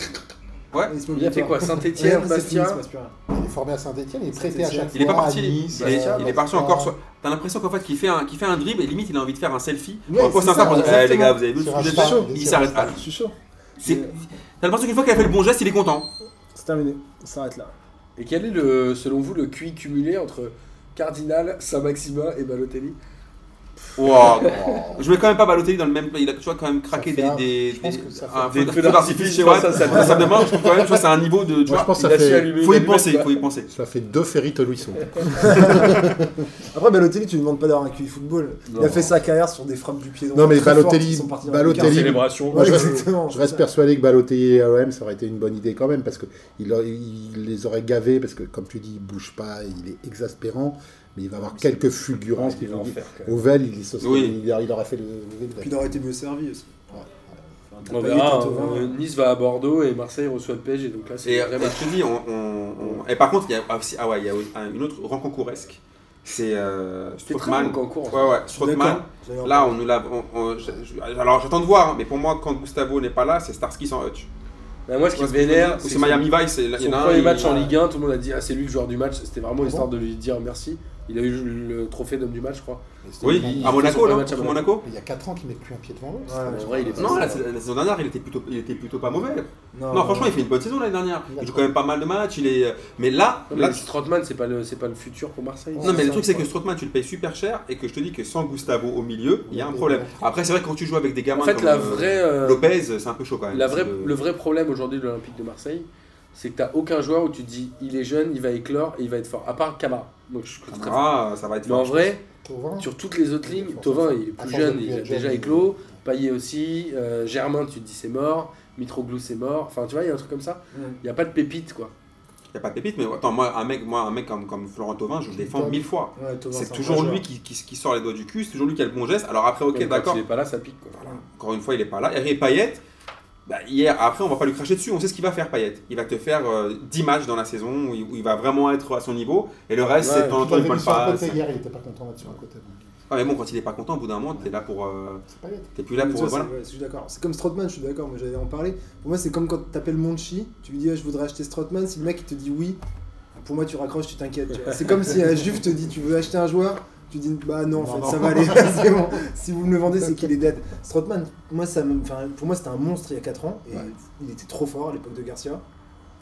B: Ouais.
D: Et se met au
A: Il a fait
B: [laughs]
D: butoir.
A: quoi
D: Et
A: Saint-Etienne,
D: après, c'est fini, il se
A: Bastia
D: passe plus rien.
C: Il est formé à Saint-Etienne, il est prêté à
D: Saint-Étienne.
C: chaque
B: Il est pas
C: fois, à
B: parti.
C: Nice,
B: il, est,
C: à
B: il est parti
C: Bastia.
B: encore. Sur... T'as l'impression qu'en fait, qu'il fait un, qu'il fait un dribble et limite, il a envie de faire un selfie.
D: Ouais,
B: on pour
D: c'est
B: ça,
D: ça,
B: pour dire, eh, les gars, vous avez vu ce
C: Sur
B: que
C: un
B: vous avez
C: stade,
B: fait
C: il est
B: Il
C: sur
B: s'arrête.
C: un
B: Ah,
C: stade.
D: Je suis chaud.
B: c'est- T'as l'impression qu'une fois qu'il a fait le bon geste, il est content.
D: C'est terminé. On s'arrête là.
A: Et quel est, le, selon vous, le QI cumulé entre Cardinal, Saint-Maximin et Balotelli
B: Waouh. Je voulais quand même pas Balotelli dans le même. Il a, tu vois, quand même craqué
C: fait
B: des,
C: un-
B: des,
C: je pense
B: des-
C: que ça fait
B: un
C: un
B: feu
A: peu
B: feu d'artifice. tu vois.
A: Ça,
B: Ça,
A: ça-
B: ça me demande. Je trouve quand même, tu vois, c'est un niveau de. Tu
C: Moi, je
B: vois,
C: pense que
A: Il
C: Oh, ça
A: a su
C: fait,
A: allumer
B: faut y
A: une allumette,
B: penser,
A: quoi.
B: faut y penser.
C: ça fait deux ferrites au Luisson.
D: Après, Balotelli, tu lui demandes pas d'avoir un QI football. Il
A: Non.
D: a fait sa carrière sur des frappes du pied droit.
C: Non, mais
D: très
C: Balotelli-
D: fortes qui sont parties dans
C: Balotelli-
A: Quelle
D: les cartes.
A: célébration
C: Moi,
D: Ouais,
C: je reste-
D: exactement.
C: Je reste persuadé que Balotelli et AOM, ça aurait été une bonne idée quand même, parce que il, a- il les aurait gavés, parce que comme tu dis, il bouge pas, il est exaspérant, mais il va avoir quelques fulgurances qui
A: Il va
C: vont
A: en
C: dire.
A: faire, quand même.
C: Ovel, il, se serait-
B: Oui.
C: il, il aurait fait le. lever de-
D: Puis il aurait été mieux servi aussi.
A: On
D: Payet,
A: verra.
D: Thauvin.
A: hein. Nice va à Bordeaux et Marseille reçoit le PSG. Donc là,
B: Et,
A: c'est
B: et
A: un vrai match.
B: je te dis, on, on- on- et par contre, il y a aussi, ah ouais, il y a un- une autre rencontre couresque. C'est euh,
A: C'est très
B: Strootman.
A: bon concours.
B: Ouais, ouais, Strootman.
D: J'allais en
B: Là, on nous l'a. on- on- je- je- alors, j'attends de voir, hein, mais pour moi, quand Gustavo n'est pas là, c'est Starsky sans Hutch.
A: Bah, moi, ce qui
B: Ou
A: me vénère,
B: c'est
A: que
B: Miami Vice. et là, il y
A: Son
B: en a un,
A: premier
B: il-
A: match en Ligue 1, tout le monde a dit Ah, c'est lui le joueur du match. C'était vraiment
C: Ah
A: histoire de lui dire merci. Il a eu le trophée d'homme du match, je crois.
C: Mais c'était une-
B: Oui, Ah,
A: il
B: à
A: fait
B: Monaco,
A: son
B: là.
A: premier match à
B: contre
A: Monaco.
B: Monaco.
C: Il y a 4 ans qu'il met plus un pied devant l'autre.
D: Ouais,
A: En vrai, il est pas
B: Non,
A: si
B: la,
A: mal.
B: la saison dernière, il était plutôt, il était plutôt pas mauvais.
D: Non,
A: Ah,
B: Non, franchement, il fait une bonne saison l'année dernière. Il joue
C: D'accord.
B: quand même pas mal de matchs. Il est, mais là,
A: Non,
B: là,
A: mais Strootman, c'est pas le, c'est pas le futur pour Marseille.
B: Non, mais le
D: ça,
B: truc, c'est que Strootman, tu le payes super cher et que je te dis que sans Gustavo au milieu, il y a un problème. Après, c'est vrai que quand tu joues avec des gamins
A: En fait,
B: comme
A: la
B: euh,
A: vraie, euh,
B: Lopez, c'est un peu chaud quand même.
A: la vraie,
B: C'est, euh,
A: le vrai problème aujourd'hui de l'Olympique de Marseille, c'est que t'as aucun joueur où tu te dis il est jeune, il va éclore et il va être fort. À part Camara. Donc je suis très fort.
B: Ah, ça va être
A: Mais en
B: fort.
A: vrai,
C: Thauvin,
A: sur toutes les autres
C: Il est
A: lignes,
C: fort,
A: Tovin
C: ça.
A: il est
C: À
A: plus
C: force
A: jeune,
C: de
A: il
C: plus
A: est
C: être jeune,
A: déjà
C: il-
A: éclos. Payet aussi, euh, Germain, tu te dis c'est mort. Mitroglou, c'est mort. Enfin, tu vois, il y a un truc comme ça. Il n'y a pas de pépite, quoi.
B: Il n'y a pas de pépite, mais attends, moi, un mec, moi, un mec comme, comme Florent Thauvin, je le défends mille fois. C'est toujours lui qui, qui, qui sort les doigts du cul, c'est toujours lui qui a le bon geste. Alors après, ok,
A: Même
B: d'accord.
A: Quand il est pas là, ça pique, quoi.
B: Encore une fois, il n'est pas là. Et Payet, bah, hier, après, on va pas lui cracher dessus. On sait ce qu'il va faire, Payet. Il va te faire euh, 10 matchs dans la saison où il, où il va vraiment être à son niveau. Et le reste, c'est de
A: Ouais,
B: temps en temps
C: il
B: une
C: avait mis
B: bonne
C: sur un
B: passe.
C: côté hier, il était pas content là-dessus un côté. donc
B: Ouais, Ah, mais bon, quand il est pas content, au bout d'un moment, t'es là pour. euh,
C: C'est pas bête.
B: t'es plus là
D: Mais tu
B: pour.
D: vois,
B: Voilà.
D: c'est- ouais, je suis d'accord. C'est comme Strootman, je suis d'accord, moi j'allais en parler. Pour moi, c'est comme quand t'appelles Monchi, tu lui dis ah, je voudrais acheter Strootman, si le mec il te dit oui, pour moi tu raccroches, tu t'inquiètes. tu vois. C'est
C: [laughs]
D: comme si un juif te dit tu veux acheter un joueur, tu dis bah non, en
C: Non,
D: fait,
C: non.
D: ça va
C: [laughs]
D: aller, [laughs] c'est bon. Si vous me le vendez, c'est qu'il est dead. Strootman, moi, ça me- enfin, pour moi c'était un monstre il y a 4 ans, et
C: Ouais.
D: il était trop fort à l'époque de Garcia.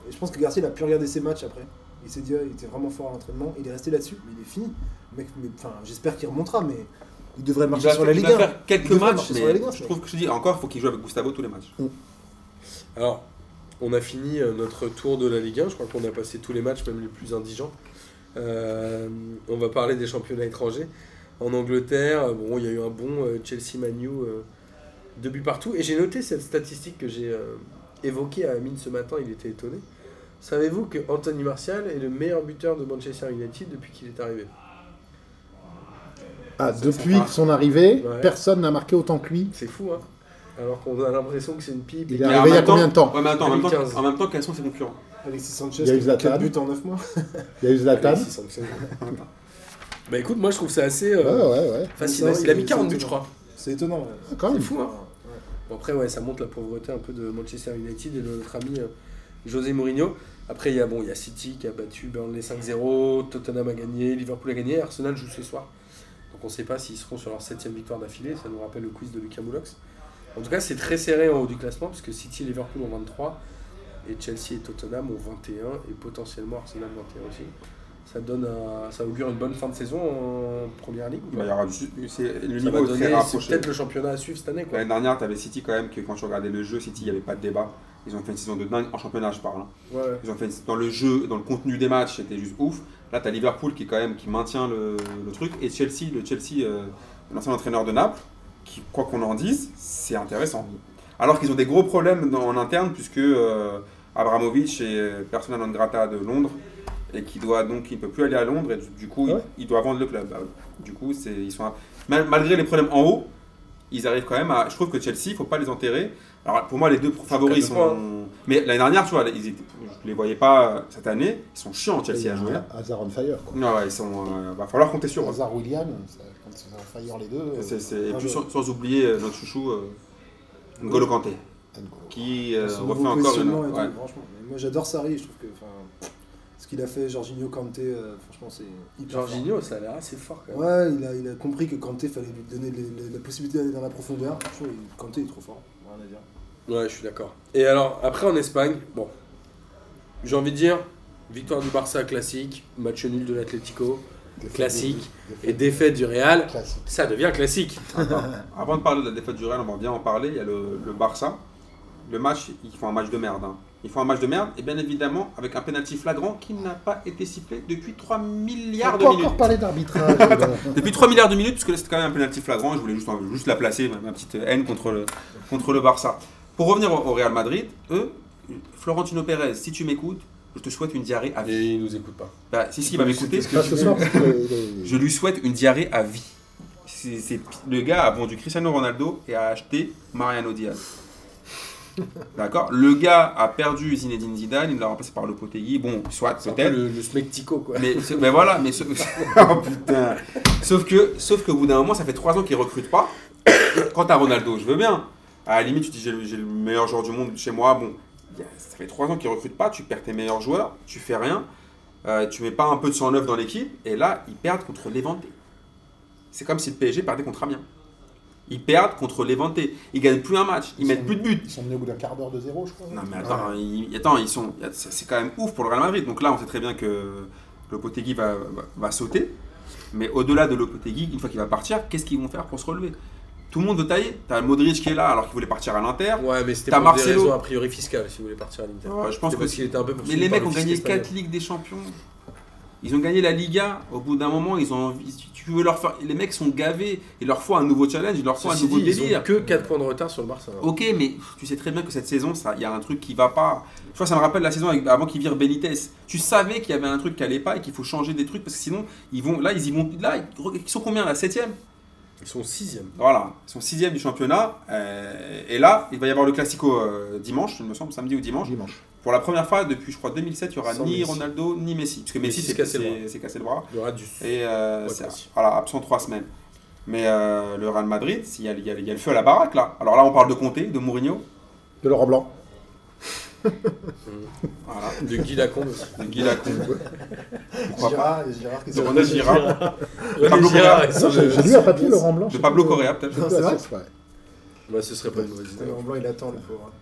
D: Et je pense que Garcia il a plus regardé ses matchs après. Il s'est dit ah, il était vraiment fort à l'entraînement, il est resté là-dessus, mais il est fini. Le mec, mais- enfin, j'espère qu'il remontera, mais il devrait
B: Il
D: marcher
B: va,
D: sur la
B: faire- il
D: Ligue
B: va
D: 1.
B: faire quelques
D: Il devrait
B: matchs,
D: marcher
B: mais
D: sur la Ligue un,
B: je
D: ce
B: trouve que je dis encore, faut qu'il joue avec Gustavo tous les matchs.
A: Alors, on a fini euh, notre tour de la Ligue 1. Je crois qu'on a passé tous les matchs, même les plus indigents. Euh, on va parler des championnats étrangers. En Angleterre, euh, bon, il y a eu un bon euh, Chelsea-Manu, euh, deux buts partout. Et j'ai noté cette statistique que j'ai euh, évoquée à Amine ce matin, il était étonné. Savez-vous que Anthony Martial est le meilleur buteur de Manchester United depuis qu'il est arrivé
C: Ah, depuis
B: sympa.
C: son arrivée,
A: Ouais.
C: personne n'a marqué autant que lui.
A: C'est fou, hein Alors qu'on a l'impression que c'est une pipe.
C: Il
A: et
C: est
B: Mais
C: arrivé
B: en
C: il y a
B: même temps-
C: combien de temps
B: Ouais, mais attends, en même temps,
A: 2015.
B: en même temps, quels sont ses concurrents
D: Alexis Sanchez,
C: Il y a eu
D: qui a
C: Zlatan.
D: 4 buts en 9 mois.
C: Il y a eu Zlatan.
A: Alexis Sanchez. bah écoute, moi je trouve ça assez
C: Ouais,
A: euh,
C: ouais, ouais.
A: fascinant.
D: Ouais, c'est-
A: Il a mis
D: c'est
A: 40 buts, je
D: étonnant.
A: crois.
D: C'est étonnant. ouais.
C: Ah, Quand
A: C'est
C: même.
A: fou, hein Bon, après, ouais, ça montre la pauvreté un peu de Manchester United et de notre ami euh, José Mourinho. Après, il y, a, bon, il y a City qui a battu Burnley 5-0, Tottenham a gagné, Liverpool a gagné, Arsenal joue ce soir. Donc on ne sait pas s'ils seront sur leur septième victoire d'affilée, ça nous rappelle le quiz de Lucas Moulox. En tout cas, c'est très serré en haut du classement, parce que City et Liverpool ont 23, et Chelsea et Tottenham ont 21, et potentiellement Arsenal 21 aussi. Ça, donne un- ça augure une bonne fin de saison en Première Ligue ou
B: Bah,
A: pas
B: il y aura du- c'est- Le
A: Ça va
B: niveau est très
A: donner- C'est
B: rapproché.
A: peut-être le championnat à suivre cette année. Quoi.
B: L'année dernière, t'avais City quand même, que quand tu regardais le jeu, City, il n'y avait pas de débat. Ils ont fait une saison de dingue, en championnat, je parle. hein.
A: Ouais, ouais.
B: Ils ont fait une- dans le jeu, dans le contenu des matchs, c'était juste ouf. Là, t'as Liverpool qui, quand même, qui maintient le, le truc. Et Chelsea, le Chelsea, euh, l'ancien entraîneur de Naples, qui, quoi qu'on en dise, c'est intéressant. Alors qu'ils ont des gros problèmes dans- en interne, puisque euh, Abramovich et euh, persona non grata de Londres, et qui doit donc il peut plus aller à Londres et du, du coup
C: Ah
B: il-
C: ouais
B: il, doit vendre le club. Ah ouais. Du coup c'est ils sont un- mal- malgré les problèmes en haut, ils arrivent quand même à. Je trouve que Chelsea faut pas les enterrer. Alors pour moi les deux
A: Quatre
B: favoris sont.
A: points.
B: Mais l'année dernière tu vois ils étaient- je les voyais pas euh, cette année ils sont chiants Chelsea à jouer.
C: Hazard on fire, quoi.
B: Non ouais, ils sont euh, va falloir compter sur. eux.
E: Hazard William, ça- quand ils ont fire les deux. euh,
B: C'est- c'est- et
E: ah,
B: puis
D: bah.
E: ouais.
B: sans, sans oublier euh, notre chouchou euh, N'Golo Kanté
E: N'Golo.
B: qui euh, refait
D: Son Ah, nouveau
B: encore une.
D: positionnement et tout,
B: ouais.
D: franchement. Mais moi j'adore Sarri, je trouve que enfin, ce qu'il a fait, Jorginho Kanté, euh, franchement c'est hyper fort.
A: Jorginho, ça a l'air assez fort quand même.
D: Ouais, il a, il a compris que Kanté fallait lui donner les- les- la possibilité d'aller dans la profondeur. Franchement, il- Kanté il est trop fort, rien à dire.
A: Ouais, je suis d'accord. Et alors, après en Espagne, bon, j'ai envie de dire, victoire du Barça classique, match nul de l'Atlético
E: Défaite
A: classique
E: du- défaite
A: et défaite du Real,
E: du- classique.
A: ça devient classique. [laughs]
B: Avant de parler de la défaite du Real, on va bien en parler. Il y a le, le Barça. Le match, ils font un match de merde. hein. Ils font un match de merde, et bien évidemment, avec un pénalty flagrant qui n'a pas été sifflé depuis 3
C: On
B: milliards
C: peut
B: de minutes.
C: encore parler d'arbitrage. euh,
B: Depuis 3 milliards de minutes, parce que là, c'était quand même un pénalty flagrant. Je voulais juste, juste la placer, ma, ma petite haine contre le, contre le Barça. Pour revenir au, au Real Madrid, eux, Florentino Pérez, si tu m'écoutes, je te souhaite une diarrhée à vie.
A: Et Ah, il nous écoute pas.
B: Bah, si, si, il va m'écouter.
C: Pas ce soir, parce que les-
B: Je lui souhaite une diarrhée à vie. C'est c'est- le gars a vendu Cristiano Ronaldo et a acheté Mariano Diaz. D'accord Le gars a perdu Zinedine Zidane, il l'a remplacé par Lopetegui. Bon, soit,
A: C'est un peu
B: peut-être.
A: le, le smectico quoi.
B: Mais, ce- mais voilà, mais ce- [laughs] oh, putain. Sauf que, sauf qu'au bout d'un moment, ça fait 3 ans qu'il recrute pas. Quant à Ronaldo, je veux bien. À la limite, tu dis j'ai le j'ai le meilleur joueur du monde chez moi. Bon, il y a- ça fait 3 ans qu'il recrute pas. Tu perds tes meilleurs joueurs, tu fais rien, euh, tu mets pas un peu de sang neuf dans l'équipe. Et là, ils perdent contre l'Eventé. C'est comme si le PSG perdait contre Amiens. Ils perdent contre l'Eventé. Ils gagnent plus un match. Ils,
E: Ils
B: mettent
E: sont-
B: plus de buts.
E: Ils sont menés au bout d'un quart d'heure de zéro, je crois.
B: Non mais
A: Ah
B: attends, ils, attends, ils sont, c'est c'est quand même ouf pour le Real Madrid. Donc là, on sait très bien que Lopetegui va, va, va sauter. Mais au-delà de Lopetegui, une fois qu'il va partir, qu'est-ce qu'ils vont faire pour se relever Tout le monde veut tailler. T'as Modric qui est là alors qu'il voulait partir à l'Inter.
A: Ouais, mais c'était
B: T'as
A: pour des
B: Marcelo.
A: raisons a priori fiscales si vous voulez partir à l'Inter.
B: Ouais, je pense
A: C'était
B: que
A: parce qu'il
B: si.
A: était un peu poursuivi
B: Mais les
A: par
B: mecs
A: le
B: ont
A: fisc
B: gagné
A: espagnol.
B: 4 Ligues des Champions. Ils ont gagné la Liga. Au bout d'un moment, ils ont envie- si tu veux leur faire, les mecs sont gavés. Il leur faut un nouveau challenge, il leur faut
A: Ceci
B: un nouveau
A: dit, ils
B: délire.
A: ont que 4 points de retard sur le Barça. hein.
B: Bah, Ok, mais tu sais très bien que cette saison, ça, il y a un truc qui va pas. Tu vois, ça me rappelle la saison avec- avant qu'ils virent Benitez. Tu savais qu'il y avait un truc qui allait pas et qu'il faut changer des trucs parce que sinon, ils vont, là, ils y vont. Là, ils sont combien là Septième.
A: Ils sont 6
B: Voilà, ils sont sixième du championnat. euh, et là, il va y avoir le Classico euh, dimanche, il me semble, samedi ou dimanche.
C: Dimanche.
B: Pour la première fois depuis, je crois, 2007, il y aura
A: Sans
B: ni
A: Messi.
B: Ronaldo ni Messi, parce que Messi
A: Messi
B: s'est
A: s'est cassé le
B: c'est- s'est cassé le bras.
A: Il y aura du.
B: Et euh,
A: Ouais,
B: c'est-
A: merci.
B: voilà, absent trois semaines. Mais euh, le Real Madrid, s'il y a- il y, a- il y a le feu à la baraque là. Alors là, on parle de Conte, de Mourinho.
C: De Laurent Blanc.
B: Voilà.
A: de Guy Lacombe. [laughs]
B: de Guy Lacombe. Pourquoi pas
E: Girard, Girard qui
B: De
E: s'est
B: René Girard. Pablo
A: René Girard,
B: Correa.
A: ils
C: Non,
A: sont-
C: J'ai j'ai lu un papier Laurent Blanc.
B: De Pablo Correa, peut-être.
C: C'est
D: C'est vrai
C: vrai
A: Bah, ce serait pas une mauvaise idée.
E: en blanc, il attend le pauvre.
D: hein.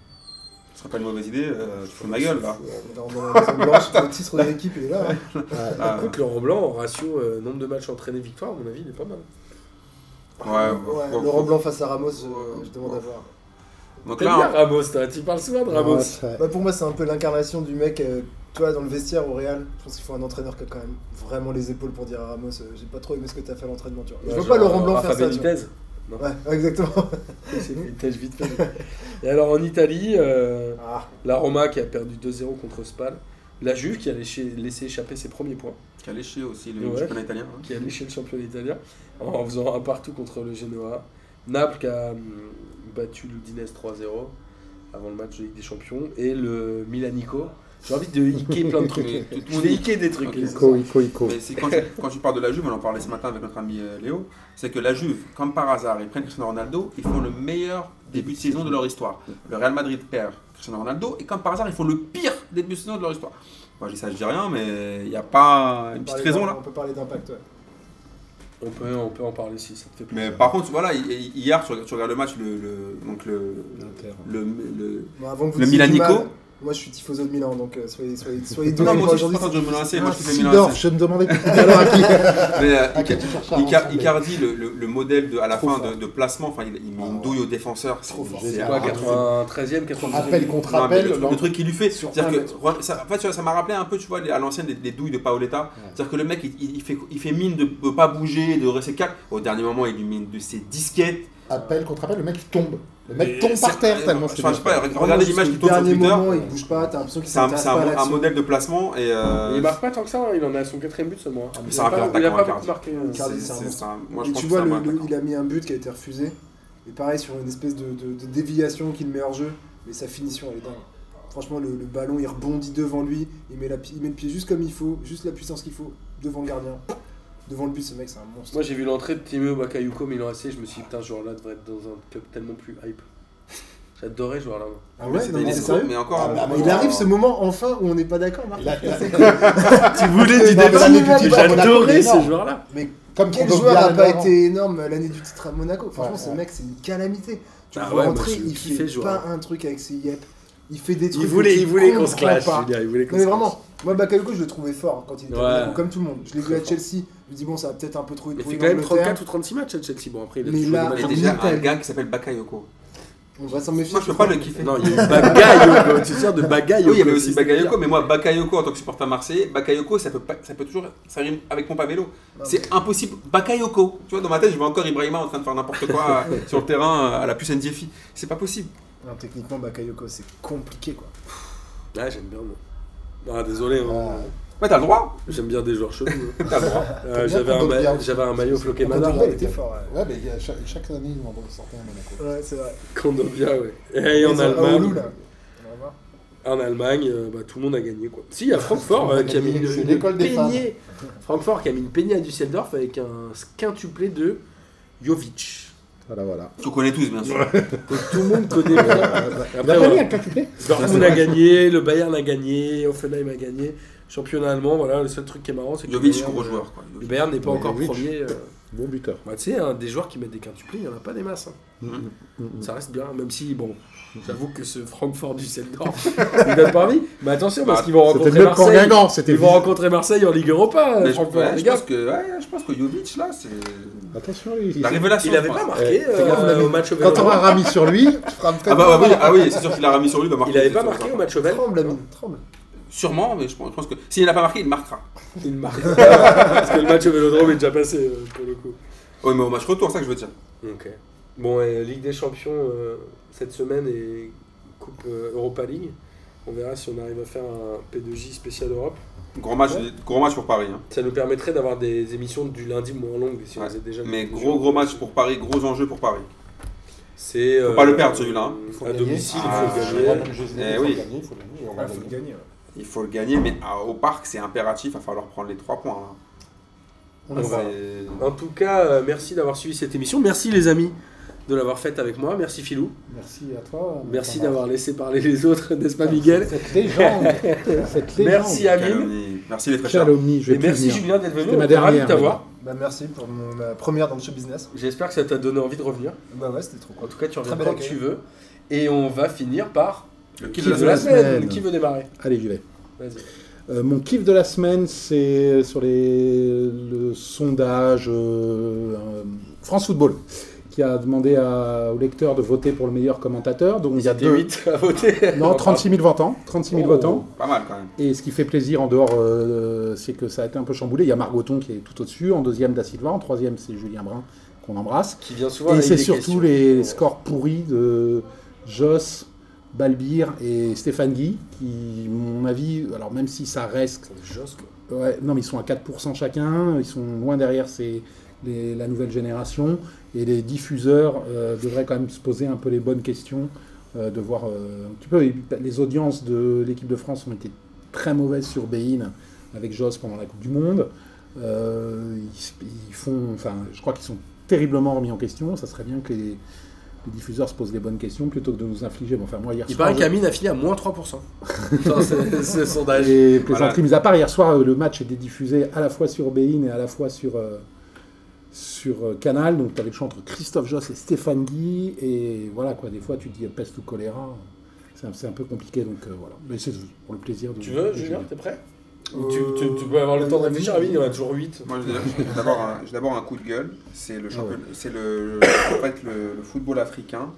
B: Ce serait pas une mauvaise idée. euh, tu te fous de ma gueule, là.
D: Dans, dans la Maison blanche, le titre de l'équipe il est là. hein.
B: Ah,
A: Bah, Écoute, Laurent Blanc, en ratio euh, nombre de matchs entraînés victoire, à mon avis, il est pas mal.
B: ouais,
D: Ouais,
B: bon,
E: Laurent
B: bon.
E: Blanc face à Ramos,
D: euh,
E: je, je demande à voir.
B: Donc
A: T'aimes bien
B: là, hein.
A: Ramos, toi, tu parles souvent de Ramos.
E: Bah, pour moi, c'est un peu l'incarnation du mec, euh, tu vois, dans le vestiaire au Real. Je pense qu'il faut un entraîneur qui a quand même vraiment les épaules pour dire à Ramos, euh, j'ai pas trop aimé ce que t'as fait à l'entraînement, tu vois. je vois pas Laurent
A: euh,
E: Blanc faire ça. tu vois. [laughs]
A: Benitez.
E: Ouais, ouais, exactement. [laughs]
A: C'est Benitez vite fait. Et alors en Italie, euh,
E: Ah,
A: la Roma qui a perdu 2-0 contre Spal, la Juve qui a laissé, laissé échapper ses premiers points,
B: qui a léché aussi le
A: Ouais.
B: championnat italien. hein.
A: qui a léché le championnat italien en, en faisant un partout contre le Genoa, Naples qui a hum, battu l'Udinese 3-0 avant le match de Ligue des Champions, et le Milanico. J'ai envie de hiquer plein de trucs.
B: Mais [laughs] tout le
A: Je
B: monde
A: vais
B: dit-
A: hiquer des trucs.
B: Ok.
A: les
C: Ico, Ico, Ico.
B: Mais c'est quand, tu, quand tu parles de la Juve, on en parlait ce matin avec notre ami euh, Léo, c'est que la Juve, comme par hasard, ils prennent Cristiano Ronaldo, ils font le meilleur début de saison de leur histoire. Le Real Madrid perd Cristiano Ronaldo, et comme par hasard, ils font le pire début de saison de leur histoire. Moi, je dis ça, je dis rien, mais il n'y a pas une petite
E: parler
B: raison
E: d'un-
B: là.
E: On peut parler d'impact, ouais.
A: On peut, on peut en parler si ça te fait
B: Mais
A: plaisir.
B: par contre, voilà, hi- hi- hier, tu regardes, tu regardes le match, le, le- donc le, le, le-
E: Bon, avant que vous
B: Le
E: disiez du
B: Milanico.
E: mal, Moi, je suis tifoso de Milan, donc euh, soyez, soyez,
B: [laughs]
E: soyez
B: Non,
E: doués.
B: moi
E: pour
B: aussi, je suis
E: aujourd'hui.
B: pas en train de me lancer, moi je suis le Milan.
C: Ah, Sidorf, je me demandais tout à l'heure à qui.
B: Mais, euh,
E: Ah,
B: Ica-
E: que tu cherches à
B: Ica-
E: rassembler.
B: Icardi, le, le- le modèle de, à la
E: Trop
B: fin
E: fort.
B: de, de placement, enfin, il, il met
E: Ah
B: une
E: ouais.
B: douille aux défenseurs. c'est-
E: Trop fort.
B: c'est
E: C'est
A: Quoi,
B: rare.
A: 93e, 92e
E: Rappel contre
B: Non, mais
E: rappel.
B: le, le
E: dans-
B: truc qu'il lui fait,
E: sur
B: c'est-à-dire
E: un
B: que
E: mètre.
B: re- ça, en fait, tu vois, ça m'a rappelé un peu, tu vois, les- à l'ancienne, les- les douilles de Paoletta. C'est-à-dire que le mec, il, il- il fait, il fait mine de ne pas bouger, de rester calme. Au dernier moment, il lui met une de ses disquettes.
C: appel contre appel, le mec tombe. Le
B: Et
C: mec tombe
B: c'est-
C: par terre
B: euh,
C: tellement
B: Je sais
C: c'est bien
B: pas,
C: fait.
B: regardez l'image qui
E: qui
B: tourne sur
E: dernier moment,
B: Twitter.
E: il bouge pas, t'as l'impression qu'il
B: C'est un,
E: s'intéresse
B: c'est un
E: pas à
B: bon- un
E: l'action.
B: modèle de placement et. euh,
A: Il marque pas tant que ça, hein, il en est à son quatrième but seulement. hein.
B: Mais
A: Il
B: c'est
A: a
B: un
A: pas-
B: pire
A: il a
B: attaquant,
A: pas
B: Icardi.
A: marqué. euh,
E: Icardi.
B: c'est-
E: c'est un
B: c'est-
E: bon.
B: c'est un- Moi, je
E: Et
B: pense
E: tu
B: que c'est
E: vois,
B: un
E: le-
B: bon
E: le-
B: attaquant.
E: il a mis un but qui a été refusé. Et pareil, sur une espèce de, de- de déviation qu'il met hors jeu. Mais sa finition, elle est dingue. Franchement, le, le ballon, il rebondit devant lui. Il met, la, pi- il met le pied juste comme il faut, juste la puissance qu'il faut, devant le gardien. Devant le but, ce mec, c'est un monstre.
A: Moi j'ai vu l'entrée de Timeo Bakayuko Milan AC, je me suis dit putain ce joueur là devrait être dans un club tellement plus hype. J'adorais ce joueur là.
E: Ah
B: Mais
E: ouais,
B: c'est-
E: non,
B: il
E: mais
B: est
E: c'est
B: escroc,
E: sérieux
B: mais encore.
C: Ah, bah,
B: euh,
C: mais
E: Il arrive ce
A: hein.
E: moment enfin où on n'est pas d'accord, Marc.
C: Il a- il a-
A: Tu voulais
C: du débat
A: J'adorais ce
C: énorme.
A: joueur là.
C: Comme
E: Quel
C: contre
E: joueur n'a
C: Villarreal
E: pas
C: avant.
E: été énorme l'année du titre à Monaco Franchement,
C: Ouais,
E: ce
C: ouais.
E: mec, c'est une calamité. Tu
A: Ah
E: le
A: ouais,
E: vois
A: moi,
E: rentrer,
A: je
E: il
A: kiffais ce
E: fait
A: joueur.
E: pas un truc avec ses yep. Il fait des trucs.
A: Il voulait,
E: que tu
A: il voulait qu'on se
E: comprends
A: clash,
E: pas.
A: Julien, il voulait qu'on
E: Non mais
A: se clash.
E: vraiment, moi Bakayoko je le trouvais fort quand il était à
A: Ouais.
E: Monaco, comme tout le monde. Je l'ai vu
A: Très
E: à Chelsea, je me dis bon ça va peut-être un peu trop
A: Mais il
E: pour
A: fait quand même
E: l'Angleterre.
A: 34 ou 36 matchs à Chelsea. Bon après il a
E: Mais
A: toujours
E: là,
A: des
B: Il
A: matchs.
B: y a
E: un
B: déjà un
E: Minitel.
B: gars qui s'appelle Bakayoko.
E: On va s'en méfier.
B: Moi, je peux pas le kiffer.
A: Non, il y a Bakayoko, tu te sers de Bakayoko.
B: Oui, il y avait aussi
A: c'est
B: Bakayoko, mais moi, Bakayoko en tant que supporter marseillais, Bakayoko, ça peut, pas, ça peut toujours. Ça rime avec Pompavelo. C'est impossible. Bakayoko. Tu vois, dans ma tête, je vois encore Ibrahima en train de faire n'importe quoi euh, sur le terrain euh, à la puce NDFI. C'est pas possible.
E: Non, techniquement Bakayoko c'est compliqué quoi.
A: Ah, j'aime bien le nom. Ah, désolé, hein.
C: Ah,
B: Ouais, t'as le droit.
A: j'aime bien des joueurs chelous.
C: [laughs]
A: hein.
B: T'as le droit.
A: Euh, J'avais un, ma- j'avais un maillot floqué
C: Condobia,
A: Madar.
E: Condobia, il était fort, ouais.
C: Ouais, mais il y a chaque, chaque année, ils vont sortir un Monaco.
E: Ouais c'est vrai.
A: Condobia, ouais. Et en
E: Ils ont Aoulou,
A: Allemagne,
E: là. On va voir.
A: en Allemagne euh, bah, tout le monde a gagné. quoi. Si, il y
C: [laughs]
A: a Francfort euh, qui a mis une,
C: C'est
A: une
C: l'école des femmes.
A: peignée.
C: [laughs]
A: Francfort qui a mis une peignée à Düsseldorf avec un quintuplé de Jovic.
C: Voilà, voilà.
B: Tu connais tous, bien sûr.
A: Que tout le monde connaît
C: [laughs]
A: bien. Après,
C: Il a pas
A: voilà.
C: mis un quintuplé
A: Dortmund a gagné, le Bayern a gagné, Offenheim a gagné. Championnat allemand, voilà, le seul truc qui est marrant, c'est que
B: Jovic,
A: le
B: gros
A: Bayern,
B: joueur. Quoi.
A: le Bayern n'est pas
C: Mais
A: encore
C: Jovic.
A: premier. euh.
C: Bon buteur.
A: Bah, tu sais, hein, des joueurs qui mettent des quintuplés, il n'y en a pas des masses. hein.
B: Mhm.
C: Mhm.
A: Ça reste bien, même si, bon, j'avoue que ce Francfort du Düsseldorf, [laughs] il donne pas envie. Mais attention, parce
B: Bah,
A: qu'ils vont
C: C'était
A: rencontrer
C: mieux pour
A: Marseille.
C: Guingamp, c'était
A: Ils vont
C: encore.
A: rencontrer Marseille en Ligue Europa,
B: Mais je,
A: Francfort,
B: ouais,
A: les
B: je
A: gars.
B: pense que, ouais, je pense que Jovic, là, c'est.
C: Attention, il...
B: La révélation.
A: Il avait
B: je
A: pas
B: crois.
A: marqué
C: Eh, fais gaffe,
A: euh,
C: Nabil.
A: au match au
C: Quand on aura
A: Vélodrome.
C: Rami sur lui, tu feras un
B: Ah bah ouais, oui, ah, oui c'est sûr qu'il a remis sur lui. Il, va marquer,
A: Il avait
B: c'est
A: pas
B: sûr,
A: marqué
B: ça.
A: au match au Vélodrome.
E: Tremble Amine, Ah, tremble.
B: Sûrement, mais je pense, je pense que s'il n'a pas marqué, il marquera.
A: Il [laughs] marque. Parce que le match au Vélodrome est déjà passé, euh, pour le coup.
B: Oui, mais au match retour, c'est ça que je veux dire.
A: Ok. Bon, et Ligue des Champions euh, cette semaine et Coupe euh, Europa League. On verra si on arrive à faire un P2J spécial Europe.
B: Gros match, gros match pour Paris. hein.
A: Ça nous permettrait d'avoir des émissions du lundi moins longues si on
B: Ouais.
A: les a déjà.
B: Mais
A: mises.
B: gros, gros match pour Paris, gros enjeu pour Paris.
A: C'est.
B: Faut pas le perdre, celui-là, hein.
A: euh, À domicile, il
B: Ah,
A: faut le gagner.
B: Eh
C: Eh
B: oui.
C: Il faut gagner, et on va
E: Ah, faut le
C: gagner.
E: gagner. ouais.
B: Il faut le gagner, mais à- au parc, c'est impératif. Il va falloir prendre les 3 points. là.
E: On
A: On
E: le
A: va.
E: voit.
B: C'est-
A: En tout cas, euh, merci d'avoir suivi cette émission. Merci les amis de l'avoir faite avec moi. Merci Philou.
C: Merci à
E: euh,
C: toi.
A: Merci
C: Thomas.
A: d'avoir laissé parler les autres, [laughs] n'est-ce pas Miguel
C: Cette légende. Cette légende.
A: Merci à Amine.
B: Calomnie. Merci les fraîcheurs.
C: Calomnie, euh, je
A: Et
C: vais plus
A: merci
C: venir.
A: Julien d'être venu.
C: C'était ma
A: On était ravis de
C: dernière,
A: t'avoir.
E: Bah merci pour mon- ma première dans le show business.
A: J'espère que ça t'a donné envie de revenir.
E: Bah ouais, c'était trop
A: En
E: cool.
A: tout cas, tu reviens
E: Très
A: quand
E: bel accueil.
A: tu veux. Et on va finir par
B: Le
A: qui
B: kill
A: de
B: de la
A: la
B: semaine.
A: semaine.
C: semaine.
A: Qui veut démarrer
C: Allez, j'y vais.
A: Vas-y.
C: Euh, mon kiff de la semaine, c'est euh, sur les, le sondage euh, euh, France Football qui a demandé à, aux lecteurs de voter pour le meilleur commentateur. Donc il y a
A: T'es
C: deux.
A: 8 à voter.
C: Non, 36 000 votants. 36 000
A: Oh.
C: votants.
B: Pas mal quand même.
C: Et ce qui fait plaisir en dehors, euh, c'est que ça a été un peu chamboulé. Il y a Margoton qui est tout au-dessus, en deuxième Da Silva, en troisième c'est Julien Brun qu'on embrasse.
A: Qui vient souvent
C: et
A: avec
C: c'est
A: des
C: surtout
A: questions.
C: les
A: Ouais.
C: scores pourris de Joss, Balbir et Stéphane Guy, qui, mon avis, alors même si ça reste. Ouais, non, mais ils sont à 4% chacun, ils sont loin derrière ces- les- la nouvelle génération. Et les diffuseurs euh, devraient quand même se poser un peu les bonnes questions, euh, de voir euh, un petit peu. Les audiences de l'équipe de France ont été très mauvaises sur Bein avec Joss pendant la Coupe du Monde. Euh, ils, ils font, enfin, je crois qu'ils sont terriblement remis en question. Ça serait bien que les, les diffuseurs se posent les bonnes questions plutôt que de nous infliger. Bon, enfin, moi hier
A: Il
C: soir,
A: paraît
C: je-
A: qu'Amine a fini à moins 3%. Dans ce, ce
C: [laughs]
A: sondage.
C: et plaisanterie mise à part, hier soir, euh, le match était diffusé à la fois sur Bein et à la fois sur, euh, sur euh, Canal. Donc, tu avais le choix entre Christophe Joss et Stéphane Guy. Et voilà, quoi, des fois, tu dis euh, peste ou choléra. C'est un, c'est un peu compliqué, donc euh, voilà. Mais c'est pour le plaisir de.
A: Tu veux,
C: de
A: Julien
C: jouer.
A: T'es prêt
E: Euh,
A: tu, tu- tu peux avoir le temps de
E: euh,
A: réfléchir, Amine, il y en a toujours 8.
B: Moi, je- j'ai d'abord un- j'ai d'abord un coup de gueule. C'est le, championnat- c'est le, en fait, le, le football africain.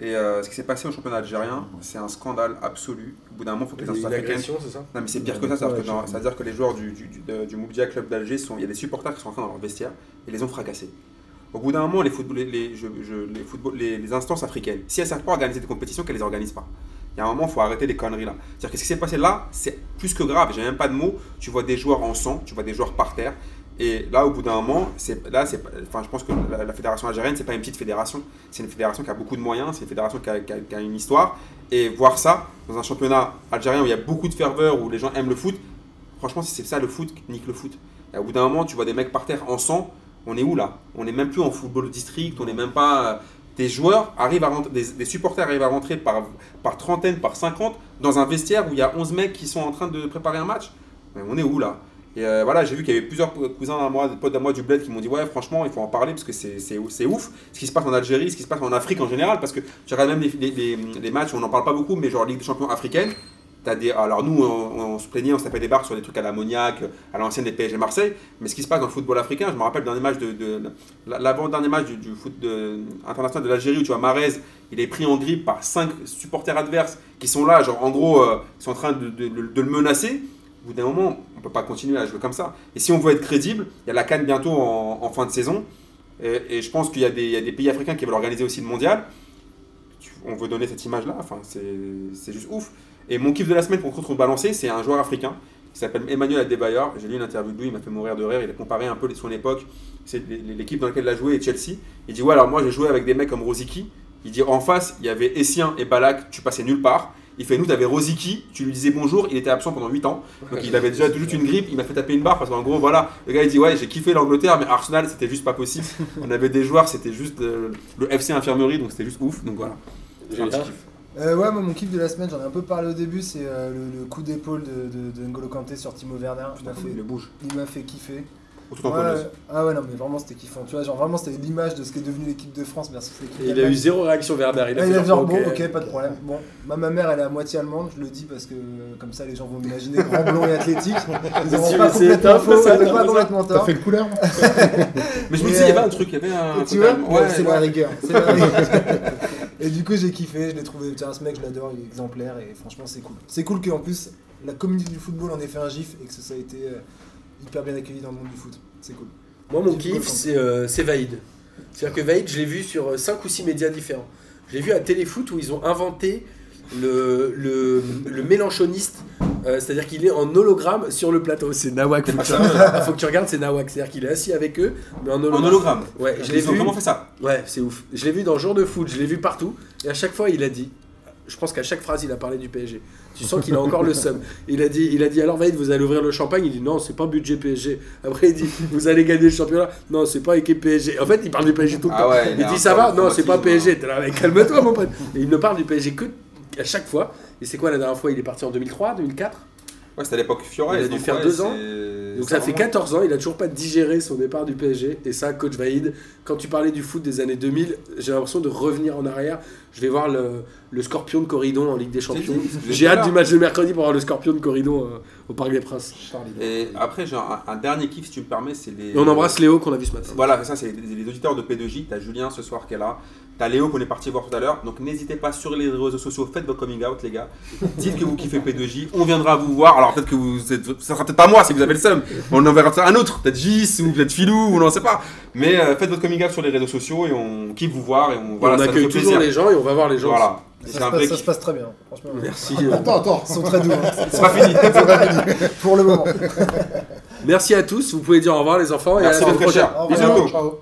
B: Et euh, ce qui s'est passé au championnat algérien, c'est un scandale absolu. Au bout d'un moment, il faut que les
A: Une
B: instances africaines
A: agression, c'est ça
B: Non, mais c'est pire que ça, c'est-à-dire
C: Ouais,
B: que, dans-
C: j'ai-
B: c'est-à-dire que les joueurs du, du, du, de- du Moubdia Club d'Alger, sont- il y a des supporters qui sont rentrés dans leur vestiaire et les ont fracassés. Au bout d'un moment, les, football- les, les, je- je- les football- les- les instances africaines, si elles ne savent pas organiser des compétitions, qu'elles ne les organisent pas. Il y a un moment, il faut arrêter les conneries là. C'est-à-dire que ce qui s'est passé là, c'est plus que grave. J'ai même pas de mots. Tu vois des joueurs en sang, tu vois des joueurs par terre. Et là, au bout d'un moment, c'est, là, c'est, enfin, je pense que la, la fédération algérienne, c'est pas une petite fédération. C'est une fédération qui a beaucoup de moyens, c'est une fédération qui a, qui a- qui a une histoire. Et voir ça dans un championnat algérien où il y a beaucoup de ferveur, où les gens aiment le foot, franchement, si c'est ça le foot, nique le foot. Et au bout d'un moment, tu vois des mecs par terre en sang. On est où là On n'est même plus en football district, on n'est même pas. euh, Des joueurs arrivent à rentrer, des, des supporters arrivent à rentrer par, par trentaine, par cinquante, dans un vestiaire où il y a 11 mecs qui sont en train de préparer un match. Mais on est où là Et euh, voilà, j'ai vu qu'il y avait plusieurs cousins à moi, des potes à moi du bled qui m'ont dit Ouais, franchement, il faut en parler parce que c'est c'est- c'est ouf ce qui se passe en Algérie, ce qui se passe en Afrique en général. Parce que tu regardes même les, les- les- les matchs où on n'en parle pas beaucoup, mais genre Ligue des Champions africaine. T'as des, alors nous, on, on se plaignait, on se tapait des barres sur des trucs à l'ammoniac, à l'ancienne des PSG Marseille, mais ce qui se passe dans le football africain, je me rappelle d'un match de, de, la- l'avant-dernier match du, du foot de- international de l'Algérie où tu vois Marez, il est pris en grippe par cinq supporters adverses qui sont là, genre en gros, euh, ils sont en train de, de- de- de le menacer. Au bout d'un moment, on peut pas continuer à jouer comme ça. Et si on veut être crédible, il y a la Cannes bientôt en, en fin de saison, et, et je pense qu'il y, a des- il y a des pays africains qui veulent organiser aussi le mondial. Tu- On veut donner cette image-là, enfin, c'est c'est juste ouf. Et mon kiff de la semaine pour contre balancer, c'est un joueur africain qui s'appelle Emmanuel Adebayor. J'ai lu une interview de lui, il m'a fait mourir de rire. Il a comparé un peu son époque, c'est l'équipe dans laquelle il a joué et Chelsea. Il dit Ouais, alors moi j'ai joué avec des mecs comme Rosicky. Il dit En face, il y avait Essien et Balak, tu passais nulle part. Il fait Nous, t'avais Rosicky, tu lui disais bonjour, il était absent pendant 8 ans. Donc il avait déjà juste une grippe, il m'a fait taper une barre parce qu'en gros, voilà, le gars il dit Ouais, j'ai kiffé l'Angleterre, mais Arsenal, c'était juste pas possible. On avait des joueurs, c'était juste euh, le FC Infirmerie, donc c'était juste ouf. Donc voilà. C'est
A: Ah.
B: un petit kiff.
D: Euh, ouais, moi, mon kiff de la semaine, j'en ai un peu parlé au début, c'est euh, le, le coup d'épaule de, de, de N'Golo Kanté sur Timo Werner. Il m'a
B: Putain, il le
D: fait,
B: bouge.
D: il m'a fait kiffer.
B: Tout en
D: Ouais,
B: colleuse.
D: ouais. ah ouais, non, mais vraiment, c'était kiffant. Tu vois, genre vraiment, c'était l'image de ce qu'est devenue l'équipe de France versus l'équipe
A: Et il a
D: d'Allemagne. Ah,
A: eu zéro réaction Werner. Il
D: Il
A: a
D: a,
A: fait
D: il a
A: genre,
D: genre, bon,
A: ok.
D: ok, pas de problème. Bon, ma, ma mère, elle est à moitié allemande, je le dis parce que euh, comme ça, les gens vont m'imaginer grand blond et athlétique. Ils
A: Si,
D: auront
A: mais
D: pas
A: c'est
D: complètement
A: top,
D: faux,
A: ça,
D: ils
A: t'as
D: auront pas
A: raison.
D: complètement
C: T'as
D: tort.
C: fait le couleur moi
B: Mais je me disais, il
D: Et
B: y
D: euh,
B: avait un truc, il y avait un.
D: Tu
B: truc
D: vois,
B: quand même. Ouais,
D: c'est
B: ouais.
D: la rigueur. c'est la rigueur. [laughs] et du coup, j'ai kiffé, je l'ai trouvé. Tiens, ce mec, je l'adore, il est exemplaire et franchement, c'est cool. C'est cool qu'en plus, la communauté du football en ait fait un gif et que ça, ça a été euh, hyper bien accueilli dans le monde du foot. C'est cool.
A: Moi, mon kiff, c'est euh, c'est Vaïd. C'est-à-dire que Vaïd, je l'ai vu sur 5 ou 6 médias différents. Je l'ai vu à Téléfoot où ils ont inventé le, le, le mélanchoniste. euh, C'est-à-dire qu'il est en hologramme sur le plateau. Ah, C'est Nawak. Faut que, tu, faut que tu regardes, c'est Nawak. C'est-à-dire qu'il est assis avec eux, mais en
B: En
A: hologramme.
B: hologramme.
A: Ouais, je l'ai
B: Ils ont
A: vu.
B: vraiment fait ça.
A: Ouais, c'est ouf. Je l'ai vu dans Jour de foot, je l'ai vu partout. Et à chaque fois, il a dit. Je pense qu'à chaque phrase, il a parlé du PSG. Tu sens qu'il a encore le seum. Il a dit, il a dit alors Vaïd, vous allez ouvrir le champagne. Il dit non, c'est pas budget PSG. Après, il dit vous allez gagner le championnat. Non, c'est pas équipe PSG. En fait, il parle du PSG tout le
B: Ah
A: temps.
B: ouais, il
A: il
B: a un
A: dit ça va
B: problème hein.
A: Non, c'est pas
B: traumatisme,
A: PSG. T'es là, mais calme-toi, mon pote. Et il ne parle du PSG que à chaque fois. Et c'est quoi la dernière fois Il est parti en 2003, 2004.
B: Ouais, c'était à l'époque Fiorez.
A: Il a dû
B: donc
A: faire
B: ouais,
A: deux
B: c'est-
A: ans. Donc
B: c'est
A: ça fait
B: vraiment-
A: 14 ans, il a toujours pas digéré son départ du PSG. Et ça, coach Vaïd, quand tu parlais du foot des années 2000, j'ai l'impression de revenir en arrière. Je vais voir le, le scorpion de Corridon en Ligue des Champions.
B: dit, parce que
A: J'ai
B: j'étais
A: hâte
B: là.
A: du match de mercredi pour voir le scorpion de Corridon euh, au Parc des Princes.
B: Et après, j'ai un, un dernier kiff, si tu me permets, c'est les.
A: Et on embrasse Léo qu'on a vu ce matin.
B: Voilà, ça c'est les, les auditeurs de P2J. T'as Julien ce soir qui est là. T'as Léo qu'on est parti voir tout à l'heure. Donc n'hésitez pas sur les réseaux sociaux, faites votre coming out les gars. Dites que vous kiffez P2J. On viendra vous voir. Alors peut-être que vous êtes... Ça sera peut-être pas moi si vous avez le seum. On enverra ça à un autre. Peut-être Gis ou peut-être Filou ou on ne sait pas. Mais euh, faites votre coming out sur les réseaux sociaux et on kiffe vous voir. Et on,
A: Et
B: voilà,
A: on
B: ça nous
A: accueille
B: fait
A: toujours
B: plaisir.
A: les gens et on va voir les gens.
B: Voilà. Et
D: Ça,
B: C'est
D: se
B: un
D: passe,
B: vrai
D: ça
B: kiff.
D: se passe très bien, franchement.
A: Merci, euh,
C: Attends, attends.
D: Ils sont très doux,
B: [laughs]
D: hein,
B: C'est pas
D: [laughs]
B: fini.
D: pour le moment.
A: merci à tous, vous pouvez dire au revoir les enfants et
B: Merci
A: à la
B: de
A: semaine prochaine.
B: fraîcheur.
D: Au revoir.
B: Bisous.
C: Ciao.